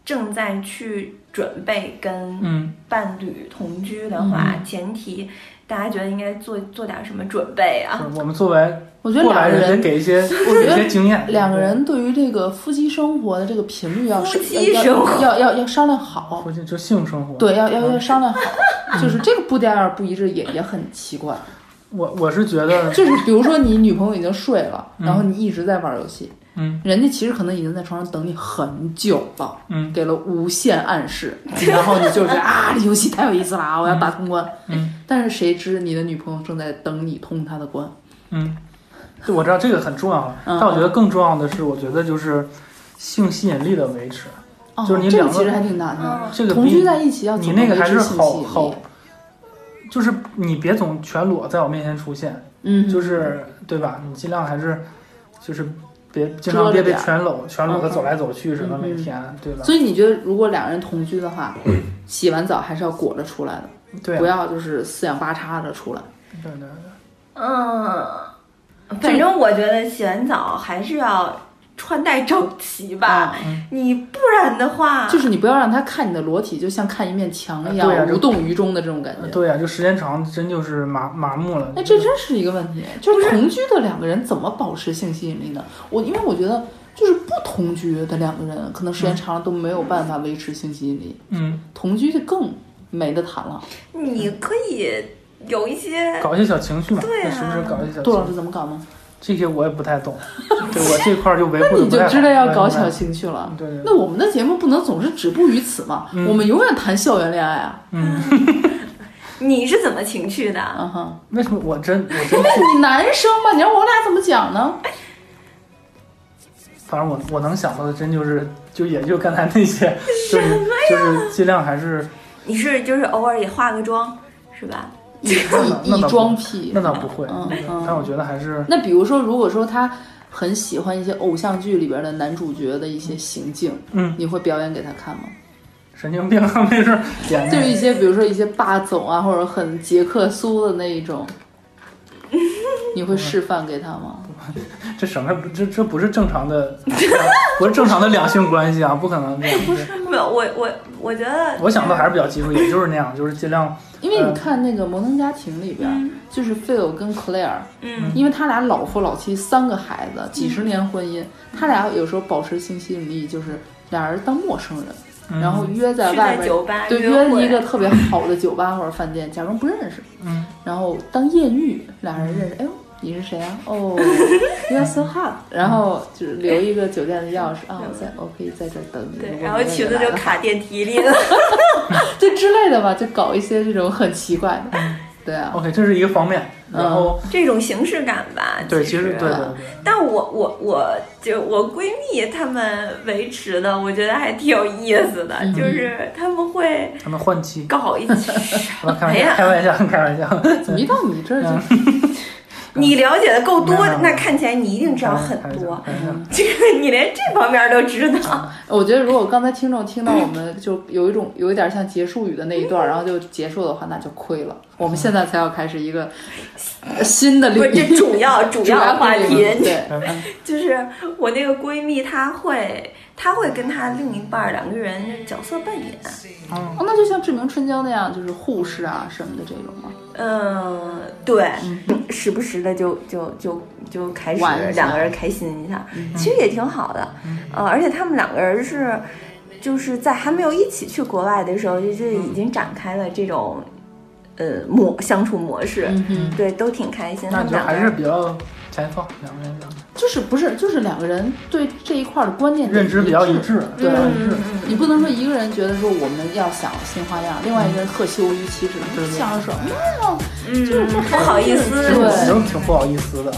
Speaker 5: 正在去准备跟
Speaker 7: 嗯
Speaker 5: 伴侣同居的话，
Speaker 6: 嗯
Speaker 5: 前提大家觉得应该做做点什么准备啊？
Speaker 7: 嗯是我们作为
Speaker 6: 嗯我觉得
Speaker 7: 过
Speaker 6: 两
Speaker 7: 来
Speaker 6: 个
Speaker 7: 人，
Speaker 6: 人
Speaker 7: 得给一些
Speaker 6: 我觉
Speaker 7: 给一
Speaker 6: 得
Speaker 7: 些经验。
Speaker 6: 两个人对于这个夫妻生活的这个频率要
Speaker 5: 夫
Speaker 6: 是
Speaker 5: 妻
Speaker 6: 要
Speaker 5: 生活
Speaker 6: 要要要要商量好，
Speaker 7: 不就就性生活？
Speaker 6: 对，要要要
Speaker 7: 嗯 *laughs*
Speaker 6: 商量好，就是这个步调要是不一致也也很奇怪。
Speaker 7: 我我是觉得，
Speaker 6: 就是比如说你女朋友已经睡了，然后你一直在玩游戏，
Speaker 7: 嗯，
Speaker 6: 人家其实可能已经在床上等你很久了，
Speaker 7: 嗯
Speaker 6: 给了无限
Speaker 7: *laughs*
Speaker 6: 暗示，然后你就觉得啊，这游戏太有意思了啊，我要打通关，
Speaker 7: 嗯，
Speaker 6: 但是谁知你的女朋友正在等你通她的关，
Speaker 7: 嗯，对，我知道这个很重要，啊
Speaker 6: 嗯
Speaker 7: 但我觉得更重要的是，我觉得就是性吸引力的维持。
Speaker 6: 哦，
Speaker 7: 就是你
Speaker 6: 这
Speaker 7: 两
Speaker 6: 个
Speaker 7: 个
Speaker 6: 其实还挺难
Speaker 5: 嗯
Speaker 6: 的，
Speaker 7: 这个
Speaker 6: 同
Speaker 7: 比
Speaker 6: 居在一起要
Speaker 7: 你
Speaker 6: 怎么
Speaker 7: 那个
Speaker 6: 维
Speaker 7: 还
Speaker 6: 持
Speaker 7: 是
Speaker 6: 性
Speaker 7: 好
Speaker 6: 吸引
Speaker 7: 好
Speaker 6: 力？
Speaker 7: 就是你别总全裸在我面前出现，
Speaker 6: 嗯，
Speaker 7: 就是对吧？你尽量还是就是别经
Speaker 6: 遮
Speaker 7: 常
Speaker 6: 着
Speaker 7: 别被
Speaker 6: 点儿
Speaker 7: 全裸全裸的
Speaker 6: 嗯
Speaker 7: 走来走去什么
Speaker 6: 嗯
Speaker 7: 每
Speaker 6: 嗯
Speaker 7: 天，对吧？
Speaker 6: 所以你觉得，如果两人同居的话，洗完澡还是要裹着出来的，
Speaker 7: 对啊
Speaker 6: 不要就是四仰八叉的出来。
Speaker 7: 对对对，
Speaker 5: 嗯，反正我觉得洗完澡还是要穿戴整齐吧，你不然的话，
Speaker 6: 嗯就是你不要让他看你的裸体，就像看一面墙一样、
Speaker 7: 对啊啊就
Speaker 6: 无动于衷的这种感
Speaker 7: 呃
Speaker 6: 觉。
Speaker 7: 对呀、就时间长真就是麻麻木了。
Speaker 6: 哎，这真是一个问题，就是同居的两个人怎么保持性吸引力呢？我因为我觉得，就是不同居的两个人，可能时间长了都没有办法维持性吸引力，
Speaker 7: 嗯，
Speaker 6: 同居就更没得谈了。
Speaker 5: 你可以有一些
Speaker 7: 搞一些小情绪嘛，
Speaker 5: 对啊
Speaker 7: 那时不时搞一些小
Speaker 6: 杜老
Speaker 7: 情
Speaker 6: 师
Speaker 7: 绪？
Speaker 6: 怎么搞吗？
Speaker 7: 这些我也不太懂，对我这块儿就维护
Speaker 6: 那
Speaker 7: 的
Speaker 6: 你
Speaker 7: 不
Speaker 6: 就
Speaker 7: 太好。
Speaker 6: 知道要搞
Speaker 7: 明白
Speaker 6: 小情绪了。
Speaker 7: 对对对
Speaker 6: 那我们的节目不能总是止步于此嘛，
Speaker 7: 嗯
Speaker 6: 我们永远谈校园恋爱啊。
Speaker 5: 你是怎么情趣的？
Speaker 6: 嗯哼，
Speaker 7: 为什么我真我真不
Speaker 6: 你男生吧，你让我俩怎么讲呢？
Speaker 7: 哎反正我我能想到的，真就是就也就刚才那
Speaker 6: *laughs*
Speaker 7: 些，就是就是尽量还是
Speaker 5: 你是就是偶尔也化个妆是吧？
Speaker 6: 一
Speaker 7: 那倒不
Speaker 6: 一装癖
Speaker 7: 那，倒不会，
Speaker 6: 嗯嗯
Speaker 7: 但我觉得还是
Speaker 6: 那比如说，如果说他很喜欢一些偶像剧里边的男主角的一些行径，
Speaker 10: 嗯
Speaker 6: 你会表演给他看吗？
Speaker 10: 神
Speaker 7: *laughs*
Speaker 10: 经病，没事儿演
Speaker 6: 就是一
Speaker 10: 的。
Speaker 6: 些比如说一些霸总啊，或者很杰克苏的那一种，你会示范给他吗？
Speaker 10: 这什么？这这不是正
Speaker 7: *laughs*
Speaker 10: 常的，不是正常的两性关系啊，不可能这样。对
Speaker 5: 没有，我我我觉得
Speaker 10: 我想的还是比较基础，也就是那样，就是尽量
Speaker 6: 因为你看那个《摩登家庭》里边，就是 Phil 跟 Claire，
Speaker 5: 嗯，
Speaker 6: 因为他俩老夫老妻三个孩子，几十年婚姻，他俩有时候保持性吸引力，就是俩人当陌生人，
Speaker 10: 嗯
Speaker 6: 然后约在
Speaker 5: 去
Speaker 6: 外
Speaker 5: 在
Speaker 6: 边，
Speaker 5: 酒吧
Speaker 6: 对，
Speaker 5: 约
Speaker 6: 约
Speaker 5: 会
Speaker 6: 一个特别好的酒吧或者饭店，假装不认识，
Speaker 10: 嗯，
Speaker 6: 然后当艳遇，俩人认识，哎呦。你是谁啊？
Speaker 5: *laughs*
Speaker 6: 哦、y o u are so hot。然后就是留一个酒店的钥匙啊，我在我可以在这儿等你。
Speaker 5: 嗯
Speaker 6: 如
Speaker 5: 对，
Speaker 6: 果
Speaker 5: 然后
Speaker 6: 你愿意
Speaker 5: 裙子
Speaker 6: 来
Speaker 5: 就
Speaker 6: 的话
Speaker 5: 卡电梯里了。 *laughs*
Speaker 6: 就之类的吧，就搞一些这种很奇怪的。
Speaker 5: 嗯
Speaker 6: 对啊，
Speaker 5: *laughs*
Speaker 10: OK，这是一个方面。然后
Speaker 5: 这种形式感吧。
Speaker 10: 对，
Speaker 5: 其
Speaker 10: 其实对对对。
Speaker 5: 但我我我就我闺蜜她们维持的，我觉得还挺有意思的，
Speaker 10: 嗯
Speaker 5: 就是她们会
Speaker 10: 他们换妻，
Speaker 5: 搞一
Speaker 10: *laughs*
Speaker 5: 些。
Speaker 10: 好吧开玩
Speaker 5: 哎呀
Speaker 10: 笑，开玩笑，开玩笑。
Speaker 6: 怎么一到你这儿就
Speaker 5: 嗯你了解的够多
Speaker 10: 没有，
Speaker 5: 那看起来你一定知道很多。这个你连这方面都知
Speaker 10: *laughs*
Speaker 5: 道，
Speaker 6: 我觉得如果刚才听众听到我们就有一种有一点像结束语的那一段，然后就结束的话，那就亏了。我们现在才要开始一个新
Speaker 5: 嗯
Speaker 6: 的
Speaker 5: 不
Speaker 6: 领
Speaker 5: 是
Speaker 6: 域，
Speaker 5: 这主要主
Speaker 6: 主要
Speaker 5: 要话
Speaker 10: *laughs*
Speaker 6: 领
Speaker 5: 题
Speaker 6: 域。对，
Speaker 5: 就是我那个闺蜜，她会她会跟她另一半儿两个人角色扮演，
Speaker 6: 哦那就像志明春娇那样，就是护士啊什么的这种嘛。
Speaker 5: 嗯，对，时不时的就就就就开始
Speaker 6: 玩一下
Speaker 5: 两个人开心一下，其实也挺好的，呃，而且他们两个人是就是在还没有一起去国外的时候，就就已经展开了这种呃模相处模式，
Speaker 6: 哼
Speaker 5: 对，都挺开心。他
Speaker 10: 那
Speaker 5: 们
Speaker 10: 就
Speaker 5: 两个
Speaker 10: 还是
Speaker 5: 人
Speaker 10: 比较开放，两个人
Speaker 6: 就是不是就是两个人对这一块儿的观念
Speaker 10: 认知比较一致，比较
Speaker 6: 对嗯
Speaker 10: 一致。
Speaker 6: 你不能说一个人觉得说我们要想新花样，另外一个人特羞于启齿，
Speaker 10: 嗯对对
Speaker 6: 想着说
Speaker 5: 嗯 *laughs* 不好意思，
Speaker 10: 其实我觉
Speaker 6: 对
Speaker 10: 得挺不好意思的。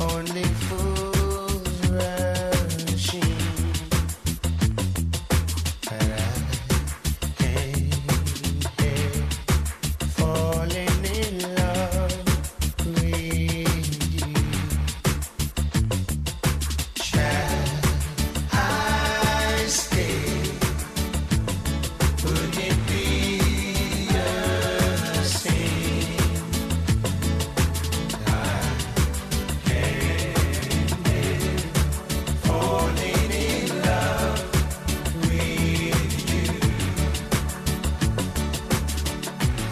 Speaker 4: Only fools rush in, but I can't help falling in love with you. Shall I stay? Would it be a sin?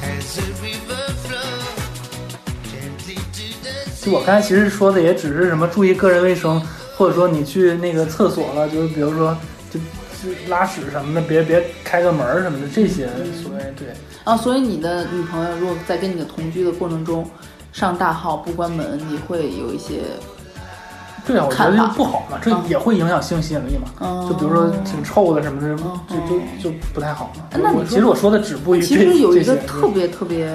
Speaker 4: As the river flows gently to the
Speaker 10: 就我刚才其实说的也只是什么注意个人卫生，或者说你去那个厕所了，就是比如说就就拉屎什么的，别别开个门儿什么的，这些所谓对。
Speaker 6: 啊，所以你的女朋友如果在跟你的同居的过程中上大号不关门，你会有一些
Speaker 10: 对啊，我觉得
Speaker 6: 看
Speaker 10: 就
Speaker 6: 法
Speaker 10: 不好嘛，这
Speaker 6: 嗯
Speaker 10: 也会影响性吸引力嘛。
Speaker 6: 嗯
Speaker 10: 就比如说挺臭的什么的，就
Speaker 6: 嗯哎
Speaker 10: 就就不太好嘛。
Speaker 6: 那你
Speaker 10: 我
Speaker 6: 说
Speaker 10: 其实我说的只不于
Speaker 6: 其
Speaker 10: 这
Speaker 6: 实有一个
Speaker 10: 这些
Speaker 6: 特别特别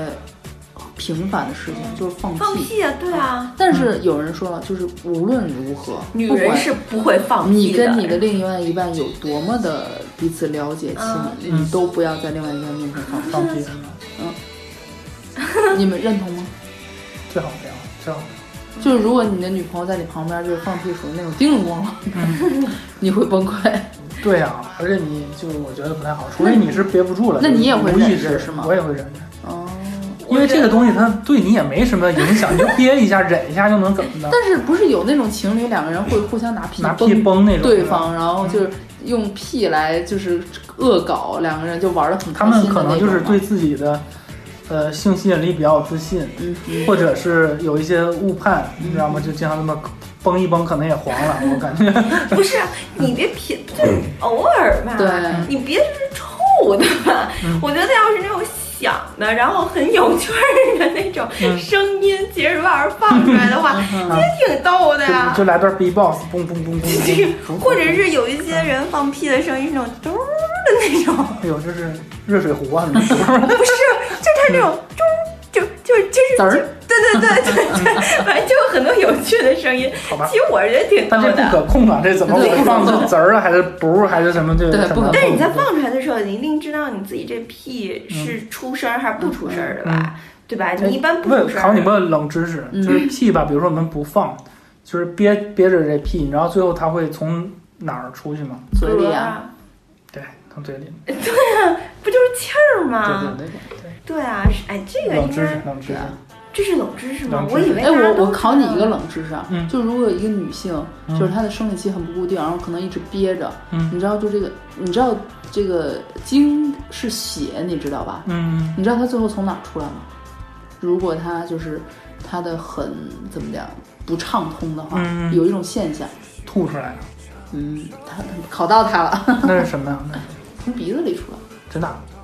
Speaker 6: 平凡的事情，就是放
Speaker 5: *laughs*
Speaker 6: 屁。
Speaker 5: 放屁啊，对啊，
Speaker 6: 但
Speaker 10: 嗯
Speaker 6: 是有人说了，就是无论如何，
Speaker 5: 女
Speaker 6: 不
Speaker 5: 人
Speaker 6: 管
Speaker 5: 是不会放
Speaker 6: 你
Speaker 5: 屁的。
Speaker 6: 跟你的另外一半有多么的彼此了解亲密，
Speaker 10: 嗯
Speaker 6: 你都不要在另外一半面前放
Speaker 10: 放屁，啊
Speaker 6: 屁。你们认同吗？
Speaker 10: 最好不要，最好
Speaker 6: 就是如果你的女朋友在你旁边就是放屁属于那种叮咣啷，
Speaker 10: 嗯
Speaker 6: *laughs* 你会崩溃。
Speaker 10: 对啊，而且你就我觉得不太好，除非你是憋不住了，
Speaker 6: 那你也会
Speaker 10: 无意
Speaker 6: 忍
Speaker 10: 识
Speaker 6: 是吗
Speaker 10: 我也会忍着，
Speaker 6: 哦，
Speaker 10: 因为这个东西它对你也没什么影响，你就憋一下、忍一下就能怎么的？
Speaker 6: 但是不是有那种情侣两个人会互相拿屁
Speaker 10: *laughs* 拿屁崩那种
Speaker 6: 对
Speaker 10: 是吧嗯
Speaker 6: 方，然后就是用屁来就是恶搞，两个人就玩的很
Speaker 10: 他
Speaker 6: 开
Speaker 10: 们
Speaker 6: 心的
Speaker 10: 可
Speaker 6: 那
Speaker 10: 能
Speaker 6: 种
Speaker 10: 就是
Speaker 6: 嘛
Speaker 10: 对自己的呃性吸引力比较有自信，
Speaker 6: 嗯
Speaker 10: 或者是有一些误判，你知道吗？就经常那么崩一崩，可能也黄了，我感觉。
Speaker 5: *laughs* 不是啊你
Speaker 10: 嗯
Speaker 5: 别撇，就是偶尔吧，
Speaker 6: 对嗯
Speaker 5: 你别是臭的吧。 *laughs* 我觉得要是那种响的，然后很有趣儿的那种
Speaker 6: 嗯
Speaker 5: 声音，其实外边放出来的话，也挺逗的呀
Speaker 10: *laughs* 就。就来段 B-box，嘣嘣嘣
Speaker 5: *laughs*
Speaker 10: 嘣嘣，
Speaker 5: 或者是有一些人放屁的声音是那种嘟儿的那种，
Speaker 10: 哎呦，这是热水壶啊什 *laughs* 么的，
Speaker 5: 不是，就他这种嘟儿，就就就是
Speaker 6: 滋儿
Speaker 5: 就对对对对
Speaker 6: *laughs*
Speaker 5: 对，反正就有很多有趣的声音。
Speaker 10: 好吧
Speaker 5: 其实我觉得挺逗
Speaker 10: 但这不
Speaker 5: 的。
Speaker 10: 可控啊，这怎么
Speaker 6: 对
Speaker 10: 我放
Speaker 6: 不可
Speaker 10: 是
Speaker 6: 控
Speaker 10: 籽儿啊，还是不还是什么？这
Speaker 6: 对
Speaker 10: 很
Speaker 6: 不
Speaker 10: 难
Speaker 6: 可控
Speaker 5: 但是你在
Speaker 10: 控
Speaker 5: 放
Speaker 10: 制
Speaker 5: 出来的时候，你一定知道你自己这屁是出声儿还是不出声儿的吧？对吧？你一般不出
Speaker 10: 问
Speaker 5: 声
Speaker 10: 考
Speaker 5: 儿
Speaker 10: 你。个冷知识，就是屁吧，比如说我们不放，
Speaker 7: 就是憋憋着这屁，你知道最后它会从哪儿出去吗？
Speaker 6: 嘴里啊，
Speaker 5: 啊，
Speaker 7: 对，从嘴里。
Speaker 5: 不就是气儿
Speaker 7: 对
Speaker 5: 吗？
Speaker 7: 对对对
Speaker 5: 对啊，是哎，这
Speaker 7: 对，
Speaker 5: 个
Speaker 7: 冷
Speaker 5: 应
Speaker 7: 知
Speaker 5: 该
Speaker 7: 识，冷知识。
Speaker 5: 这是冷知识吗
Speaker 7: 冷？知
Speaker 5: 我
Speaker 7: 识
Speaker 5: 以为
Speaker 6: 哎，
Speaker 5: 大家
Speaker 6: 我
Speaker 5: 都
Speaker 6: 我考你一个
Speaker 5: 知道
Speaker 6: 冷知识啊，
Speaker 7: 嗯
Speaker 6: 就如果一个女性，
Speaker 7: 嗯
Speaker 6: 就是她的生理期很不固定，然后可能一直憋着，
Speaker 7: 嗯
Speaker 6: 你知道，就这个，你知道这个经是血，你知道吧？
Speaker 7: 嗯，
Speaker 6: 你知道她最后从哪儿出来吗？如果她就是她的很怎么讲不畅通的话，
Speaker 7: 嗯
Speaker 6: 有一种现象，
Speaker 7: 吐出来
Speaker 10: 啊
Speaker 7: 了，
Speaker 6: 嗯，她考到她了， *laughs*
Speaker 7: 那是什么呀？那是
Speaker 6: 从鼻子里出来，
Speaker 7: 真
Speaker 10: 啊
Speaker 7: 的？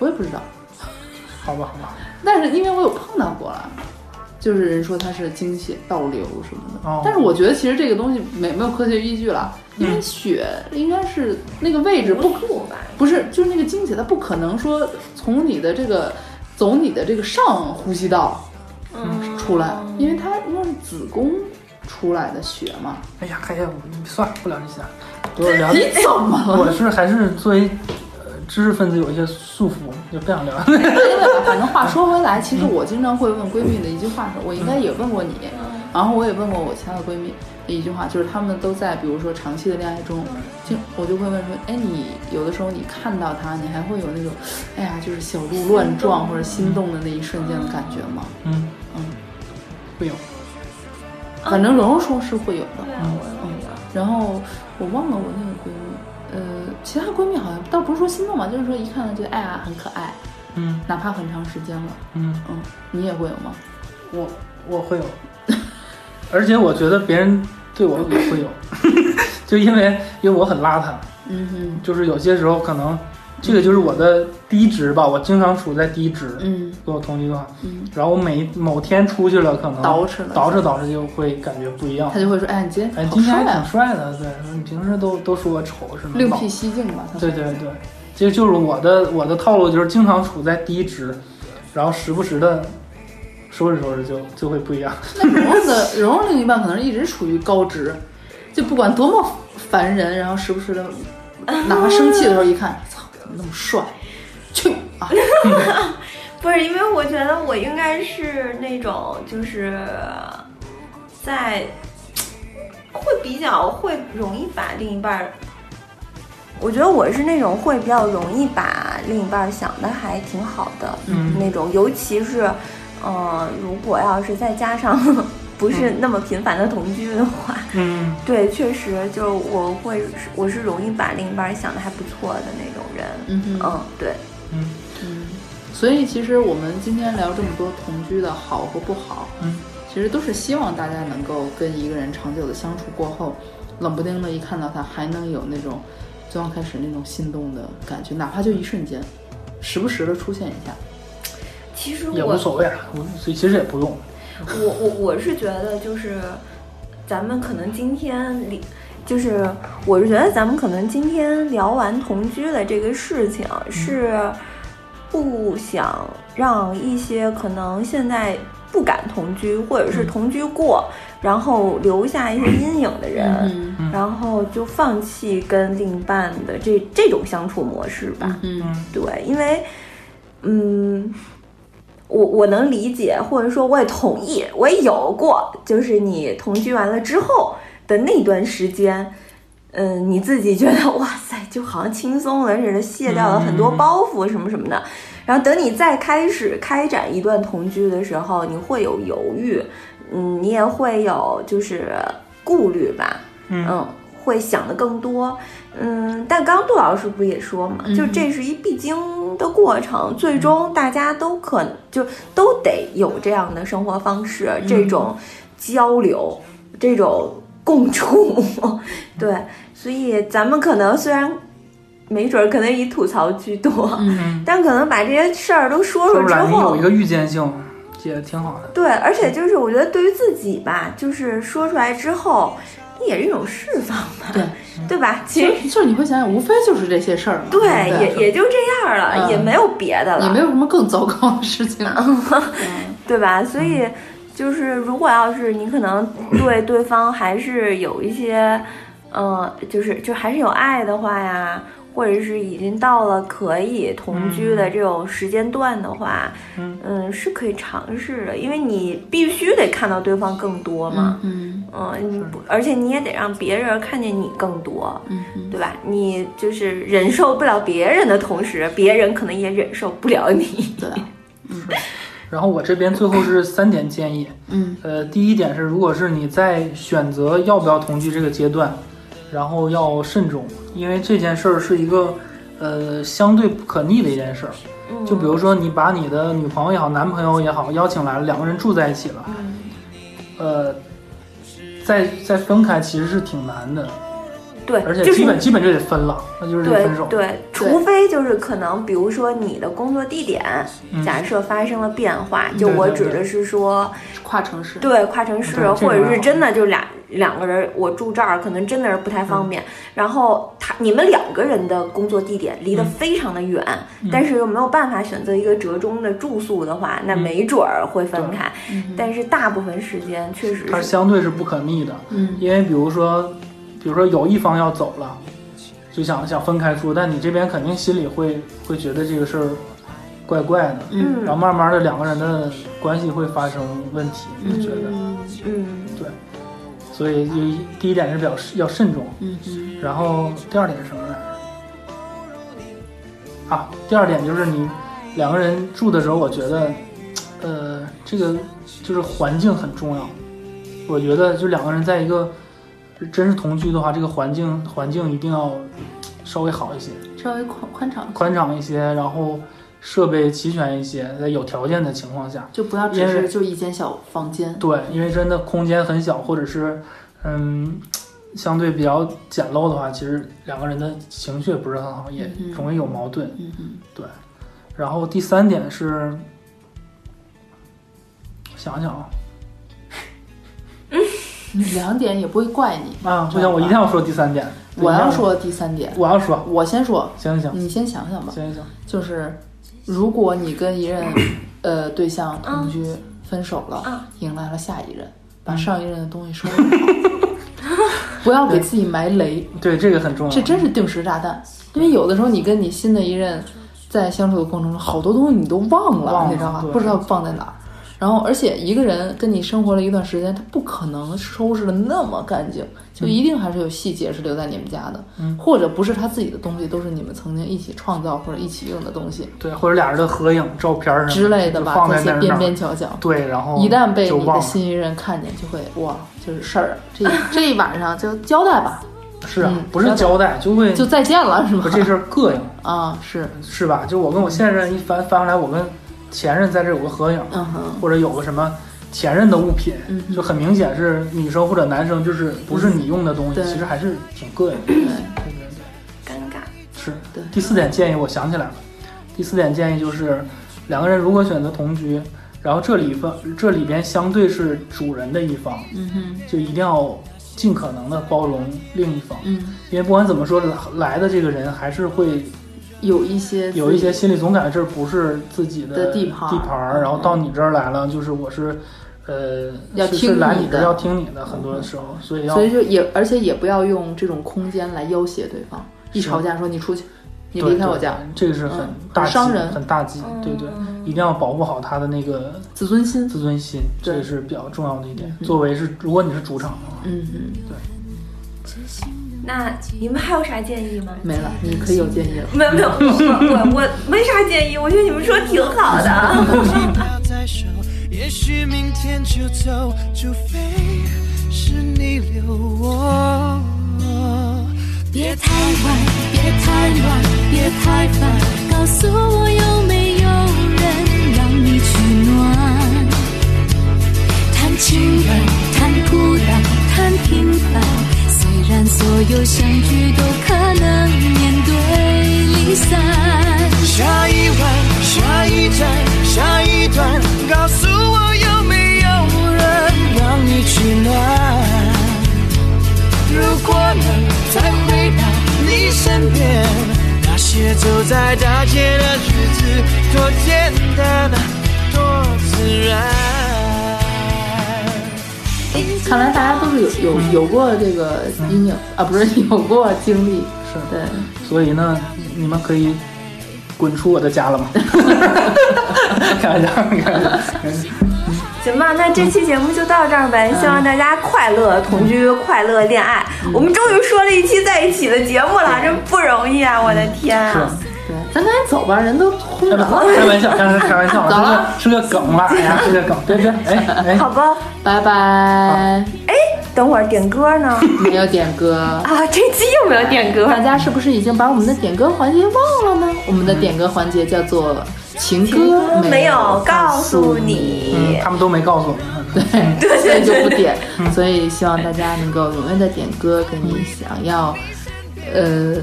Speaker 6: 我也不知道，
Speaker 7: 好吧，好吧。
Speaker 6: 但是因为我有碰到过了。就是人说它是经血倒流什么的，
Speaker 7: 哦，
Speaker 6: 但是我觉得其实这个东西没没有科学依据了，因为
Speaker 7: 嗯
Speaker 6: 血应该是那个位置不
Speaker 5: 吐吧？
Speaker 6: 不是就是那个经血，它不可能说从你的这个走你的这个上呼吸道
Speaker 5: 嗯，
Speaker 6: 出来，因为它应该是子宫出来的血嘛。
Speaker 7: 哎呀，哎呀，我算了，不聊这些了，多
Speaker 10: 哎
Speaker 7: 聊。
Speaker 6: 你怎么了？
Speaker 7: 我是还是作为呃知识分子有一些束缚，就不想聊。
Speaker 6: *laughs* 反正话说回来，其实我经常会问闺蜜的一句话是，我应该也问过你，然后我也问过我其他的闺蜜的一句话，就是她们都在比如说长期的恋爱中，就我就会问说，哎，你有的时候你看到他，你还会有那种，哎呀，就是小鹿乱撞或者心动的那一瞬间的感觉吗？
Speaker 7: 嗯
Speaker 6: 嗯，
Speaker 7: 会有。
Speaker 6: 反正蓉蓉说是会有的，嗯
Speaker 5: 对啊，我也有。
Speaker 6: 然后我忘了我那个闺蜜。呃，其他闺蜜好像倒不是说心动吧，就是说一看到觉得哎呀很可爱，
Speaker 7: 嗯
Speaker 6: 哪怕很长时间了，
Speaker 7: 嗯，
Speaker 6: 嗯，你也会有吗？
Speaker 7: 我我会有，而且我觉得别人对我也会有， *laughs* 就因为因为我很邋遢，
Speaker 6: 嗯哼，
Speaker 7: 就是有些时候可能这个就是我的低值吧，我经常处在低值。
Speaker 6: 嗯
Speaker 7: 跟我同居的话，
Speaker 6: 嗯，
Speaker 7: 然后我每某天出去了，可能
Speaker 6: 捯饬了，
Speaker 7: 捯饬捯饬就会感觉不一样
Speaker 6: 他。就会说：“哎，你今
Speaker 7: 哎，
Speaker 6: 天好
Speaker 7: 今天还
Speaker 6: 帅
Speaker 7: 挺
Speaker 6: 啊，
Speaker 7: 帅的，对，你平时都都说我丑是吗？
Speaker 6: 另
Speaker 7: 老
Speaker 6: 辟蹊径吧。”他说
Speaker 7: 对对对，这就是我的我的套路，就是经常处在低值，然后时不时的收拾收拾就就会不一样。
Speaker 6: 那蓉蓉的 *laughs* 蓉蓉另一半可能一直处于高值，就不管多么烦人，然后时不时的，哪怕生气的时候一看，操，怎么那么帅？去啊！
Speaker 5: 不是，因为我觉得我应该是那种就是在会比较会容易把另一半儿，我觉得我是那种会比较容易把另一半儿想的还挺好的，
Speaker 7: 嗯
Speaker 5: 那种，尤其是呃，如果要是再加上 *laughs* 不是那么频繁的同居的话， *laughs*
Speaker 7: 嗯
Speaker 5: 对，确实就我会我是容易把另一半儿想的还不错的那种人，
Speaker 6: 嗯哼，
Speaker 5: 嗯，对，
Speaker 7: 嗯
Speaker 6: 所以其实我们今天聊这么多同居的好和不好，
Speaker 7: 嗯，
Speaker 6: 其实都是希望大家能够跟一个人长久的相处过后，冷不丁的一看到他，还能有那种最刚开始那种心动的感觉，哪怕就一瞬间，时不时的出现一下。
Speaker 5: 其实
Speaker 7: 也
Speaker 5: 我
Speaker 7: 无所谓了，我所以其实也不用。
Speaker 5: 我我我是觉得就是，咱们可能今天里，就是我是觉得咱们可能今天聊完同居的这个事情
Speaker 6: 嗯
Speaker 5: 是不想让一些可能现在不敢同居或者
Speaker 6: 嗯
Speaker 5: 是同居过，然后留下一些阴影的人。
Speaker 6: 嗯
Speaker 5: 然后就放弃跟另一半的这这种相处模式吧，
Speaker 6: 嗯
Speaker 5: 对，因为，嗯，我我能理解，或者说我也同意，我也有过，就是你同居完了之后的那段时间，嗯，你自己觉得哇塞，就好像轻松了似的，卸掉了很多包袱什么什么的。然后等你再开始开展一段同居的时候，你会有犹豫，嗯，你也会有就是顾虑吧，嗯，会想的更多。嗯，但刚刚杜老师不也说嘛，就这是一必经的过程，最终大家都可就都得有这样的生活方式，这种交流，这种共处，对，所以咱们可能虽然。没准儿可能以吐槽居多，
Speaker 6: 嗯
Speaker 5: 但可能把这些事儿都说
Speaker 7: 说
Speaker 5: 说
Speaker 7: 出
Speaker 5: 之
Speaker 7: 来你
Speaker 5: 后
Speaker 7: 有一，个预见性也挺好的。
Speaker 5: 对，而且就是我觉得对于自己吧，就是说出来之后，也是一种释放吧，
Speaker 6: 对
Speaker 5: 对吧？其实
Speaker 6: 就就是你会想想，无非就是这些事儿嘛。
Speaker 5: 对，
Speaker 6: 不
Speaker 5: 也也就这样了，
Speaker 6: 嗯
Speaker 5: 也没有别的了，
Speaker 6: 也没有什么更糟糕的事情。
Speaker 5: 对吧？所以就是，如果要是你可能对对方还是有一些，呃，就是就还是有爱的话呀，或者是已经到了可以同居的这种时间段的话，嗯是可以尝试的，因为你必须得看到对方更多嘛。
Speaker 6: 嗯
Speaker 5: 嗯，你不而且你也得让别人看见你更多，
Speaker 6: 嗯，
Speaker 5: 对吧？你就是忍受不了别人的同时，别人可能也忍受不了你。
Speaker 6: 对，
Speaker 7: 然后我这边最后是三点建议，
Speaker 6: 嗯，
Speaker 7: 呃，第一点是，如果是你在选择要不要同居这个阶段，然后要慎重，因为这件事儿是一个呃相对不可逆的一件事儿。就
Speaker 5: 嗯
Speaker 7: 比如说你把你的女朋友也好，男朋友也好邀请来了，两个人住在一起了，呃，再再分开其实是挺难的，
Speaker 5: 对，
Speaker 7: 而且
Speaker 5: 就
Speaker 7: 基
Speaker 5: 是
Speaker 7: 本、基本就得分了，那就是得
Speaker 5: 对
Speaker 7: 分手。
Speaker 5: 对，除非就是可能，比如说你的工作地点，
Speaker 7: 嗯
Speaker 5: 假设发生了变化，就
Speaker 7: 对
Speaker 5: 我
Speaker 7: 对
Speaker 5: 指
Speaker 7: 对
Speaker 5: 的是说，
Speaker 6: 跨城市，
Speaker 5: 对，跨城市，
Speaker 7: 对这
Speaker 5: 或者
Speaker 7: 个还
Speaker 5: 是
Speaker 7: 好
Speaker 5: 真的就俩两个人，我住这儿可能真的是不太方
Speaker 7: 嗯
Speaker 5: 便。然后他你们两个人的工作地点离得
Speaker 7: 嗯
Speaker 5: 非常的远，但是又没有办法选择一个折中的住宿的话，那
Speaker 7: 嗯
Speaker 5: 没准儿会分
Speaker 7: 对嗯
Speaker 5: 开。
Speaker 6: 嗯
Speaker 5: 但是大部分时间确实
Speaker 7: 它
Speaker 5: 是，
Speaker 7: 相对是不可逆的，
Speaker 6: 嗯，
Speaker 7: 因为比如说，比如说有一方要走了，就想想分开住，但你这边肯定心里会会觉得这个事儿怪怪的，
Speaker 5: 嗯
Speaker 7: 然后慢慢的两个人的关系会发生问题，我觉得，
Speaker 5: 嗯
Speaker 7: 所以就第一点是比较要慎重，
Speaker 6: 嗯嗯
Speaker 7: 然后第二点是什么来着？啊，第二点就是你两个人住的时候，我觉得，呃，这个就是环境很重要。我觉得就两个人在一个真是同居的话，这个环境环境一定要稍微好一些，
Speaker 6: 稍微宽宽敞，
Speaker 7: 宽敞一些，然后设备齐全一些，在有条件的情况下，
Speaker 6: 就不要只
Speaker 7: 因为
Speaker 6: 是就一间小房间，
Speaker 7: 对，因为真的空间很小，或者是嗯，相对比较简陋的话，其实两个人的情绪也不是很好，也
Speaker 6: 嗯
Speaker 7: 容易有矛盾。
Speaker 6: 嗯嗯，
Speaker 7: 对，然后第三点是，想想啊，
Speaker 6: 两点也不会怪你。
Speaker 7: 啊，不行，我一定要说第三点，对
Speaker 6: 我
Speaker 7: 一定
Speaker 6: 要，说第三点，
Speaker 7: 我要说，
Speaker 6: 我先说，
Speaker 7: 行行
Speaker 6: 你先想想吧。
Speaker 7: 行行，
Speaker 6: 就是如果你跟一任呃对象同居分手了，迎来了下一任，把上一任的东西收拾好， *laughs* 不要给自己埋雷，
Speaker 7: 对，这个很重要，
Speaker 6: 这真是定时炸弹。因为有的时候你跟你新的一任在相处的过程中，好多东西你都忘了，
Speaker 7: 忘了
Speaker 6: 你知道吧？
Speaker 7: 对
Speaker 6: 不知道放在哪儿。然后，而且一个人跟你生活了一段时间，他不可能收拾的那么干净，就一定还是有细节是留在你们家的，
Speaker 7: 嗯
Speaker 6: 或者不是他自己的东西，都是你们曾经一起创造或者一起用的东西。
Speaker 7: 对，或者俩人的合影、照片儿什么
Speaker 6: 之类
Speaker 7: 嗯
Speaker 6: 的
Speaker 7: 就
Speaker 6: 吧，
Speaker 7: 放
Speaker 6: 在
Speaker 7: 在
Speaker 6: 些
Speaker 7: 那儿
Speaker 6: 边
Speaker 7: 哪儿
Speaker 6: 边角角。
Speaker 7: 对，然后
Speaker 6: 一旦被
Speaker 7: 就
Speaker 6: 你
Speaker 7: 忘
Speaker 6: 的
Speaker 7: 了，
Speaker 6: 心仪人看见，就会哇，就是事儿。这这一晚上就交代吧，
Speaker 7: 是啊
Speaker 6: 嗯，
Speaker 7: 不是交代就会
Speaker 6: 就再见了，是吗
Speaker 7: 不？这事儿膈应。
Speaker 6: 啊，是，
Speaker 7: 是吧？就我跟我现任一翻翻回来，我跟前任在这有个合影，
Speaker 6: 嗯哼，
Speaker 7: 或者有个什么前任的物品，
Speaker 6: 嗯哼
Speaker 7: 就很明显是女生或者男生，就是不是你用的东西，
Speaker 6: 对
Speaker 7: 其实还是挺膈应的。
Speaker 6: 对，
Speaker 7: 对对对
Speaker 5: 尴尬。
Speaker 7: 是
Speaker 6: 对
Speaker 7: 第四点建议，我想起来了，第四点建议就是两个人如果选择同居，然后这里方这里边相对是主人的一方，
Speaker 6: 嗯哼，
Speaker 7: 就一定要尽可能的包容另一方，
Speaker 6: 嗯，
Speaker 7: 因为不管怎么说，来来的这个人还是会
Speaker 6: 有一些
Speaker 7: 有一些心里总感觉这不是自己
Speaker 6: 的地盘儿
Speaker 7: 地盘儿，然后到你这儿来了，就是我是，呃，
Speaker 6: 要
Speaker 7: 是
Speaker 6: 听
Speaker 7: 是来
Speaker 6: 你
Speaker 7: 你这儿
Speaker 6: 的
Speaker 7: 要听你的，很多时候，所以要
Speaker 6: 所以就也，而且也不要用这种空间来要挟对方。一
Speaker 7: 是
Speaker 6: 吵架说你出去，你
Speaker 7: 对
Speaker 6: 离开我
Speaker 7: 对
Speaker 6: 家，
Speaker 7: 这个是很
Speaker 6: 嗯
Speaker 7: 大
Speaker 6: 很
Speaker 7: 忌
Speaker 6: 伤人嗯
Speaker 7: 很大忌，对对，一定要保护好他的那个
Speaker 6: 自尊心。
Speaker 7: 自尊心，这
Speaker 6: 对
Speaker 7: 个是比较重要的一点。作为是，如果你是主场的话，
Speaker 6: 嗯哼，
Speaker 5: 那你们还有啥建议吗？
Speaker 6: 没了，你可以有建议了。
Speaker 5: 没有没有，我我我没啥建议，我觉得你们说挺好的。
Speaker 4: 不要再守，也许明天就走，除非是你留我。
Speaker 9: 别太晚，别太晚，别太烦，告诉我有没有人让你取暖。谈情人，谈孤单，谈平凡，虽然所有相聚都可能面对离散。
Speaker 4: 下一晚，下一站，下一段，告诉我有没有人让你取暖。如果能再回到你身边，那些走在大街的日子，多简单，啊多自然。
Speaker 6: 看来大家都是有有有过这个阴影啊，不是有过经历。
Speaker 7: 嗯是，
Speaker 6: 对，
Speaker 7: 所以呢，你们可以 *laughs* 滚出我的家了吗？开玩笑，开玩笑。
Speaker 5: 行吧，那这期节目就到这儿呗，希望大家快乐同居，快乐恋爱。我们终于说了一期在一起的节目了，真不容易啊！我的天
Speaker 7: 是
Speaker 5: 啊！
Speaker 6: 对，咱赶紧走吧，人都通
Speaker 7: 开
Speaker 6: 着
Speaker 7: 玩
Speaker 6: 了。
Speaker 7: 开玩笑，开开玩笑，
Speaker 6: 走了
Speaker 7: 是个是个梗吧？哎呀，是个梗，别别，哎哎，
Speaker 5: 好吧，
Speaker 6: 拜拜。
Speaker 5: 等会儿点歌呢
Speaker 6: 没有点歌，
Speaker 5: 啊！这期又没有点歌，
Speaker 6: 大家是不是已经把我们的点歌环节忘了呢？我
Speaker 7: 嗯
Speaker 6: 们的点歌环节叫做情歌
Speaker 5: 没有告诉
Speaker 6: 你。
Speaker 7: 嗯，
Speaker 5: 你。
Speaker 7: 他们都没告诉我们。
Speaker 5: 对
Speaker 6: 所
Speaker 5: 对
Speaker 6: 以就
Speaker 5: 对
Speaker 6: 不点。嗯所以希望大家能够踊跃的点歌，给你想要，呃，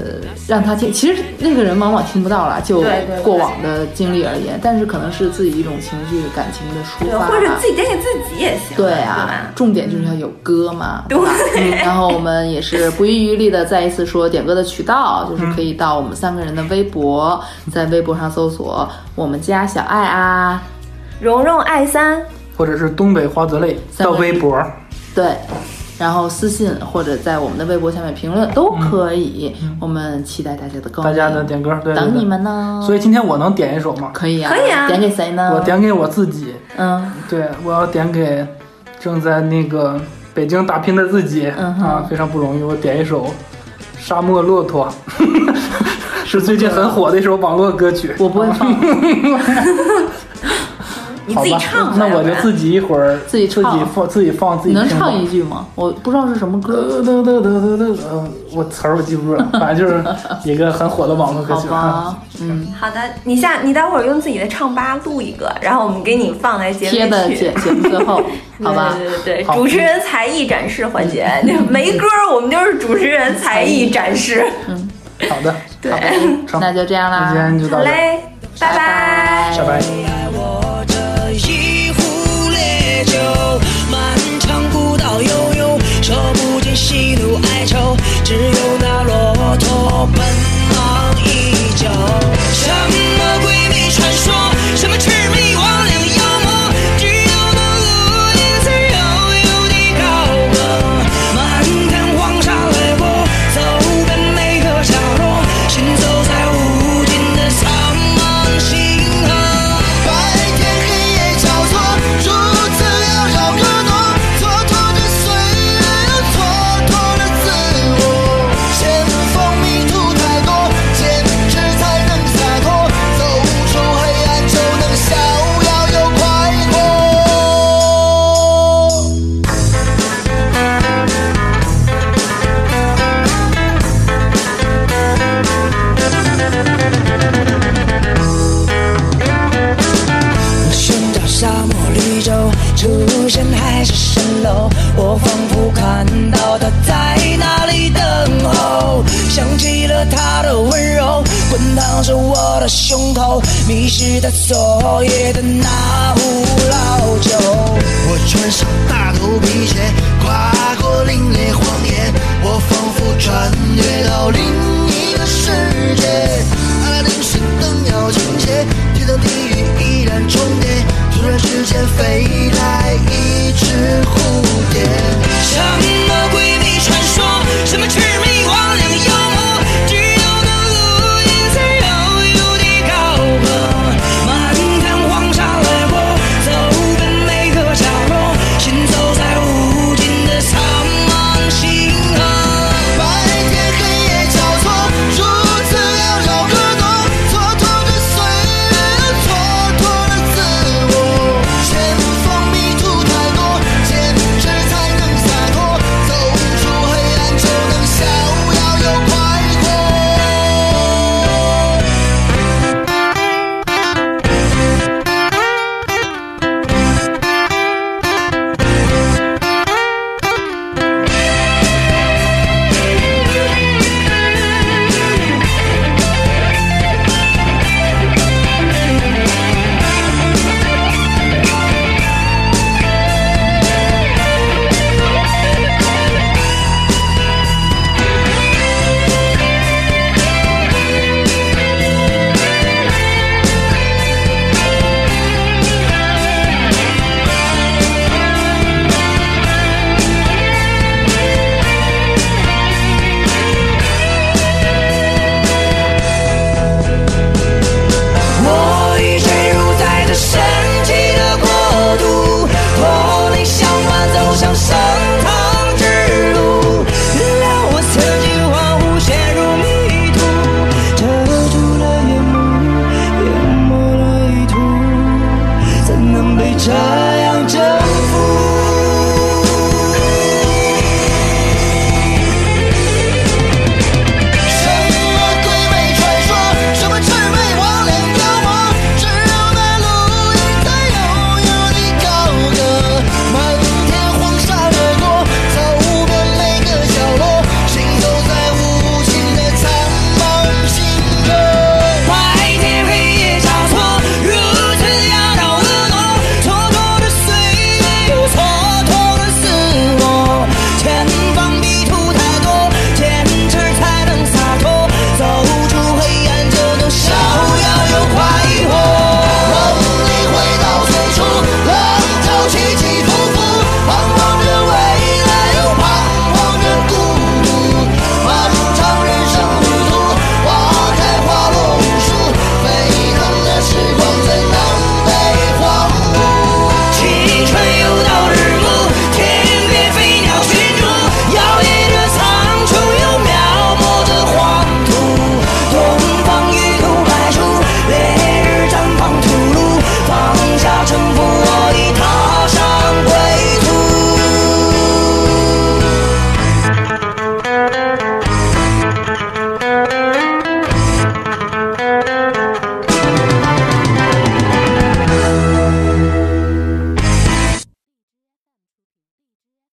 Speaker 6: 让他听。其实那个人往往听不到啦，就
Speaker 5: 对对对
Speaker 6: 过往的经历而言，但是可能是自己一种情绪、感情的抒
Speaker 5: 对，
Speaker 6: 发吧，
Speaker 5: 或者自己点给自己也行，
Speaker 6: 对
Speaker 5: 吧
Speaker 6: 啊，？重点就是要有歌嘛，
Speaker 5: 对
Speaker 6: 吧？嗯然后我们也是不遗余力的再一次说点歌的渠道，
Speaker 5: 嗯
Speaker 6: 就是可以到我们三个人的微博，在微博上搜索“我们家小爱”啊，
Speaker 5: 蓉蓉爱三，
Speaker 7: 或者是东北花泽类
Speaker 6: 三
Speaker 7: 到
Speaker 6: 文
Speaker 7: 微博，
Speaker 6: 对，然后私信或者在我们的微博下面评论都可以。我们期待大家的歌，
Speaker 7: 大家的点歌，对，对
Speaker 6: 等你。们
Speaker 7: 对
Speaker 6: 呢。
Speaker 7: 所以今天我能点一首吗？
Speaker 6: 可以啊，
Speaker 5: 可以啊
Speaker 6: 点给谁呢？
Speaker 7: 我点给我自己，
Speaker 6: 嗯，
Speaker 7: 对我要点给正在那个北京打拼的自己、
Speaker 6: 嗯哼
Speaker 7: 啊，非常不容易。我点一首《沙漠骆驼》， *laughs* 是最近很火的一首网络歌曲。
Speaker 6: 我不会放，
Speaker 5: 你
Speaker 7: 好
Speaker 5: 自己
Speaker 7: 吧
Speaker 5: 唱吧，，
Speaker 7: 那我就自己一会儿
Speaker 6: *laughs* 自己
Speaker 7: 自
Speaker 6: 唱
Speaker 7: 己放自己放自
Speaker 6: 你
Speaker 7: 己
Speaker 6: 能
Speaker 7: 听
Speaker 6: 唱
Speaker 7: 吧
Speaker 6: 一句吗？我不知道是什么歌。
Speaker 7: 呃噔噔噔噔噔，呃我词儿我记不住了，反正就
Speaker 6: *laughs*
Speaker 7: 是一个很火的网络歌
Speaker 6: 好
Speaker 7: 曲啊。
Speaker 6: 吧，嗯，
Speaker 5: 好的，你下你待会儿用自己的唱吧录一个，然后我们给你放在结
Speaker 6: 贴的
Speaker 5: 尾
Speaker 6: 节
Speaker 5: 曲。
Speaker 6: 节目最后，好吧，
Speaker 5: 对对对，对
Speaker 7: 好
Speaker 5: 主持人才艺展示环节， *laughs* 没歌儿我们就是主持人才艺展示。
Speaker 7: 好的，
Speaker 5: 对，
Speaker 7: 成，
Speaker 6: 那就这样
Speaker 7: 今
Speaker 6: 啦，
Speaker 7: 天就
Speaker 5: 好
Speaker 7: 到这儿，
Speaker 5: 嘞，拜拜
Speaker 7: 拜拜。
Speaker 4: 我这一壶烈酒，漫长古道悠悠，说不尽喜怒哀愁，只有那骆驼奔忙依旧。什么鬼魅传说，什么魑魅魍魉妖魔，只有那鹅脸在悠悠地高歌。漫天黄沙掠过，走遍每个角落，行走在无尽的苍茫星河。白天黑夜交错，如此缭绕可多，蹉跎着岁月，又蹉跎了自我。前方迷途太多，坚持才能洒脱，走出黑暗就能逍遥又快活。我寻找沙漠绿洲，出现海市蜃楼，我仿佛看到他在那里等候，想起了他的温柔，滚烫着我的胸口，迷失在昨夜的那壶老酒。我穿上大头皮鞋，跨过凛冽荒野，我仿佛穿越到另一个世界。阿丁神灯要倾斜，天堂地狱依然重叠，突然之间飞来一只蝴蝶。